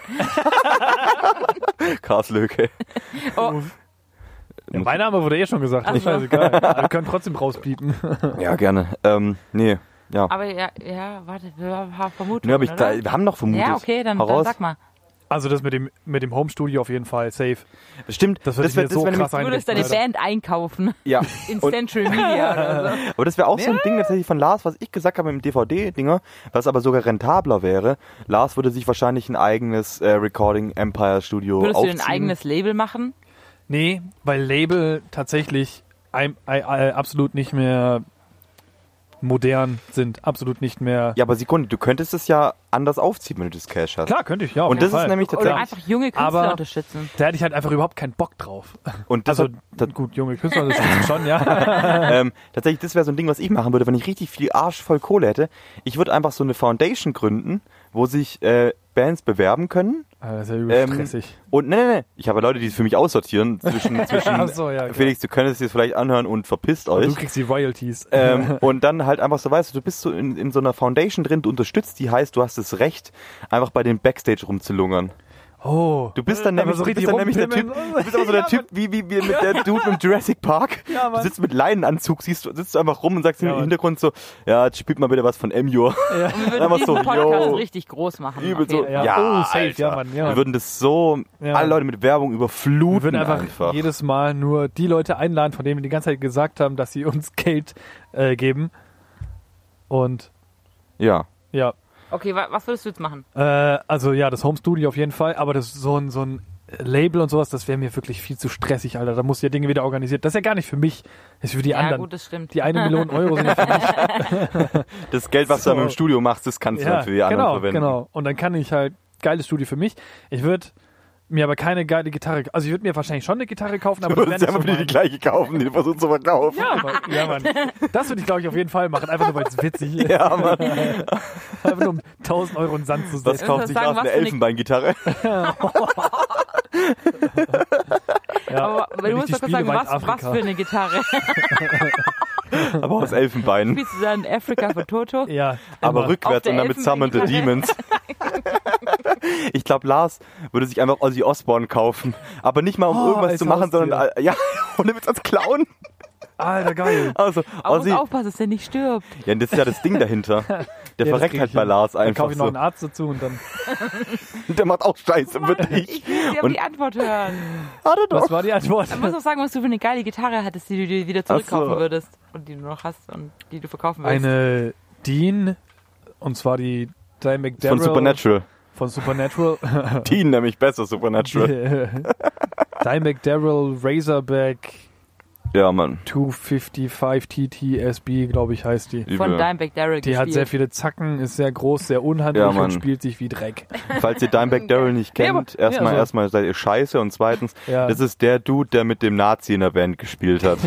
B: Karslöke.
C: Oh,
D: Ja, mein Name wurde eh schon gesagt. Das ist
C: Also.
D: scheißegal. Wir können trotzdem rauspiepen.
B: Ja, gerne. Ähm, nee, ja.
C: Aber ja, ja, warte, wir haben Vermutungen,
B: Nee, aber ich,
C: oder?
B: da, wir haben noch vermutet.
C: Ja, okay, dann,
B: Hau
C: dann
B: raus.
C: sag mal.
D: Also das mit dem, mit dem Home-Studio auf jeden Fall. Safe.
B: Stimmt,
D: Das wird
B: wär-
D: mir so
B: wär
D: krass
B: nämlich-
C: Du würdest
D: einrichten.
C: deine
D: Alter.
C: Band einkaufen
B: Ja.
C: in
B: Und-
C: Central Media oder so.
B: Aber das wäre auch so ein Ding tatsächlich von Lars, was ich gesagt habe mit dem DVD-Dinger, was aber sogar rentabler wäre. Lars würde sich wahrscheinlich ein eigenes äh, Recording Empire Studio
C: Würdest
B: aufziehen.
C: du ein eigenes Label machen?
D: Nee, weil Label tatsächlich ein, ein, ein, absolut nicht mehr modern sind, absolut nicht mehr.
B: Ja, aber Sekunde, du könntest es ja anders aufziehen, wenn du das Cash hast.
D: Klar, könnte ich, ja. auf
B: Und
D: jeden
B: das
D: Fall.
B: ist nämlich
C: Oder
B: tatsächlich
C: einfach junge Künstler
D: Aber-
C: unterstützen?
D: Da hätte ich halt einfach überhaupt keinen Bock drauf.
B: und das
D: Also,
B: hat, das,
D: gut, junge Künstler, das stimmt schon, ja.
B: ähm, tatsächlich das wäre so ein Ding, was ich machen würde, wenn ich richtig viel Arsch voll Kohle hätte. Ich würde einfach so eine Foundation gründen, wo sich äh, Bands bewerben können.
D: Aber Ah, Das ist ja übel
B: Ähm,
D: stressig.
B: Und nee, nee, nee, ich habe Leute, die es für mich aussortieren zwischen, zwischen
D: Ach so, ja, klar.
B: Felix, du könntest es dir vielleicht anhören und verpisst euch.
D: Du kriegst die Royalties.
B: ähm, und dann halt einfach so, weißt du, du bist so in, in so einer Foundation drin, du unterstützt die, heißt, du hast das Recht, einfach bei den Backstage rumzulungern.
D: oh.
B: Du bist dann
D: Aber
B: nämlich,
D: so
B: du bist
D: richtig
B: dann nämlich der Typ,
D: rumpimmeln.
B: du bist aber so der Typ, wie, wie, wie mit der Dude im Jurassic Park.
D: Ja,
B: du
D: Mann.
B: sitzt mit Leinenanzug, siehst, du- sitzt du einfach rum und sagst
D: Ja,
B: im
D: Mann.
B: Hintergrund so, ja, jetzt spielt mal bitte was von Emjor.
C: Und wir würden
B: Einfach
C: diesen
B: so,
C: Podcast
B: yo.
C: richtig groß machen.
B: Übel
C: auf
B: so,
C: jeden
B: ja,
D: Ja, oh, safe,
B: Alter.
D: ja, Mann, ja,
B: Wir
D: Mann.
B: würden das so,
D: Ja.
B: alle Leute mit Werbung überfluten
D: Wir würden einfach,
B: einfach.
D: jedes Mal nur die Leute einladen, von denen wir die ganze Zeit gesagt haben, dass sie uns Geld äh, geben. Und
B: Ja.
D: ja,
C: Fall. Okay, wa was würdest du jetzt machen?
D: Äh, also ja, das Home Studio auf jeden Fall, aber das so ein, so ein Label und sowas, das wäre mir wirklich viel zu stressig, Alter. Da musst du ja Dinge wieder organisiert. Das ist ja gar nicht für mich, das ist für die
C: ja,
D: anderen.
C: gut, das stimmt.
D: Die eine Million Euro sind ja für mich.
B: Das Geld, was
D: So.
B: du dann im Studio machst, das kannst du
D: ja,
B: dann für die anderen
D: genau,
B: verwenden.
D: genau. Und dann kann ich halt geiles Studio für mich. Ich würde mir aber keine geile Gitarre, also ich würde mir wahrscheinlich schon eine Gitarre kaufen, aber
B: Du
D: das wäre
B: würdest
D: nicht
B: einfach
D: so
B: wieder die
D: mein-
B: gleiche kaufen, die du versuchst zu verkaufen.
D: ja, aber, ja, Mann. Das würde ich, glaube ich, auf jeden Fall machen. Einfach nur, weil es witzig ist.
B: Ja, Mann.
D: Einfach nur, um 1000 Euro in den Sand zu
B: Was
D: setzen.
B: kauft sich
C: sagen,
B: Lars?
C: was
B: Eine
C: für eine-
B: Elfenbeingitarre?
D: Ja.
C: Aber
D: Wenn
C: du
D: ich
C: musst
D: die
C: doch kurz
D: spiele, weint
C: sagen, was, was
D: Afrika.
C: für eine Gitarre?
B: Aber aus Elfenbein.
C: Spielst du dann Africa von Toto?
D: Ja,
B: Aber
D: immer.
C: Auf
B: rückwärts
C: der
B: und damit Summon the Demons.
C: Elfenbeingitarre.
B: Ich glaube, Lars würde sich einfach Ozzy Osbourne kaufen. Aber nicht mal, um
D: Oh,
B: irgendwas
D: als
B: zu machen,
D: Haustier.
B: sondern äh, ja, ohne Witz als Clown.
D: Alter, geil.
B: Also,
C: Aber muss
B: Ozzy,
C: aufpassen, dass der nicht stirbt.
B: ja, das ist ja das Ding dahinter. Der
D: Ja, das
B: verreckt
D: krieg
B: halt
D: ich
B: bei
D: hin.
B: Lars
D: Dann
B: einfach
D: kaufe ich noch
B: so.
D: einen Arzt dazu und dann.
B: Der macht auch Scheiße, würde ich.
C: Ich will dir aber
B: Und-
C: die Antwort hören.
B: Warte
D: Was
B: doch.
D: war die Antwort?
C: Du musst auch sagen, was du für eine geile Gitarre hattest, die du dir wieder
B: so.
C: zurückkaufen würdest. Und die du noch hast und die du verkaufen willst.
D: Eine Dean, und zwar die Di McDerrell
B: Von Supernatural.
D: Von Supernatural.
B: Teen nämlich besser Supernatural.
D: Dimebag Daryl Razorback
B: Ja, Mann.
D: 255 TTSB, glaube ich, heißt die.
C: Von
B: Übel.
C: Dimebag Daryl
D: Die hat sehr
C: gespielt.
D: viele Zacken, ist sehr groß, sehr unhandlich
B: Ja, Mann.
D: und spielt sich wie Dreck.
B: Falls ihr Dimebag Daryl nicht
D: Ja, aber-
B: kennt, erstmal,
D: ja, so.
B: erstmal seid ihr scheiße und zweitens,
D: Ja.
B: das ist der Dude, der mit dem Nazi in der Band gespielt hat.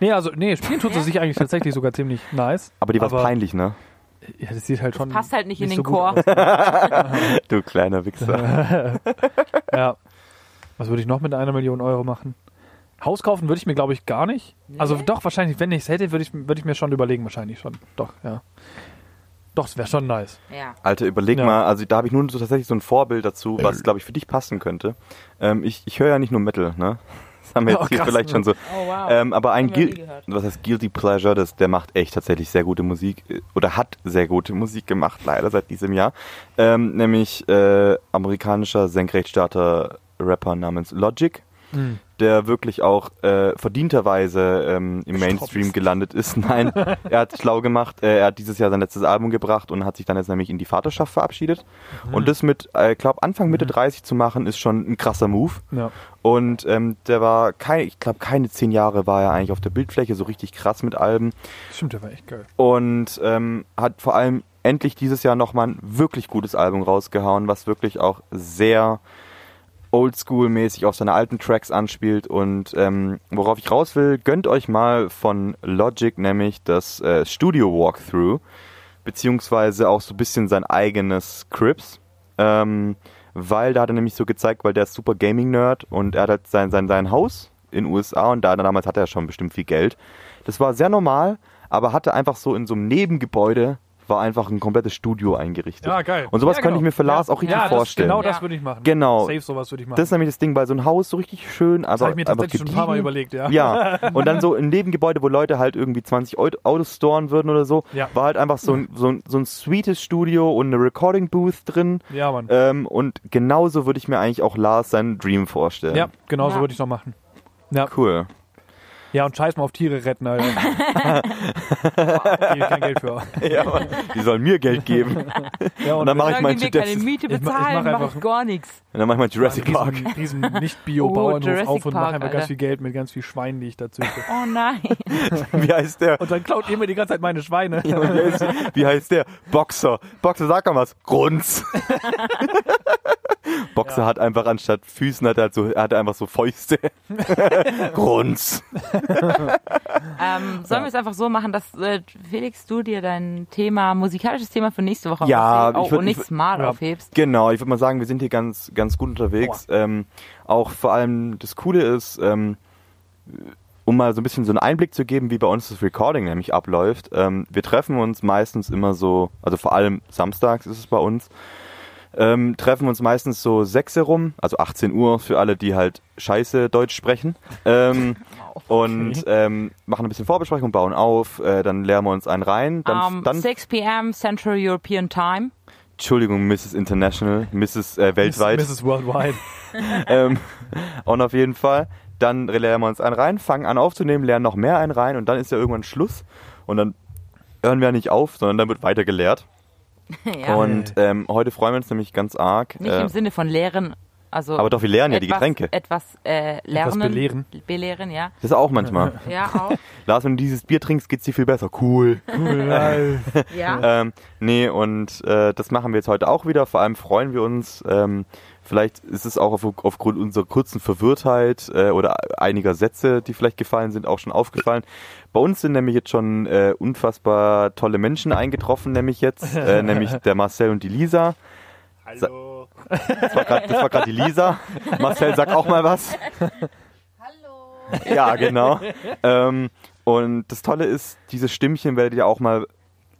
D: Nee, also, nee, spielen tut sie sich eigentlich tatsächlich sogar ziemlich nice.
B: Aber die war peinlich, ne?
D: Ja, das sieht halt schon.
C: Passt halt nicht, in den
D: so gut
C: Chor.
D: aus.
B: Du kleiner Wichser.
D: Ja. Was würde ich noch mit einer Million Euro machen? Haus kaufen würde ich mir, glaube ich, gar nicht. Also doch, wahrscheinlich, wenn ich es hätte, würde ich, würde ich mir schon überlegen, wahrscheinlich schon. Doch, ja. Doch, es wäre schon nice.
C: Ja.
B: Alter, überleg
D: Ja.
B: mal, also da habe ich nun so tatsächlich so ein Vorbild dazu, was, glaube ich, für dich passen könnte. Ähm, ich ich höre ja nicht nur Metal, ne? Das haben wir jetzt
D: Oh,
B: hier
D: krass.
B: vielleicht schon so.
C: Oh, wow.
B: Ähm, aber ein
C: Haben wir nie
B: Guil
C: gehört.
B: was heißt Guilty Pleasure, das, der macht echt tatsächlich sehr gute Musik äh, oder hat sehr gute Musik gemacht, leider seit diesem Jahr. Ähm, nämlich äh, amerikanischer Senkrechtstarter-Rapper namens Logic,
D: Hm.
B: der wirklich auch äh, verdienterweise ähm, im Mainstream gelandet ist. Nein, er hat schlau gemacht. Äh, er hat dieses Jahr sein letztes Album gebracht und hat sich dann jetzt nämlich in die Vaterschaft verabschiedet. Und das mit, äh, glaube Anfang Mitte 30 zu machen, ist schon ein krasser Move.
D: Ja.
B: Und ähm, der war, kein, ich glaube, keine zehn Jahre war er eigentlich auf der Bildfläche, so richtig krass mit Alben.
D: Stimmt, der war echt geil.
B: Und ähm, hat vor allem endlich dieses Jahr nochmal ein wirklich gutes Album rausgehauen, was wirklich auch sehr oldschool-mäßig auf seine alten Tracks anspielt. Und ähm, worauf ich raus will, gönnt euch mal von Logic nämlich das äh, Studio Walkthrough, beziehungsweise auch so ein bisschen sein eigenes Crips. Ähm, weil da hat er nämlich so gezeigt, weil der ist super Gaming-Nerd und er hat halt sein, sein, sein Haus in USA und da damals hatte er schon bestimmt viel Geld. Das war sehr normal, aber hatte einfach so in so einem Nebengebäude war einfach ein komplettes Studio eingerichtet.
D: Ja, geil.
B: Und sowas
D: Ja,
B: könnte ich
D: genau.
B: mir für Lars auch richtig
D: Ja, das,
B: vorstellen.
D: genau
C: Ja.
D: das würde ich machen.
B: Genau.
D: Safe sowas würde ich machen.
B: Das ist nämlich das Ding, weil so ein Haus so richtig schön, aber
D: das habe ich mir
B: aber
D: tatsächlich schon ein paar Mal
B: gediegen.
D: überlegt, ja.
B: Ja, und dann so ein Nebengebäude, wo Leute halt irgendwie 20 Euro- Autos storen würden oder so,
D: Ja.
B: war halt einfach so ein, so, ein, so ein sweetes Studio und eine Recording Booth drin.
D: Ja, Mann.
B: Ähm, und genauso würde ich mir eigentlich auch Lars seinen Dream vorstellen.
D: ja, genau so
C: Ja.
D: würde ich noch machen.
B: Cool.
D: Ja, und scheiß mal auf Tiere retten, Alter. Gebe ich kein Geld für.
B: Ja, aber die sollen mir Geld geben. Und
D: Ja,
B: dann mache ich
C: Solange
B: meinen
C: die mir keine
B: Jurassic,
C: Miete
D: ich mach- ich
C: bezahlen,
D: mach
C: mache ich,
D: einfach-
C: gar nichts.
B: dann mach ich meinen Jurassic Park.
D: riesen, riesen
C: Oh,
D: Nicht-Bio-Bauernhof
C: Jurassic
D: auf und
C: Park,
D: mache einfach
C: Alter.
D: ganz viel Geld mit ganz viel Schweinen, die ich dazu
C: Oh nein.
B: Wie heißt der?
D: Und dann klaut ihr mir die ganze Zeit meine Schweine.
B: Ja, und wie, heißt, wie heißt der? Boxer. Boxer, sag mal was. Grunz. Boxer hat einfach anstatt Füßen hat er, halt so, hat er einfach so Fäuste. Grunz.
C: Ähm, sollen wir es einfach so machen, dass äh, Felix, du dir dein Thema, musikalisches Thema für nächste Woche
B: Ja,
C: aufhebst?
B: ich
C: oh,
B: würd-
C: und nicht
B: ich würd-
C: smart
D: ja.
C: aufhebst?
B: Genau, ich würde mal sagen, wir sind hier ganz, ganz gut unterwegs. Ähm, auch vor allem das Coole ist, ähm, um mal so ein bisschen so einen Einblick zu geben, wie bei uns das Recording nämlich abläuft. Ähm, wir treffen uns meistens immer so, also vor allem samstags ist es bei uns, ähm, treffen uns meistens so 6 herum, also 18 Uhr für alle, die halt scheiße Deutsch sprechen. Ähm, Und ähm, machen ein bisschen Vorbesprechung, bauen auf, äh, dann lernen wir uns einen rein. Dann,
C: Um,
B: dann
C: 6 p.m. Central European Time.
B: Entschuldigung, Mrs. International, Mrs. Äh, weltweit.
D: Mrs. Worldwide.
B: ähm, und auf jeden Fall, dann lernen wir uns einen rein, fangen an aufzunehmen, lernen noch mehr einen rein und dann ist ja irgendwann Schluss und dann hören wir nicht auf, sondern dann wird weiter gelehrt.
C: ja.
B: Und ähm, heute freuen wir uns nämlich ganz arg.
C: nicht
B: äh,
C: im Sinne von Lehren, also
B: aber doch, wir lernen ja die
C: etwas-
B: Getränke.
C: Etwas äh, lernen.
D: belehren.
C: Belehren, ja.
B: Das auch manchmal.
C: Ja, auch.
B: Lars, wenn du dieses Bier trinkst, geht's dir viel besser. Cool.
C: ja.
B: Ähm, nee, und äh, das machen wir jetzt heute auch wieder. Vor allem freuen wir uns. Ähm, vielleicht ist es auch auf, aufgrund unserer kurzen Verwirrtheit äh, oder einiger Sätze, die vielleicht gefallen sind, auch schon aufgefallen. Bei uns sind nämlich jetzt schon äh, unfassbar tolle Menschen eingetroffen, nämlich jetzt, äh, nämlich der Marcel und die Lisa.
D: Hallo.
B: Das war grad- das war gerade die Lisa. Marcel, sag auch mal was. Hallo. Ja, genau. Ähm, und das Tolle ist, diese Stimmchen werdet ihr auch mal,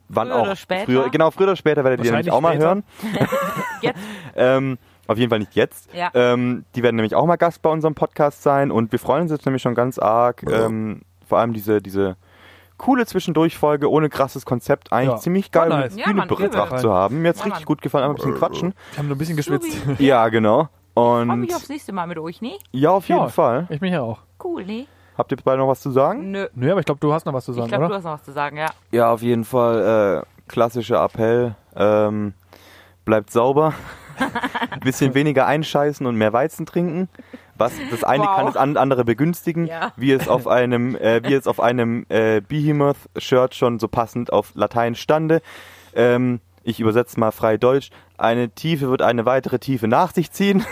B: wann
C: Früher
B: auch
C: oder später?
B: früher, genau früher oder später werdet ihr nämlich
D: Wahrscheinlich
B: auch mal
D: später.
B: hören.
C: Jetzt.
B: Ähm, auf jeden Fall nicht jetzt.
C: Ja.
B: Ähm, die werden nämlich auch mal Gast bei unserem Podcast sein und wir freuen uns jetzt nämlich schon ganz arg. Ähm, vor allem diese, diese coole Zwischendurchfolge ohne krasses Konzept eigentlich
D: Ja.
B: ziemlich geil
D: War
B: mit
D: nice. Äh.
C: Ja, Mann,
B: Bühnenbetracht
D: übel.
B: zu haben. Mir hat's
C: Ja,
B: richtig
C: Mann.
B: gut gefallen, einfach ein bisschen quatschen.
D: Ich habe nur ein bisschen geschwitzt.
C: Subi.
B: Ja, genau.
C: Freue mich
B: Und
C: aufs nächste Mal mit euch, ne?
B: ja, auf jeden
D: Ja.
B: Fall.
D: Ich mich ja auch.
C: Cool, ne?
B: Habt ihr beide noch was zu sagen?
C: Nö.
D: Nö, aber ich glaube, du hast noch was zu
C: Ich
D: sagen,
C: glaube, du
D: oder?
C: hast noch was zu sagen, ja.
B: Ja, auf jeden Fall. Äh, klassischer Appell. Ähm, bleibt sauber. ein bisschen weniger einscheißen und mehr Weizen trinken. Was das eine
C: Wow.
B: kann das an- andere begünstigen,
C: Ja.
B: wie es auf einem, äh, wie es auf einem äh, Behemoth-Shirt schon so passend auf Latein stande. Ähm, ich übersetze mal frei Deutsch. Eine Tiefe wird eine weitere Tiefe nach sich ziehen.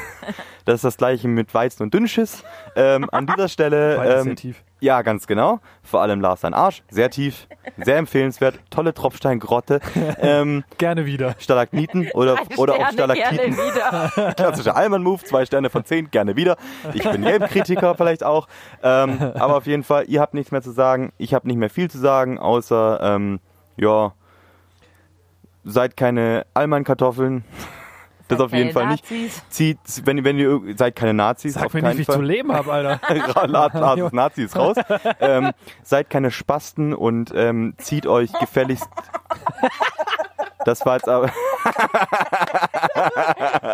B: Das ist das gleiche mit Weizen und Dünnschiss. Ähm, an dieser Stelle.
D: Beides
B: ähm,
D: sehr tief.
B: ja, ganz genau. Vor allem Lars sein Arsch. Sehr tief, sehr empfehlenswert. Tolle Tropfsteingrotte. Ähm,
D: Gerne wieder.
B: Stalagniten oder,
C: Drei
B: oder auch
C: Sterne
B: Stalaktiten.
C: gerne wieder.
B: Klassischer Allmann-Move, zwei Sterne von zehn, gerne wieder. Ich bin Yelp-Kritiker vielleicht auch. Ähm, aber auf jeden Fall, ihr habt nichts mehr zu sagen. Ich habe nicht mehr viel zu sagen, außer, ähm, ja, seid keine Allmann-Kartoffeln. Das auf jeden
C: Keine
B: Fall nicht.
C: Nazis.
B: Zieht, wenn, wenn ihr, seid keine Nazis,
D: Sag
B: auf
D: mir
B: keinen
D: nicht, wie ich
B: Fall.
D: zu leben habe, Alter.
B: Lars, Lars ist Nazi, ist raus. Ähm, seid keine Spasten und ähm, zieht euch gefälligst. Das war jetzt aber.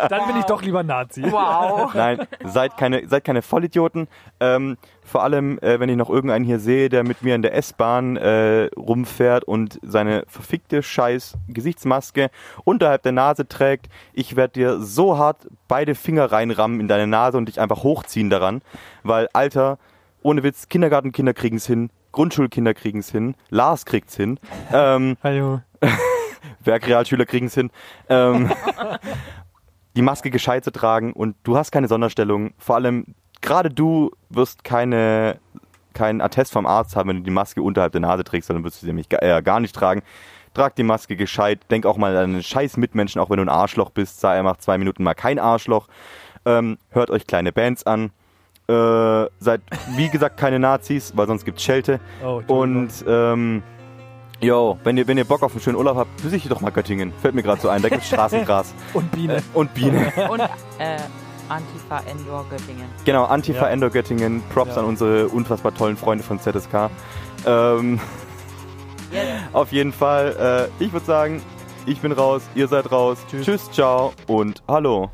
D: Dann bin ich doch lieber Nazi.
C: Wow.
B: Nein, seid keine, seid keine Vollidioten. Ähm, vor allem, äh, wenn ich noch irgendeinen hier sehe, der mit mir in der S-Bahn äh, rumfährt und seine verfickte scheiß Gesichtsmaske unterhalb der Nase trägt. Ich werde dir so hart beide Finger reinrammen in deine Nase und dich einfach hochziehen daran. Weil, Alter, ohne Witz, Kindergartenkinder kriegen's hin. Grundschulkinder kriegen's hin, Lars kriegt's hin, ähm,
D: Hallo.
B: Werkrealschüler kriegen's hin. Ähm, die Maske gescheit zu tragen und du hast keine Sonderstellung. Vor allem, gerade du wirst keine, keinen Attest vom Arzt haben, wenn du die Maske unterhalb der Nase trägst, sondern wirst du sie nämlich gar, äh, gar nicht tragen. Trag die Maske gescheit, denk auch mal an deinen scheiß Mitmenschen, auch wenn du ein Arschloch bist, sei einfach zwei Minuten mal kein Arschloch. Ähm, hört euch kleine Bands an. Äh, seid, wie gesagt, keine Nazis, weil sonst gibt's Schelte.
D: Oh, Entschuldigung.
B: Und ähm, yo, wenn ihr, wenn ihr Bock auf einen schönen Urlaub habt, besichtigt doch mal Göttingen. Fällt mir gerade so ein, da gibt's Straßengras
D: Und Biene.
B: und Biene.
C: Und äh, Antifa Endor Göttingen.
B: Genau, Antifa
D: Ja.
B: Endo Göttingen, Props
D: Ja.
B: an unsere unfassbar tollen Freunde von ZSK. Ähm, auf jeden Fall, äh, ich würde sagen, ich bin raus, ihr seid raus. Tschüss, ciao und hallo.